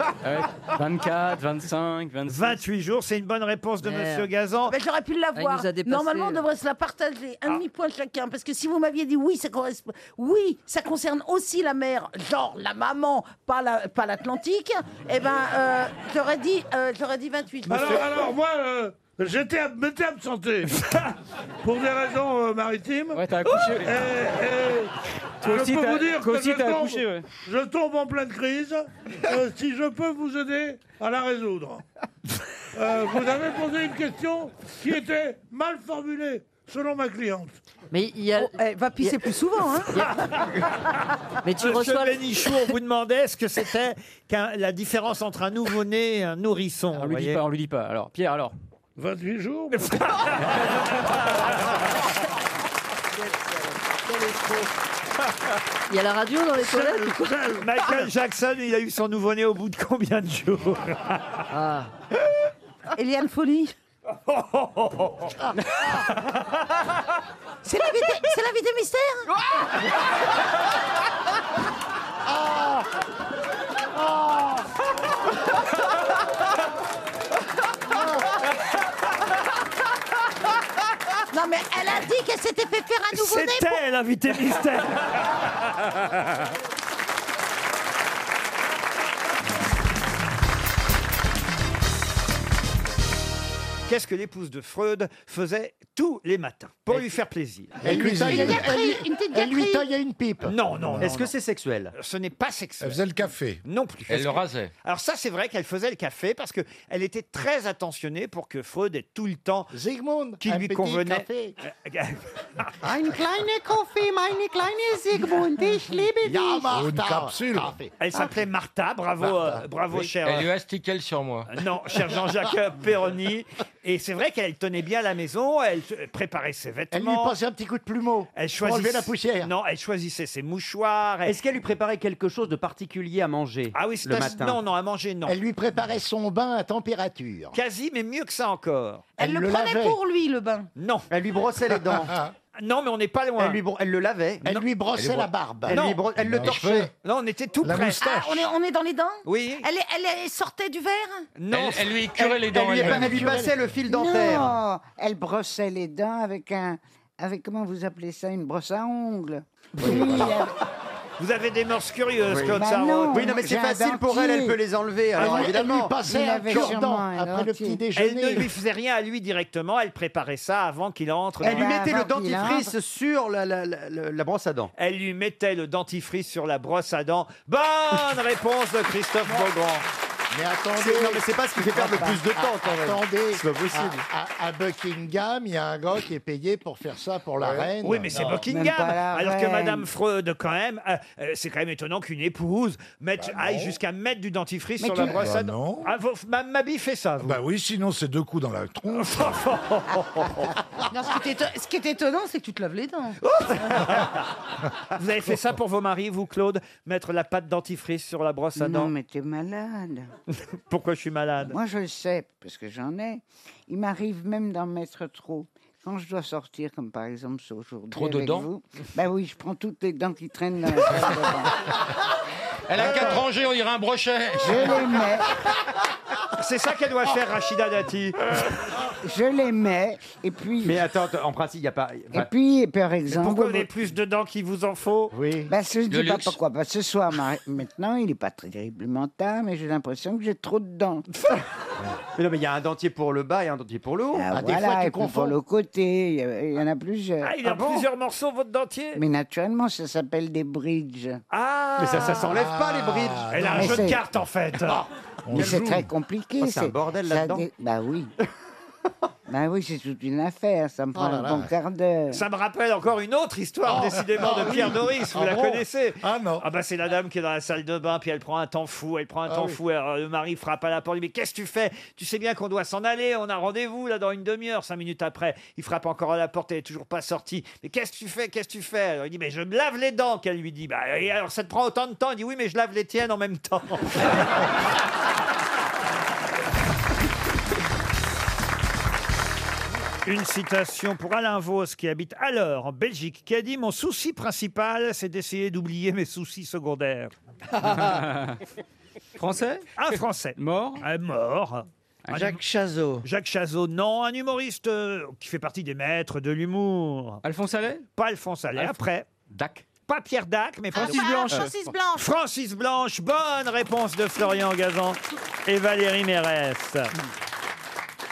Ah ouais. 24, 25, 26.
28 jours, c'est une bonne réponse de
Merde.
Monsieur Gazan. Ah.
Ben, j'aurais pu
Ah,
l'avoir.
euh.
Normalement, on devrait se la partager, un demi-point chacun. Parce que si vous m'aviez dit oui, ça correspond. Oui, ça concerne aussi la mère, genre la maman, pas la- pas l'Atlantique, eh ben, euh, j'aurais dit, euh, j'aurais dit 28
Bah,
jours.
Alors, alors, moi, euh, j'étais ab- m'étais absenté pour des raisons euh, maritimes. Ouais,
t'as accouché.
Et, et
Toi aussi,
je peux
t'as-
vous dire
toi
que
aussi,
je
t'as
tombe,
accouché, ouais.
je tombe en pleine crise. Euh, si je peux vous aider à la résoudre. Euh, vous avez posé une question qui était mal formulée, selon ma cliente.
Mais il y a...
Oh, eh, va pisser plus souvent, hein
Mais tu
Monsieur
reçois-
Bénichou, on vous demandait ce que c'était qu'un- la différence entre un nouveau-né et un nourrisson.
Ah, On lui dit pas, on lui dit pas. Alors, Pierre, alors
28 jours
Il y a la radio dans les toilettes ou quoi
Michael Jackson, il a eu son nouveau-né au bout de combien de jours
Ah.
Eliane Folie. C'est la vie des, c'est la vie des
Ah
mystères Non mais elle a dit qu'elle s'était fait faire un nouveau nez pour-
C'était l'invité mystère Qu'est-ce que l'épouse de Freud faisait tous les matins pour lui faire plaisir
Elle lui Une taillait- gâterie, elle- une petite elle lui gâterie. taillait
une pipe. Non, non.
Est-ce que
c'est sexuel Ce n'est pas sexuel.
Elle faisait le café.
Non plus.
Elle le
rasait. Alors ça, c'est vrai qu'elle faisait le café parce que elle était très attentionnée pour que Freud ait tout le temps Zygmunt qui lui
petit
convenait.
café.
Euh,
Ein kleiner Kaffee, meine kleine Sigmund, ich liebe
Ah,
dich.
Elle s'appelait Martha, bravo,
Bah,
Martha.
euh, bravo
Oui.
cher. euh,
Elle lui astiquait sur moi.
Ah
Non, cher Jean-Jacques Perroni. Et c'est vrai qu'elle tenait bien la maison, elle euh, préparait ses vêtements.
Elle lui passait un petit coup de plumeau.
Elle
pour enlever
choisissait
la poussière.
Non, elle choisissait ses mouchoirs.
Est-ce qu'elle lui préparait quelque chose de particulier à manger
Ah oui, c'est
le
un-
matin
Non, non, à manger, non.
Elle lui préparait son bain à température.
Quasi, mais mieux que ça encore.
Elle, le, prenait pour lui le bain.
Non.
Elle lui brossait les dents.
Non, mais on n'est pas loin.
Elle, lui bro- elle le lavait.
Elle lui brossait la barbe.
Elle,
Non.
lui bro- elle le
Les
torchait.
Non, on était tout près.
Ah, on est, on est dans les dents
Oui.
Elle, est- elle, est- sortait du verre
Non.
Elle, elle lui bah. curait les
elle
dents.
lui-
elle-même.
elle lui passait le fil dentaire.
Non, elle brossait les dents avec un. Avec comment vous appelez ça Une brosse à ongles. euh, Oui, avec-
Vous avez des mœurs curieuses,
Oui.
Claude
Bah
Sarraud.
non, Ah, Oui, non, mais c'est j'ai un facile pour elle, elle dentier. peut les enlever, alors,
Elle lui-
évidemment.
elle lui passait
Il
un
avait
cure-dent
sûrement un
après le petit
déjeuner.
Elle ne lui faisait rien à lui directement, elle préparait ça avant qu'il entre.
Elle
dans
lui
la-
mettait le dentifrice sur la, la- la- la- la brosse à dents.
Elle lui mettait le dentifrice sur la brosse à dents. Bonne réponse de Christophe Beaugrand.
Mais
C'est- non, mais c'est pas ce qui fait perdre le plus de temps, quand même.
Attendez,
C'est pas possible.
À, à- à Buckingham, il y a un gars qui est payé pour faire ça pour la reine.
Oui, mais c'est
Non.
Buckingham. Alors que Madame Freud, quand même, euh, euh, c'est quand même étonnant qu'une épouse mette,
Bah
aille jusqu'à mettre du dentifrice
Mais
sur
qui-
la brosse
Bah
à dents. Ah, vous- ma- Mabi fait ça. Vous.
Bah oui, sinon c'est deux coups dans la tronche.
Non, ce qui, est éto- ce qui est étonnant, c'est que tu te laves les dents.
vous avez fait ça pour vos maris, vous, Claude, mettre la pâte dentifrice sur la brosse à dents.
Non, mais t'es malade.
Pourquoi je suis malade
Moi, je le sais, parce que j'en ai. Il m'arrive même d'en mettre trop. Quand je dois sortir, comme par exemple c'est aujourd'hui
Trop de
avec
dents
vous, ben oui, je prends toutes les dents qui traînent dans la salle de bain.
Elle a quatre rangées, on dirait un brochet.
Je les mets,
C'est ça qu'elle doit faire, Rachida Dati.
je les mets, et puis...
Mais attends, attends, en principe, il n'y a pas.
Et puis, par exemple...
Pourquoi vous avez plus de dents qu'il vous en faut
Oui.
Ben, je ne
Le
dis pas
luxe.
pourquoi. Parce que ce soir, ma- maintenant, il n'est pas terriblement tard, mais j'ai l'impression que j'ai trop de dents.
Mais non, mais il y a un dentier pour le bas et un dentier pour le haut.
Ah, voilà, et puis pour le côté, il y a- il y en a plusieurs.
Ah, il y a plusieurs morceaux, votre dentier
Mais naturellement, ça s'appelle des bridges. Ah,
Ah
Mais ça, ça s'enlève pas, les bridges.
Elle a un
Mais
jeu de
c'est- Ah,
cartes, en fait. Ah,
Mais c'est très compliqué.
Oh, c'est un bordel
ça
là-dedans.
dé- Bah oui. bah oui, c'est toute une affaire. Ça me prend
Oh là
un
là.
bon quart d'heure.
Ça me rappelle encore une autre histoire,
Oh.
décidément,
Ah
de
oui.
Pierre Doris. Vous
Ah
la
bon
connaissez Ah non. Ah bah c'est la dame qui est dans la salle de bain, puis elle prend un temps fou, elle prend un
Ah
temps
oui.
fou. Alors, euh, le mari frappe à la porte, il dit mais qu'est-ce que tu fais Tu sais bien qu'on doit s'en aller, on a rendez-vous là dans une demi-heure, cinq minutes après. Il frappe encore à la porte, elle est toujours pas sortie. Mais qu'est-ce que tu fais Qu'est-ce que tu fais Alors il dit mais je me lave les dents. Qu'elle lui dit bah et alors ça te prend autant de temps Il dit oui mais je lave les tiennes en même temps. Une citation pour Alain Vos qui habite alors en Belgique, qui a dit Mon souci principal, c'est d'essayer d'oublier mes soucis secondaires. français Un français. Mort Un mort. Jacques Chazot. Jacques Chazot, non, un humoriste euh, qui fait partie des maîtres de l'humour. Alphonse Allais Pas Alphonse Allais,
Alphonse-
après. Dac Pas Pierre Dac, mais
Ah,
Francis
bah,
Blanche.
Francis Blanche.
Francis Blanche, bonne réponse de Florian Gazan et Valérie Mérès.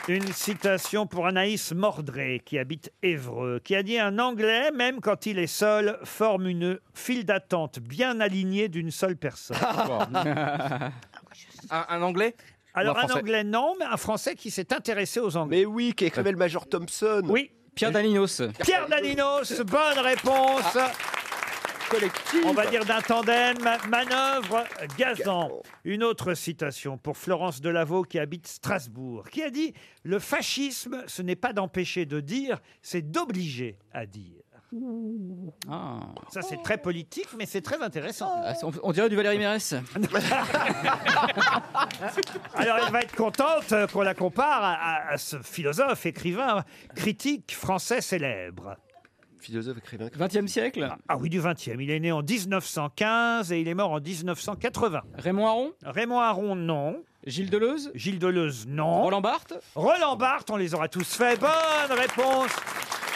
Une citation pour Anaïs Mordré, qui habite Évreux, qui a dit Un Anglais, même quand il est seul, forme une file d'attente bien alignée d'une seule personne.
un, un anglais
Alors,
Ou
un,
Français
Anglais, non, mais un Français qui s'est intéressé aux Anglais. Mais oui, qui écrivait le Major Thompson. Oui.
Pierre Daninos.
Pierre Daninos, bonne réponse. On va dire d'un tandem, ma- manœuvre gazant. Une autre citation pour Florence Delaveau qui habite Strasbourg, qui a dit Le fascisme, ce n'est pas d'empêcher de dire, c'est d'obliger à dire. Ça, c'est très politique, mais Ah. c'est très intéressant.
On, on dirait du Valérie Mérès.
Alors, elle va être contente euh, qu'on la compare à, à- à ce philosophe, écrivain, critique français célèbre.
Philosophe, écrivain.
20e siècle Ah oui, du 20e. Il est né en 1915 et il est mort en 1980. Raymond Aron Raymond Aron, non. Gilles Deleuze Gilles Deleuze, non. Roland Barthes Roland Barthes, on les aura tous fait. Bonne réponse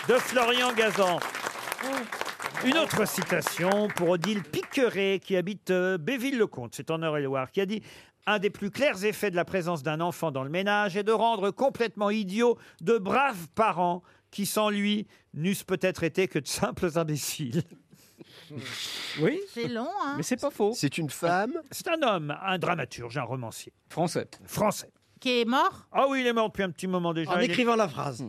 de Florian Gazan. Une autre citation pour Odile Piqueret, qui habite euh, Béville-le-Comte, c'est en Eure-et-Loire, qui a dit Un des plus clairs effets de la présence d'un enfant dans le ménage est de rendre complètement idiots de braves parents qui, sans lui, n'eussent peut-être été que de simples imbéciles. Oui
C'est long, hein
c'est pas faux. C'est une femme C'est un homme, un dramaturge, un romancier. Français. Français.
Qui est mort
Ah oui, il est mort depuis un petit moment déjà.
En écrivant
la phrase.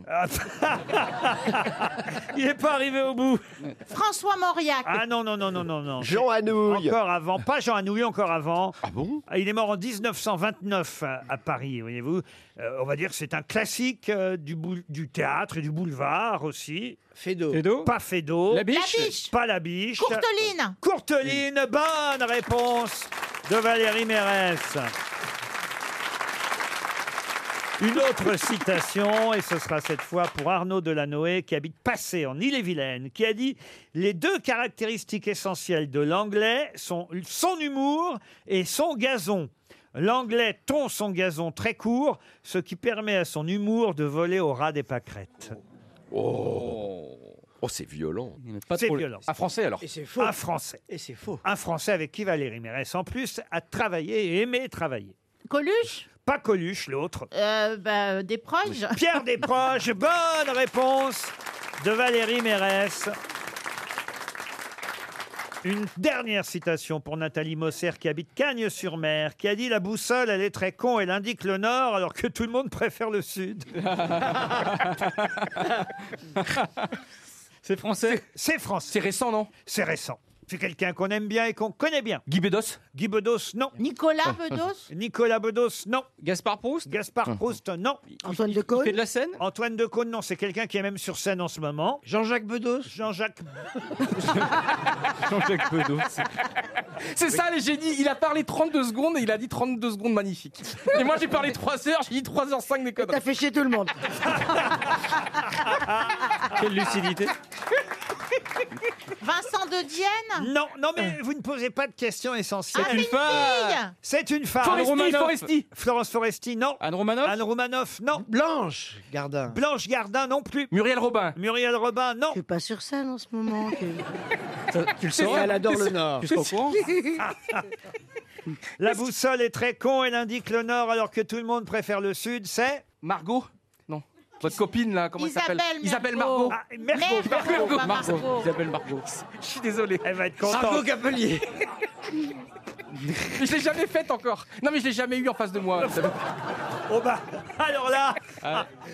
il n'est pas arrivé au bout.
François Mauriac.
Ah non, non, non, non, non, non.
Jean
Anouilh. Encore avant. Pas Jean Anouilh, encore avant. Ah bon Il est mort en 1929 euh, à, à Paris, voyez-vous. Euh, on va dire que c'est un classique euh, du, boule- du théâtre et du boulevard aussi. Fédo. Pas Fédo.
La Biche La Biche.
Pas la biche.
Courteline.
Courteline, bonne réponse de Valérie Mérès. Une autre citation, et ce sera cette fois pour Arnaud Delanoë, qui habite Passé, en Ille-et-Vilaine, qui a dit « Les deux caractéristiques essentielles de l'anglais sont son humour et son gazon. L'anglais tond son gazon très court, ce qui permet à son humour de voler au ras des pâquerettes.
Oh, oh c'est violent.
C'est violent.
Ah,
Un français alors.
Un français. Et c'est faux. Un français avec qui Valérie Mérès, en plus, a travaillé et aimé travailler.
Coluche
Pas Coluche, l'autre.
Euh, bah, des proches.
Pierre Desproges, bonne réponse de Valérie Mérès. Une dernière citation pour Nathalie Mosser qui habite Cagnes-sur-Mer, qui a dit La boussole, elle est très con, elle indique le nord alors que tout le monde préfère le sud. C'est français C'est français. C'est récent, non C'est récent. C'est quelqu'un qu'on aime bien et qu'on connaît bien. Guy Bedos Guy Bedos, non.
Nicolas Bedos
Nicolas Bedos, non. Gaspard Proust Gaspard Proust, non. Antoine Decaune Il fait de la scène Antoine Decaune, non. C'est quelqu'un qui est même sur scène en ce moment. Jean-Jacques Bedos Jean-Jacques...
Jean-Jacques Bedos. C'est ça les génies, il a parlé 32 secondes et il a dit 32 secondes magnifiques. Et moi j'ai parlé 3 heures, j'ai dit 3h05 des conneries. T'as fait chier tout le monde.
Quelle lucidité
Vincent de Dienne
Non, non, mais vous ne posez pas de questions essentielles.
C'est Ah, une c'est une femme. fille
C'est une femme.
Foresti, Romanoff. Foresti.
Florence Foresti, non. Anne Romanoff Anne Romanoff, non. Blanche Gardin. Blanche Gardin, non plus. Muriel Robin. Muriel Robin, non. Je suis pas sur scène en ce moment.
tu le sauras. Elle adore le Nord. Tu seras au courant
La boussole est très con, elle indique le Nord alors que tout le monde préfère le Sud, c'est Margot Non.
Votre copine là, comment elle s'appelle
Isabelle
Margot.
Ah, Mergo.
Margot. Margot. Isabelle Margot. Je suis désolé.
Elle va être
contente. Margot Capelier. je l'ai jamais faite encore. Non mais je l'ai jamais eu en face de moi.
oh bah alors là,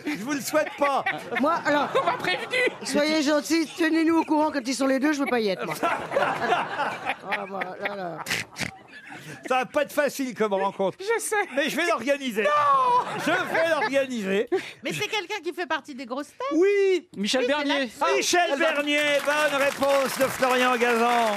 je vous le souhaite pas.
Moi, alors.
On m'a prévenu.
Soyez gentils, tenez-nous au courant quand ils sont les deux, je veux pas y être. moi.
Ah,
Ça va pas être facile comme rencontre.
Je sais.
Mais je vais l'organiser.
Non
Je vais l'organiser.
Mais c'est quelqu'un qui fait partie des grosses têtes
Oui
Michel Oui, c'est Bernier. là-dessus.
Michel
Ah,
Bernier, bonne réponse de Florian Gazan.